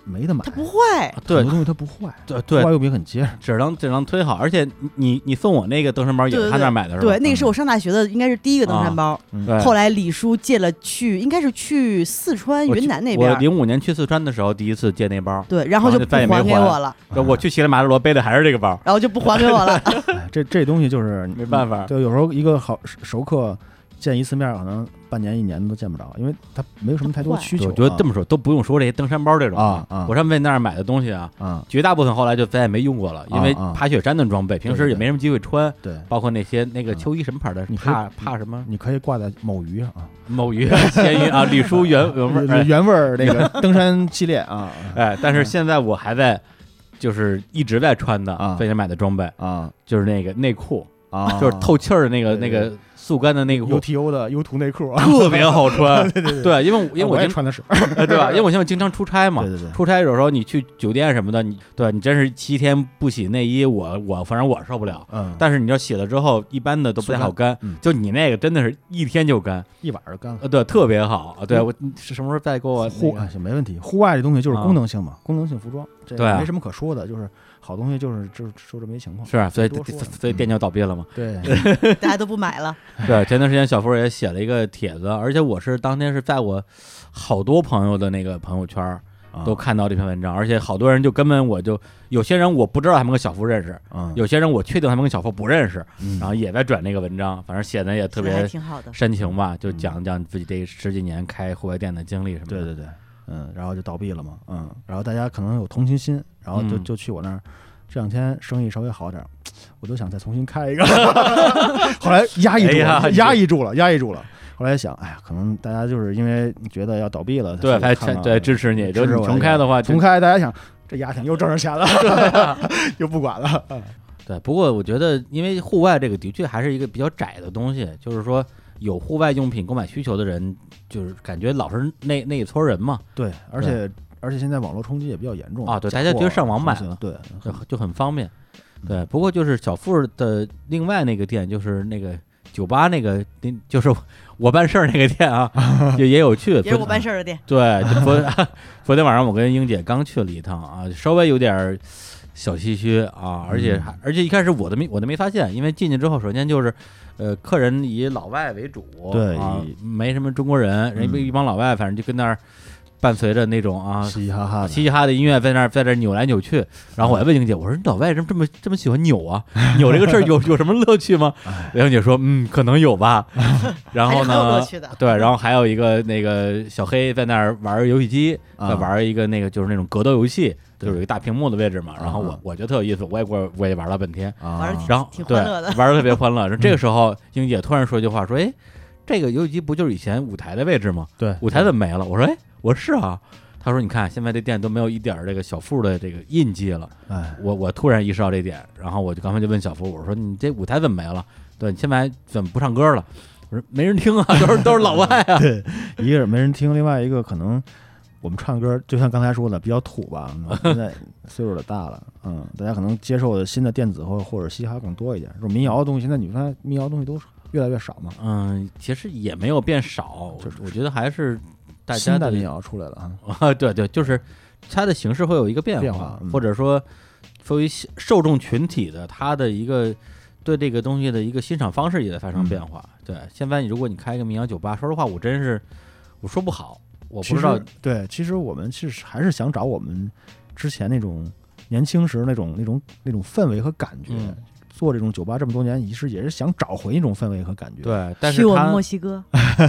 S3: 没得买
S2: 它，不坏，
S1: 对
S3: 很多东西它不坏，
S1: 对
S3: 户
S1: 对
S3: 外，用品很 结实，
S1: 只能只能推好，而且你你你送我那个登山包也
S2: 对
S1: 是
S2: 对
S1: 他那儿买的是吧？啊
S2: 对，那个是我上大学的，应该是第一个登山包。
S1: 对
S2: 后来李叔借了去，应该是去四川、
S1: 我去
S2: 云南那
S1: 我
S2: 边，
S1: 零五年去四川的时候第一次借那包，
S2: 对，然后
S1: 然后
S2: 就
S1: 就
S2: 不
S1: 再也没
S2: 还给
S1: 还
S2: 我了，
S1: 说我去乞力马扎罗背的还是这个包，
S2: 然后就不还给我 了。
S3: 哎这这东西就是
S1: 没办法
S3: 对，有时候一个好熟客见一次面，可能半年一年都见不着，因为他没有什么太多需
S1: 对
S3: 求。啊
S1: 我觉得这
S3: 么
S1: 么说都不用说这些登山包这种
S3: 啊啊
S1: 我上次在那儿买的东西啊，
S3: 啊，
S1: 绝大部分后来就再也没用过了，因为
S3: 啊啊
S1: 爬雪山的装备，平时也没什么机会穿，
S3: 对，
S1: 包括那些那个
S3: 嗯
S1: 秋衣什么牌的，
S3: 你可以
S1: 怕怕什么
S3: 你可以挂在某鱼上啊，呃
S1: 某鱼、咸鱼啊，李叔 原原味儿，
S3: 原味儿那 个登山系列啊
S1: 哎，哎但是现在我还在。就是一直在穿的，
S3: 啊
S1: 在家买的装备
S3: 啊
S1: 就是那个内裤，
S3: 啊，
S1: 就是透气儿的那个
S3: 对
S1: 那
S3: 对
S1: 个速干的内裤，
S3: UTO 的 U 图内裤啊，
S1: 特别好 穿。对，因为因为
S3: 我
S1: 我
S3: 也
S1: 经
S3: 穿的是，
S1: 哎对 吧？因为我现在经常出差嘛，
S3: 对对对
S1: 出差有时候你去酒店什么的，你对你真是七天不洗内衣，我我反正我受不了。
S3: 嗯，
S1: 但是你要洗了之后，一般的都不太好干，
S3: 嗯
S1: 就你那个真的是一天就干，
S3: 一晚上干了。
S1: 呃，对，特别好。啊对
S3: 嗯
S1: 我你是什么时候再给我那
S3: 户
S1: 个
S3: 啊，行没问题。户外这东西就是
S1: 啊
S3: 功能性嘛，功能性服装，这
S1: 对啊
S3: 没什么可说的，就是好东西就是就是就这么一情况。
S1: 是啊，所以
S3: 多说了嗯
S1: 所以店就倒闭了嘛。
S3: 对，
S2: 大家都不买了，
S1: 对，前段时间小夫也写了一个帖子，而且我是当天是在我好多朋友的那个朋友圈儿，
S3: 啊
S1: 都看到这篇文章，而且好多人就根本我就有些人我不知道他们跟小夫认识，
S3: 啊，
S1: 有些人我确定他们跟小夫不认识，
S3: 嗯
S1: 然后也在转那个文章，反正写的也特
S2: 还
S1: 别
S2: 挺好的。
S1: 深情
S3: 嗯
S1: 吧，就讲讲自己这十几年开户外店的经历什么的。
S3: 对对对，嗯，然后就倒闭了嘛，嗯，然后大家可能有同情心，然后就
S1: 嗯
S3: 就去我那儿。这两天生意稍微好点儿，我都想再重新开一个， 后来压抑住了，
S1: 哎呀
S3: 压抑住了，压抑住了。后来想，哎呀，可能大家就是因为觉得要倒闭了，
S1: 对，
S3: 才
S1: 还
S3: 去看看
S1: 对支持你，
S3: 支
S1: 就
S3: 持
S1: 是
S3: 我
S1: 你重
S3: 一下
S1: 开的话，
S3: 重开，大家想这丫挺又挣着钱了， 又不管了。
S1: 对，不过我觉得，因为户外这个的确还是一个比较窄的东西，就是说有户外用品购买需求的人，就是感觉老是那那一撮人嘛，
S3: 对，而且而且现在网络冲击也比较严重
S1: 啊对大家觉得上网买了
S3: 对，
S1: 就就很方便。对，不过就是小富的另外那个店，就是那个酒吧那个，那就是我办事儿那个店 啊，也也有去，
S2: 也是
S1: 不
S2: 我办事儿的店，
S1: 对，就昨 昨天晚上我跟英姐刚去了一趟啊，稍微有点儿小唏嘘啊，而
S3: 嗯
S1: 且还而且一开始我都没我都没发现，因为进去之后，首先就是呃，客人以老外为主，
S3: 对
S1: 啊，没什么中国人，人家
S3: 嗯
S1: 一帮老外，反正就跟那儿伴随着那种啊。
S3: 嘻嘻哈哈的，
S1: 嘻嘻哈哈的音乐在那儿在这儿扭来扭去，然
S3: 嗯
S1: 后我还问英姐，我说你老外怎么这么这么喜欢扭啊？ 扭这个事儿有有什么乐趣吗？
S3: 哎
S1: 然后英姐说，嗯，可能有 吧。然
S2: 还
S1: 后
S2: 是很
S1: 呢，
S2: 有乐趣的。
S1: 对，然后还有一个那个小黑在那儿玩游戏机，
S3: 啊
S1: 在玩一个那个就是那种格斗游戏，就
S3: 对
S1: 是有一个大屏幕的位置嘛。然后我
S3: 嗯
S1: 我觉得特有意思，我也过来我也玩了半天，
S3: 啊，
S2: 玩儿挺
S1: 然后
S2: 挺
S1: 对
S2: 欢乐的
S1: 玩的特别欢乐。然后
S3: 嗯
S1: 这个时候，英姐突然说一句话，说：“哎，这个游戏机不就是以前舞台的位置吗？
S3: 对
S1: 舞台怎么没了？”我说：“哎，我说是啊。”她说：“你看，现在这店都没有一点儿这个小富的这个印记了。”
S3: 哎，
S1: 我我突然意识到这点，然后我就刚才就问小福，我说你这舞台怎么没了？对，你现在怎么不唱歌了？我说没人听啊， 都是都是老外啊。
S3: 对， 一个是没人听，另外一个可能我们唱歌，就像刚才说的，比较土吧。嗯现在岁数也大了，嗯，大家可能接受的新的电子或或者嘻哈更多一点。这种民谣的东西，现在你发现民谣的东西都越来越少嘛，
S1: 嗯，其实也没有变少，我
S3: 就是
S1: 我觉得还是大家
S3: 新
S1: 的
S3: 的民谣出来了啊。
S1: 啊， 对对，就是它的形式会有一个变化，
S3: 变化嗯
S1: 或者说作为受众群体的他的一个对这个东西的一个欣赏方式也在发
S3: 嗯
S1: 生变化。对，现在你如果你开一个民谣酒吧，说实话，我真是我说不好，我
S3: 其
S1: 不
S3: 实
S1: 知道，
S3: 对，其实我们是还是想找我们之前那种年轻时那种那种那种氛围和感觉。
S1: 嗯
S3: 做这种酒吧这么多年，也是也是想找回一种氛围和感觉。
S1: 对，但是
S2: 去我们
S1: 他
S2: 墨西哥，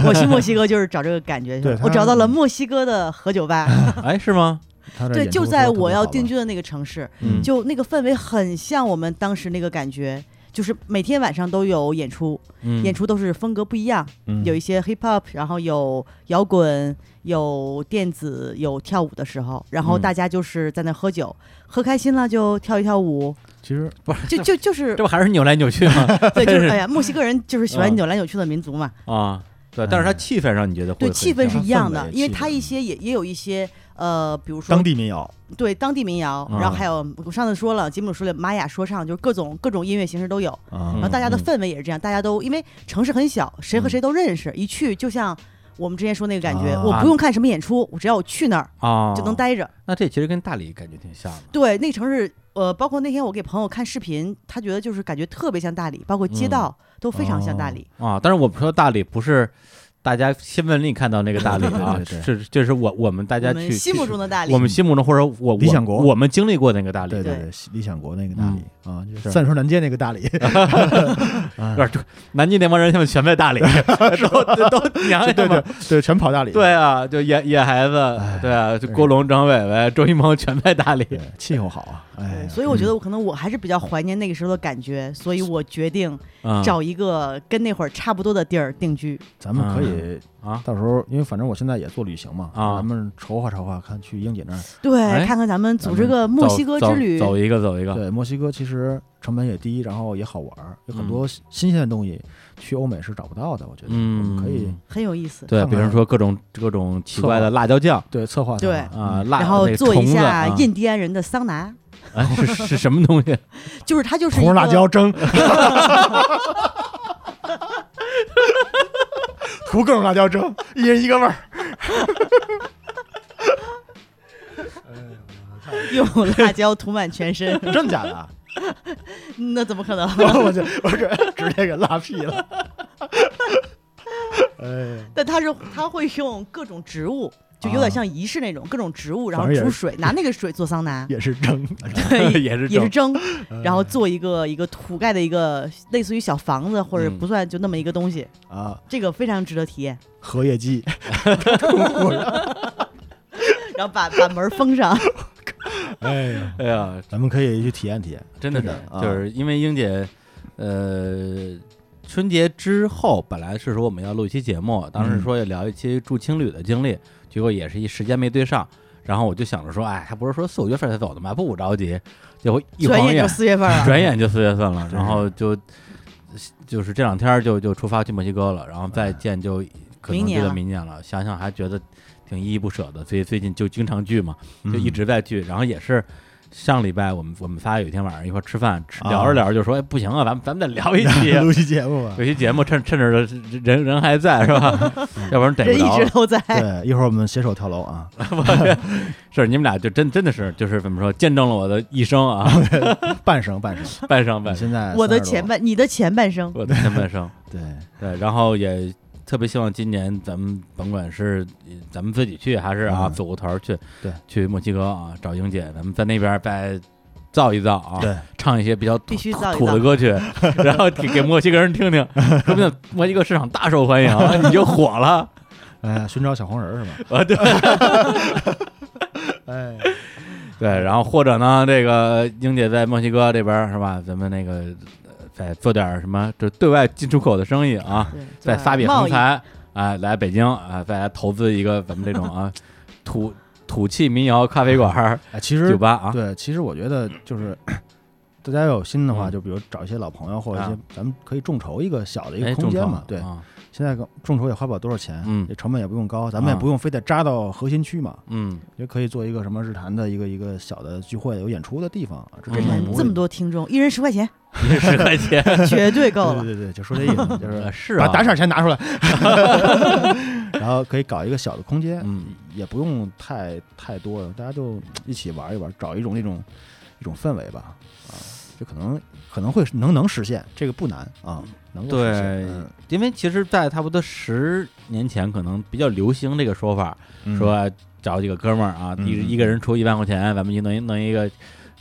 S2: 我去墨西哥就是找这个感 觉去了
S3: 对。他
S2: 我找到了墨西哥的喝酒吧，
S1: 哎是吗？
S3: 他这
S2: 对，
S3: 演出
S2: 就
S3: 的
S2: 在
S3: 时候特
S2: 我
S3: 别
S2: 要
S3: 好
S2: 定
S3: 玩
S2: 居的那个城市，
S1: 嗯
S2: 就那个氛围很像我们当时那个感觉。就是每天晚上都有演出，
S1: 嗯
S2: 演出都是风格不一样，
S3: 嗯
S2: 有一些 hip hop，然后有摇滚，有电子，有跳舞的时候，然后
S1: 嗯
S2: 大家就是在那喝酒，喝开心了就跳一跳舞，
S3: 其实
S2: 就就 就是
S1: 这不还是扭来扭去吗？
S2: 对，就是
S1: 是
S2: 哎呀，墨西哥人就是喜
S1: 嗯
S2: 欢扭来扭去的民族嘛，
S1: 啊，对，但是
S3: 哎
S1: 它气氛上你觉得会
S2: 对，
S1: 很
S2: 气氛是
S1: 像
S2: 一样的
S3: 氛，围
S2: 因为
S3: 气
S2: 它
S3: 氛
S2: 一些也也有一些呃，比如说
S3: 当地啊民谣，
S2: 对当地民谣，
S1: 嗯
S2: 然后还有我上次说了，节目说了玛雅说唱，就是各种各种音乐形式都有，
S3: 啊
S2: 嗯然后
S1: 嗯
S2: 大家的氛围也是这样，大家都因为城市很小，谁和谁都认识，一去就像我们之前说那个感觉，
S3: 啊
S2: 我不用看什么演出，我只要我去那儿
S1: 啊
S2: 就能。待着。
S1: 那这其实跟大理感觉挺像的。
S2: 对，那个城市。呃，包括那天我给朋友看视频，他觉得就是感觉特别像大理，包括街
S1: 嗯
S2: 道都非常像大
S3: 哦
S2: 理。
S1: 啊，但是我们说大理不是大家新闻里看到那个大理啊，
S3: 对对对
S1: 是这是我我们大家
S2: 我
S1: 去
S2: 们心目
S1: 去
S2: 中的大理，
S1: 我们哎心目中或者我
S3: 理想国
S1: 我我们经历过那个大理，
S3: 对
S2: 对
S3: 对，理想国那个大理、
S1: 嗯
S3: 啊，就是三川南街那个大理，
S1: 有点儿南京那帮人他们全在 大理，都都都娘
S3: 对
S1: 他
S3: 对哎
S1: 们。
S3: 对对，全跑大理。
S1: 哎 对啊，就野野孩子，对啊，就郭龙、张伟伟、周一萌全在大理
S3: 对，气候好啊，哎
S2: 对
S3: 呀，
S2: 所以
S1: 嗯
S2: 我觉得我可能我还是比较怀念那个时候的感觉，所以我决定
S3: 嗯
S1: 啊
S2: 找一个跟那会儿差不多的地儿定居。
S3: 咱们可以
S1: 啊
S3: 到时候，因为反正我现在也做旅行嘛，
S1: 啊
S3: 咱们筹划筹划，看去英姐那儿。
S1: 哎
S2: 对，看看咱们组织个墨西哥之旅
S1: 走，走走一个走一个，
S3: 对，墨西哥其实成本也低，然后也好玩儿，有很多新鲜的东西，去欧美是找不到的。我觉得
S1: 嗯
S3: 我们可以
S2: 很有意思。
S1: 对，
S3: 看
S1: 比如
S3: 看
S1: 说各种各种奇怪的辣椒酱
S3: 对策划策
S2: 对
S3: 划
S1: 啊，
S3: 嗯
S1: 辣
S2: 然后
S1: 那个
S2: 做一
S1: 虫子
S2: 下
S1: 啊
S2: 印第安人的桑拿，
S1: 哎，是是什么东西？
S2: 就是它就是一
S3: 红
S2: 个
S3: 辣 椒，蒸， 涂各种辣椒蒸，一人一个味儿。
S2: 用辣椒涂满全 身，
S3: 真假的？
S2: 那怎么可能？
S3: 我就我直直接给拉屁了。
S2: 但它是它会用各种植物，就有点像仪式
S1: 啊
S2: 那种，各种植物，然后
S3: 反正也
S2: 煮
S3: 是，
S2: 水，拿那个水做桑拿
S3: 也是蒸，
S2: 对，
S1: 也是嗯
S2: 也
S1: 正
S2: 是蒸，然后做一个一个土盖的一个类似于小房子或者
S1: 嗯
S2: 不算就那么一个东西，
S3: 啊，
S2: 这个非常值得 体验。
S3: 荷叶鸡，
S2: 然后把把门封上，
S3: 哎呀，
S1: 哎呀，
S3: 咱们可以去体验体验。
S1: 真的是
S3: 真的，啊
S1: 就是因为英姐，呃，春节之后本来是说我们要录一期节目，当时说要聊一期住青旅的经历，结果也是一时间没对上。然后我就想着说，哎，还不是说四五月份才走的嘛，不着急。结果 一
S2: 转
S1: 晃
S2: 眼就四月份了。
S1: 转眼就四月份了，
S3: 是
S1: 然后就就是这两天就就出发去墨西哥了，然后再见就可能就
S2: 明年啊
S1: 到
S2: 了
S1: 明年了。想想还觉得挺依依不舍的，所以最近就经常聚嘛，就一直在聚。然后也是上礼拜我们我们仨有一天晚上一块儿吃饭，吃
S3: 啊
S1: 聊着聊着就说，哎，不行啊，咱们咱们再聊一 期。
S3: 录期节目吧。
S1: 有期节目趁趁着人人还在是吧？要不然 逮
S2: 人
S1: 不
S2: 一
S1: 着
S2: 直。都在，
S3: 对，一会儿我们携手跳楼啊！
S1: 是你们俩就真真的是就是怎么说，见证了我的一生啊，
S3: 半 生半生，
S1: 半生 半生，
S3: 现在
S2: 我的
S3: 30
S2: 前半，你的前半生，
S1: 我的前半生。
S3: 对，
S1: 对，然后也特别希望今年咱们甭管是呃咱们自己去，还是啊
S3: 嗯
S1: 组个团儿去，
S3: 对，
S1: 去墨西哥啊找英姐，咱们在那边儿再造一造啊，
S3: 对，
S1: 唱一些比较土
S2: 必须造一
S1: 土的
S2: 造
S1: 歌曲， 然后给给墨西哥人听听，说不定墨西哥市场大受欢迎，你就火了
S3: 哎，寻找小黄人儿是吧？
S1: 啊， 对
S3: 哎，
S1: 对，然后或者呢，这个英姐在墨西哥这边儿是吧，咱们那个。呃再做点儿什么，就对外进出口的生意啊，
S2: 对，
S1: 再发笔
S2: 贸
S1: 横
S2: 易
S1: 财啊、来北京啊、再来投资一个咱们这种啊土土气民谣咖啡馆儿、
S3: 哎，其
S1: 酒
S3: 实
S1: 吧啊，
S3: 对，其实我觉得就是。 大家有心的话，
S1: 嗯
S3: 就比如找一些老朋友或者一些
S1: 啊，
S3: 咱们可以众筹一个小的一
S1: 哎，
S3: 个
S1: 众
S3: 空
S1: 筹
S3: 间嘛。对，
S1: 啊
S3: 现在众筹也花不了多少钱，
S1: 嗯
S3: 这成本也不用高，咱们
S1: 啊
S3: 也不用非得扎到核心区嘛，
S1: 嗯，
S3: 也可以做一个什么日坛的一个一个小的聚会，有演出的地方。啊这
S1: 嗯
S2: 这
S3: 成本
S2: 么
S3: 不会
S2: 这么多听众，一人十 块钱，
S1: 一人十块钱
S2: 绝对够
S3: 对
S2: 了。
S3: 对对，对就说这意思， 就是
S1: 是
S3: 把
S1: 啊，
S3: 打赏钱拿出来， 然后可以搞一个小的空间，
S1: 嗯
S3: 也不用太太多，大家就一起玩一玩，找一种那种一种氛围吧，啊，这可能可能会能能实现，这个不难啊，能够实
S1: 对
S3: 现。嗯，
S1: 因为其实，在差不多十年前，可能比较流行这个说法，
S3: 嗯
S1: 说找几个哥们儿啊，
S3: 嗯
S1: 一一个人出一万块钱，咱们一弄一弄一个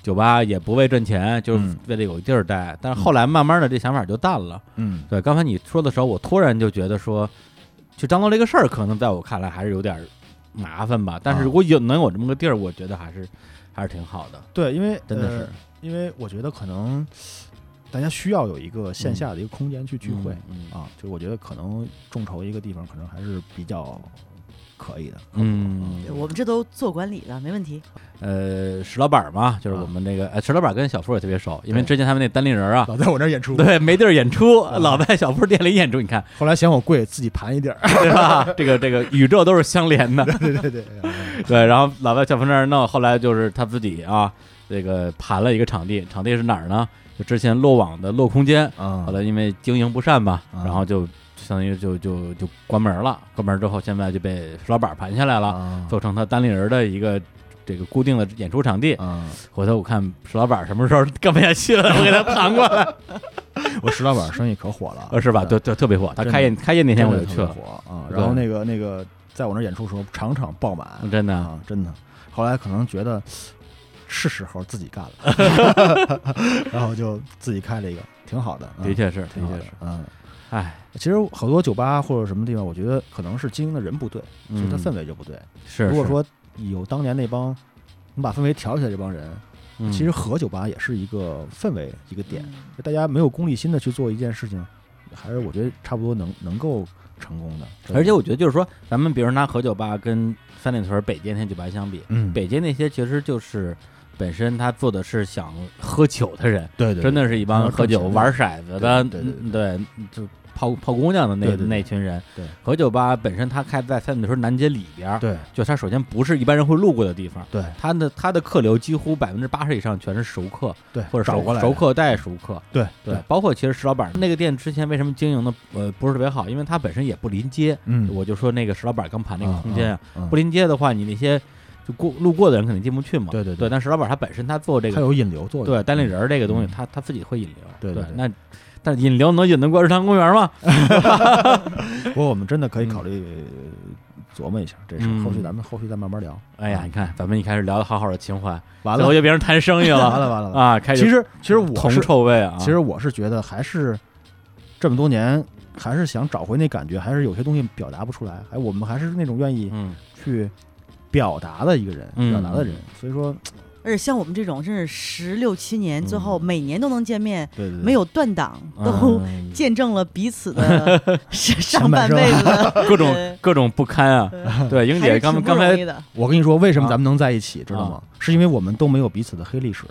S1: 酒吧，也不为赚钱，就是
S3: 嗯
S1: 为了有地儿待。但是后来慢慢的，这想法就淡了。
S3: 嗯，
S1: 对，刚才你说的时候，我突然就觉得说，去张罗这个事儿，可能在我看来还是有点儿麻烦吧。但是
S3: 啊
S1: 如果有能有这么个地儿，我觉得还是还是挺好的，
S3: 对，因为
S1: 真的
S3: 呃
S1: 是
S3: 因为我觉得可能大家需要有一个线下的一个空间去聚会、
S1: 嗯
S3: 啊，就我觉得可能众筹一个地方可能还是比较可以的。
S1: 嗯
S2: 对我们这都做管理的，没问题。
S1: 呃，石老板儿嘛，就是我们那个，呃，石老板儿跟小夫也特别熟，因为
S3: 对
S1: 之前他们那单立人儿啊，
S3: 老在我这儿演出，
S1: 对，没地儿演出，老在小夫店里演出，你看，
S3: 后来嫌我贵，自己盘一点儿。
S1: 对吧？这个这个宇宙都是相连的，
S3: 对 对对，
S1: 对，然后老在小夫那儿弄，后来就是他自己啊，这个盘了一个场地，场地是哪儿呢？就之前落网的落空间，
S3: 啊
S1: 后来因为经营不善吧，
S3: 啊
S1: 然后就相当于就就就关门了。关门之后，现在就被石老板盘下来了，
S3: 啊
S1: 做成他单立人的一个这个固定的演出场地。
S3: 啊！
S1: 回头我看石老板什么时候干不下去了，我给他盘过 来，
S3: 我石老板生意可火了
S1: 呃，，是吧？对对，特别火。他
S3: 真的
S1: 开业开业那
S3: 那
S1: 天我就去了，
S3: 火啊。
S1: 对
S3: 然后那个那个，在我那儿演出的时候，场场爆满
S1: 真的啊。
S3: 啊，真的。后来可能觉得是时候自己干了， 然后就自己开了一个，挺好的，嗯
S1: 的，确是，的
S3: 挺好
S1: 确
S3: 的
S1: 是，，
S3: 嗯。
S1: 哎，
S3: 其实好多酒吧或者什么地方，我觉得可能是经营的人不对，所以它
S1: 嗯
S3: 氛围就不对。
S1: 是。
S3: 如果
S1: 是，
S3: 说有当年那帮能把氛围调起来这帮人，
S1: 嗯
S3: 其实和酒吧也是一个氛围一个点，
S2: 嗯
S3: 就大家没有功利心的去做一件事情，还是我觉得差不多能能够成功的。真的
S1: 而且我觉得就是说，咱们比如拿何酒吧跟三里屯北街那些酒吧相比，
S3: 嗯，
S1: 北街那些其实就是本身他做的是想喝酒的人。
S3: 对对，
S1: 真的是一帮喝酒玩骰子的，
S3: 对对
S1: 嗯对，就泡泡姑娘的那
S3: 对对对
S1: 那群人。
S3: 对，
S1: 喝酒吧本身它开在三里屯南街里边儿，
S3: 对
S1: 就它首先不是一般人会路过的地方，
S3: 对
S1: 它的它的客流几乎百分之八十以上全是熟客
S3: 对，
S1: 或者
S3: 找
S1: 熟
S3: 过来
S1: 熟客带熟客。
S3: 对
S1: 对，，包括其实石老板那个店之前为什么经营的呃不是特别好，因为它本身也不临街。
S3: 嗯，
S1: 我就说那个石老板刚盘那个
S3: 嗯
S1: 空间啊，
S3: 嗯
S1: 不临街的话，你那些就过路过的人肯定进不去嘛。
S3: 对对
S1: 对，，但石老板他本身他做这个
S3: 它有引流作用，
S1: 对单立人儿这个东西，
S3: 嗯
S1: 他他自己会引流。
S3: 对对对
S1: 那但是引流能引得过日坛公园吗？
S3: 嗯不过我们真的可以考虑琢磨一下这事儿，
S1: 嗯
S3: 后续咱们后续再慢慢聊。
S1: 哎呀，你看咱们一开始聊的好好的情怀，
S3: 啊完
S1: 最
S3: 了
S1: 后，就变成谈生意
S3: 完
S1: 了
S3: 了，完了。
S1: 啊！开始
S3: 其实其实我
S1: 铜
S3: 是
S1: 臭味啊，
S3: 其实我是觉得还是这么多年，还是想找回那感觉，还是有些东西表达不出来。哎，我们还是那种愿意
S1: 嗯
S3: 去表达的一个人，
S1: 嗯
S3: 表达的人。所以说，
S2: 而且像我们这种，真是十六七年，最后每年都能见面，
S3: 对对对，
S2: 没有断档，都
S1: 嗯
S2: 见证了彼 此的上
S3: 前半
S2: 半
S3: 生
S2: 辈子的
S1: 各种
S2: 对
S1: 各种不堪啊。
S2: 呃
S1: 对，英
S2: 还
S1: 姐
S2: 是
S1: 刚
S2: 挺不
S1: 刚才
S2: 容易的
S3: 我跟你说，为什么
S1: 啊
S3: 咱们能在一起，知道吗？是因为我们都没有彼此的黑历史，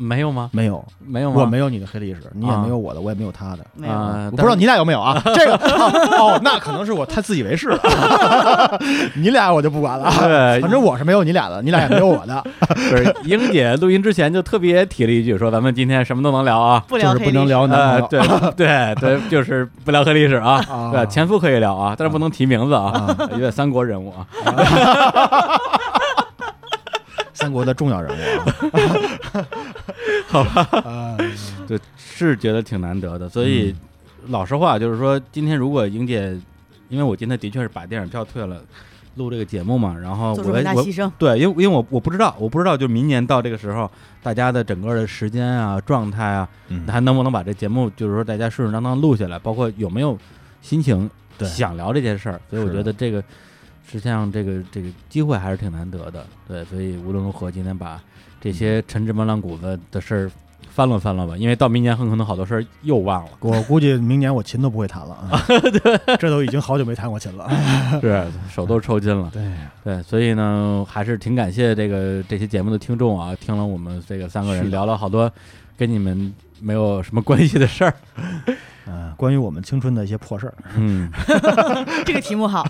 S1: 没有吗？
S3: 没有，
S1: 没有吗？
S3: 我没有你的黑历史，你也
S1: 啊
S3: 没有我的，我也没有他的。
S2: 没有。
S1: 啊，
S3: 我
S1: 但
S3: 不知道你俩有没有 啊？这个哦，哦那可能是我太自以为是了。 你俩我就不管了，啊
S1: 对
S3: 反正我是没有你俩的，你俩也没有我的，
S1: 不是英姐录音之前就特别提了一句，说咱们今天什么都能聊啊。
S2: 不
S3: 就
S2: 聊
S3: 是
S2: 黑
S3: 不能
S2: 历史
S3: 聊男
S1: 呃，
S3: 朋友。
S1: 对对对，就是不聊黑历史啊，
S3: 啊
S1: 对，前夫可以聊啊，但是不能提名字啊，因为三国人物啊。
S3: 三国的重要人物 啊。
S1: 对，是觉得挺难得的。所以，老实话就是说，今天如果莹姐，因为我今天的确是把电影票退了，录这个节目嘛，然后
S2: 做出
S1: 我
S2: 很
S1: 来
S2: 大
S1: 我
S2: 牺牲，
S1: 对，因为因为我我不知道，我不知道，就明年到这个时候，大家的整个的时间啊、状态啊，
S3: 嗯
S1: 还能不能把这节目，就是说大家顺顺当当录下来，包括有没有心情
S3: 对
S1: 想聊这件事儿。所以我
S3: 是
S1: 觉
S3: 的
S1: 得这个实际上这个这个机会还是挺难得的。对，所以无论如何，今天把这
S3: 嗯
S1: 些陈芝麻烂谷子的事儿翻了翻了吧，因为到明年很可能好多事儿又忘 了。
S3: 我估计明年我琴都不会弹了 啊，这都已经好久没弹过琴了。啊
S1: 是手都抽筋了。
S3: 对，
S1: 对，所以呢，还是挺感谢这个这期节目的听众啊，听了我们这个三个
S3: 是
S1: 人
S3: 的
S1: 聊了好多跟你们没有什么关系的事儿。
S3: 嗯，关于我们青春的一些破事儿，啊
S1: 嗯，
S2: 这个题目好，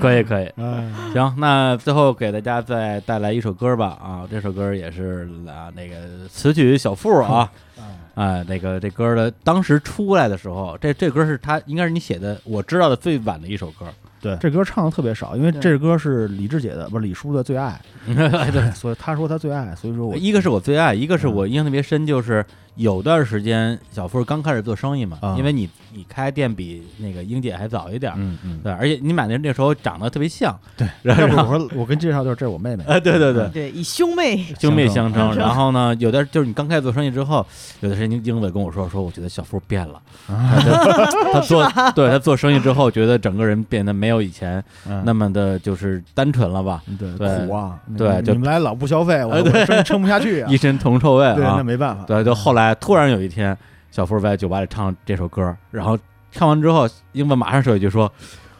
S1: 可以可以。
S3: 嗯，
S1: 行，那最后给大家再带来一首歌吧啊，这首歌也是啊那个词曲小付 啊。
S3: 嗯
S1: 啊，那个这歌的当时出来的时候，这这歌是他应该是你写的，我知道的最晚的一首歌。
S3: 对，这歌唱的特别少，因为
S2: 对
S3: 这歌是李志姐的，不是李叔的最爱，
S1: 对，哎
S3: 所以他说他最爱，所以说我
S1: 一个是我最爱，一个
S3: 嗯
S1: 是我印象特别深，就是有段时间小付刚开始做生意嘛，
S3: 啊
S1: 因为你你开店比那个英姐还早一点儿，
S3: 嗯嗯，
S1: 对，而且你买的那时候长得特别像，
S3: 对，
S1: 然
S3: 要
S1: 后
S3: 不我说我跟介绍就是这是我妹妹，
S1: 啊，对对对。
S2: 对，以兄妹
S1: 兄妹相
S3: 相称
S1: 称，然后呢，有的就是你刚开始做生意之后，有的人英伟跟我说，说我觉得小付变了，
S3: 嗯
S1: 他 他他做对他做生意之后，觉得整个人变得没有以前
S3: 嗯
S1: 那么的就是单纯了吧，
S3: 对
S1: 嗯对
S3: 苦啊，你
S1: 对
S3: 你
S1: 就
S3: 你们来老不消费，我
S1: 哎 对
S3: 我生意撑不下去啊
S1: 一，身铜臭味啊，
S3: 对，那没办法，
S1: 对，就后来突然有一天，小付在酒吧里唱这首歌，然后唱完之后，英文马上说一句说：“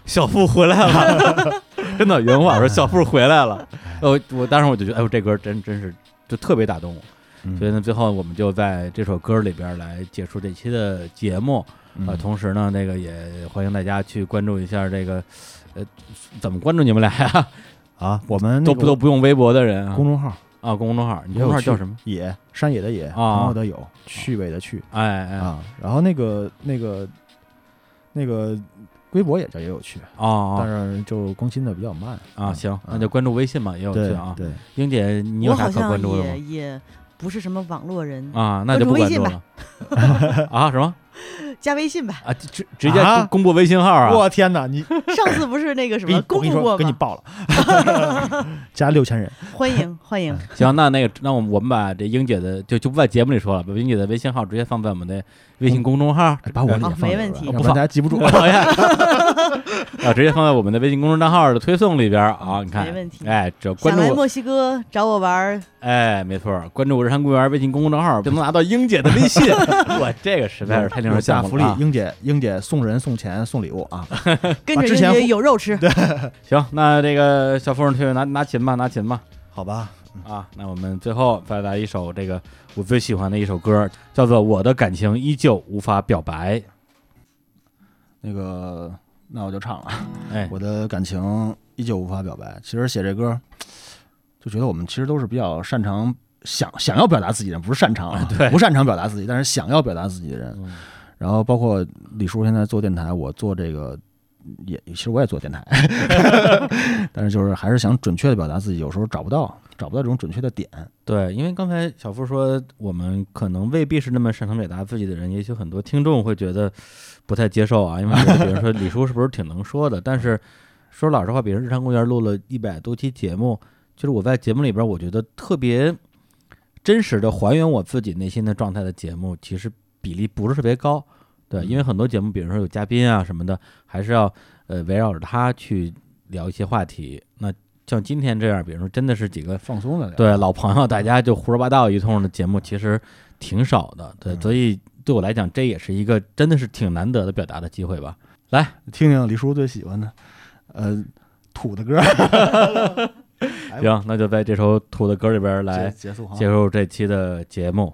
S1: 小付回来了。” 真的原
S3: 哎
S1: 话说：“小付回来了。”呃，我当时我就觉得，哎呦，这歌真真是就特别打动我。
S3: 嗯
S1: 所以呢，最后我们就在这首歌里边来结束这期的节目。啊，
S3: 嗯
S1: 同时呢，那个也欢迎大家去关注一下这个，呃，怎么关注你们俩呀？
S3: 啊，我们
S1: 都
S3: 那
S1: 不
S3: 个
S1: 都不用微博的人啊
S3: 公众号
S1: 啊，公众号，你公众号叫什么？？
S3: 野山野的野，
S1: 啊
S3: 朋友的友，趣味的趣
S1: 哎哎
S3: 啊，然后那个那个那个微博也叫也有趣，
S1: 哦哦
S3: 但是就更新的比较慢
S1: 啊，行，那就关注微信吧，也有
S3: 对
S1: 趣啊。
S3: 对，
S1: 英姐， 你有
S2: 我
S1: 啥
S2: 好
S1: 可
S2: 像
S1: 关注的
S2: 也
S1: 吗？
S2: 也不是什么网络人，
S1: 啊，那就不关注了。 啊，什么
S2: 加微信吧。
S1: 啊？直直接
S3: 啊
S1: 公布微信号啊？
S3: 我天哪，你
S2: 上次不是那个什
S1: 哎
S3: 给
S2: 么公
S3: 你我跟你
S2: 布
S3: 说，
S2: 过
S3: 给你
S2: 吗？
S3: 报了，加六千人，
S2: 欢迎欢迎，
S1: 行，那那个，那我们我们把这英姐的就就不在节目里说了，把英姐的微信号直接放在我们的微信公众号。
S3: 哎把我脸
S2: 好
S3: 放里边
S2: 没问题
S3: 要
S1: 不
S3: 不
S1: 啊放
S3: 然大家记 不住。
S1: 讨厌啊，直接放在我们的微信公众账号的推送里边啊，你看，
S2: 没问题
S1: 哎，只要关
S2: 想
S1: 注
S2: 来
S1: 我，
S2: 墨西哥找我玩儿，
S1: 哎，没错，关注我日常公园微信公众账号，就能拿到英姐的微信。 我这个实在是太令人
S3: 有
S1: 羡
S3: 大
S1: 慕
S3: 福
S1: 了
S3: 利
S1: 啊！，
S3: 英姐，英姐送人送钱送礼物啊！
S2: 跟
S3: 啊
S2: 着
S3: 之前
S2: 人
S3: 互
S2: 家有肉吃。
S1: 行，那这个小夫人推拿拿琴吧，拿琴吧。
S3: 好吧，
S1: 啊，那我们最后再来一首这个我最喜欢的一首歌，叫做《我的感情依旧无法表白》。
S3: 那个，那我就唱了。
S1: 哎，
S3: 我的感情依旧无法表白。其实写这歌，就觉得我们其实都是比较擅长想想要表达自己的人，不是擅长、啊，
S1: 对
S3: 不擅长表达自己，但是想要表达自己的人。
S1: 嗯
S3: 然后包括李叔现在做电台，我做这个也其实我也 做电台，但是就是还是想准确的表达自己，有时候找不到找不到这种准确的点。
S1: 对，因为刚才小付说，我们可能未必是那么擅长表达自己的人，也许很多听众会觉得不太接受啊，因为比如说李叔是不是挺能说的，但是说老实话，比如日常公园录了一百多期节目，就是我在节目里边，我觉得特别真实的还原我自己内心的状态的节目，其实比例不是特别高。对，因为很多节目，比如说有嘉宾啊什么的，还是要呃围绕着他去聊一些话题。那像今天这样，比如说真的是几个
S8: 放松了点。
S1: 对老朋友，大家就胡说八道一通的节目，其实挺少的。对，
S8: 嗯
S1: 所以对我来讲，这也是一个真的是挺难得的表达的机会吧。来，
S8: 听听李叔最喜欢的，呃，土的歌儿，哎
S1: 行，那就在这首土的歌里边来
S8: 结结束哈
S1: 结。束这期的节目。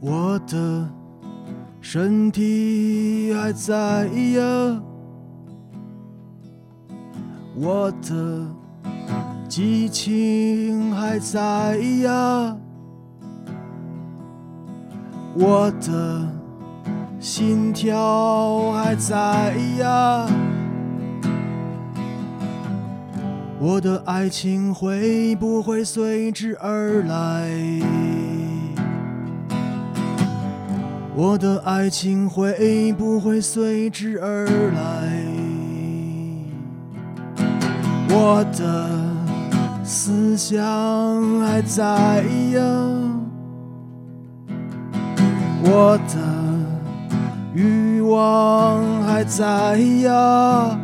S3: 我的身体还在呀，我的激情还在呀，我的心跳还在呀，我的爱情会不会随之而来？我的爱情会不会随之而来？我的思想还在呀，我的欲望还在呀，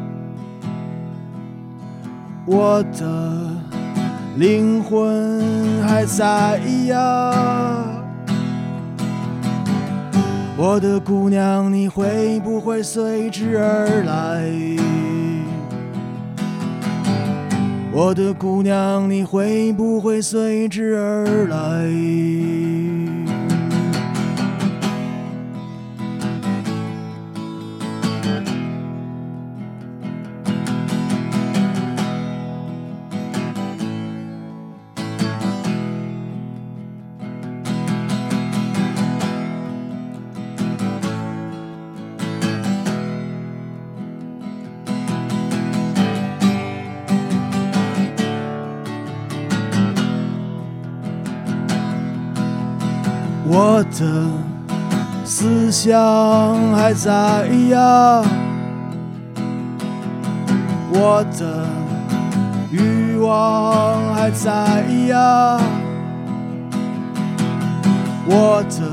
S3: 我的灵魂还在呀。我的姑娘，你会不会随之而来？我的姑娘，你会不会随之而来？我的思想还在呀，我的欲望还在呀，我的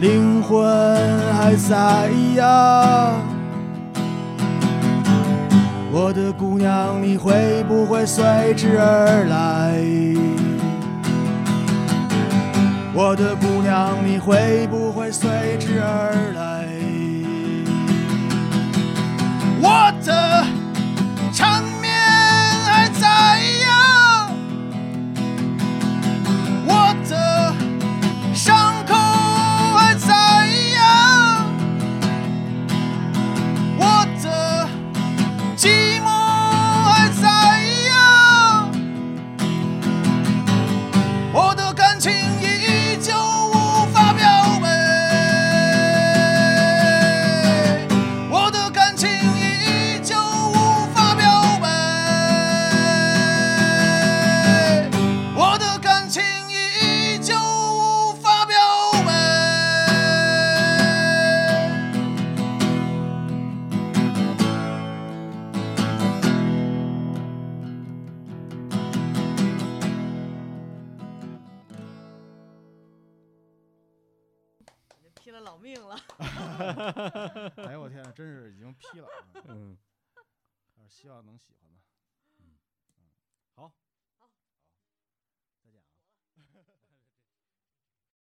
S3: 灵魂还在呀。我的姑娘，你会不会随之而来？我的姑娘，你会不会随之而来？我的缠绵还在呀，我的伤口还在呀，我的寂寞还在呀。我的感情依旧无法表白，我的感情依旧无法表白，我的感情依旧无法表白。
S2: 拼了老命了。
S8: 哎呦我天啊，真是已经劈了啊，
S1: 嗯。
S8: 希望能喜欢吧。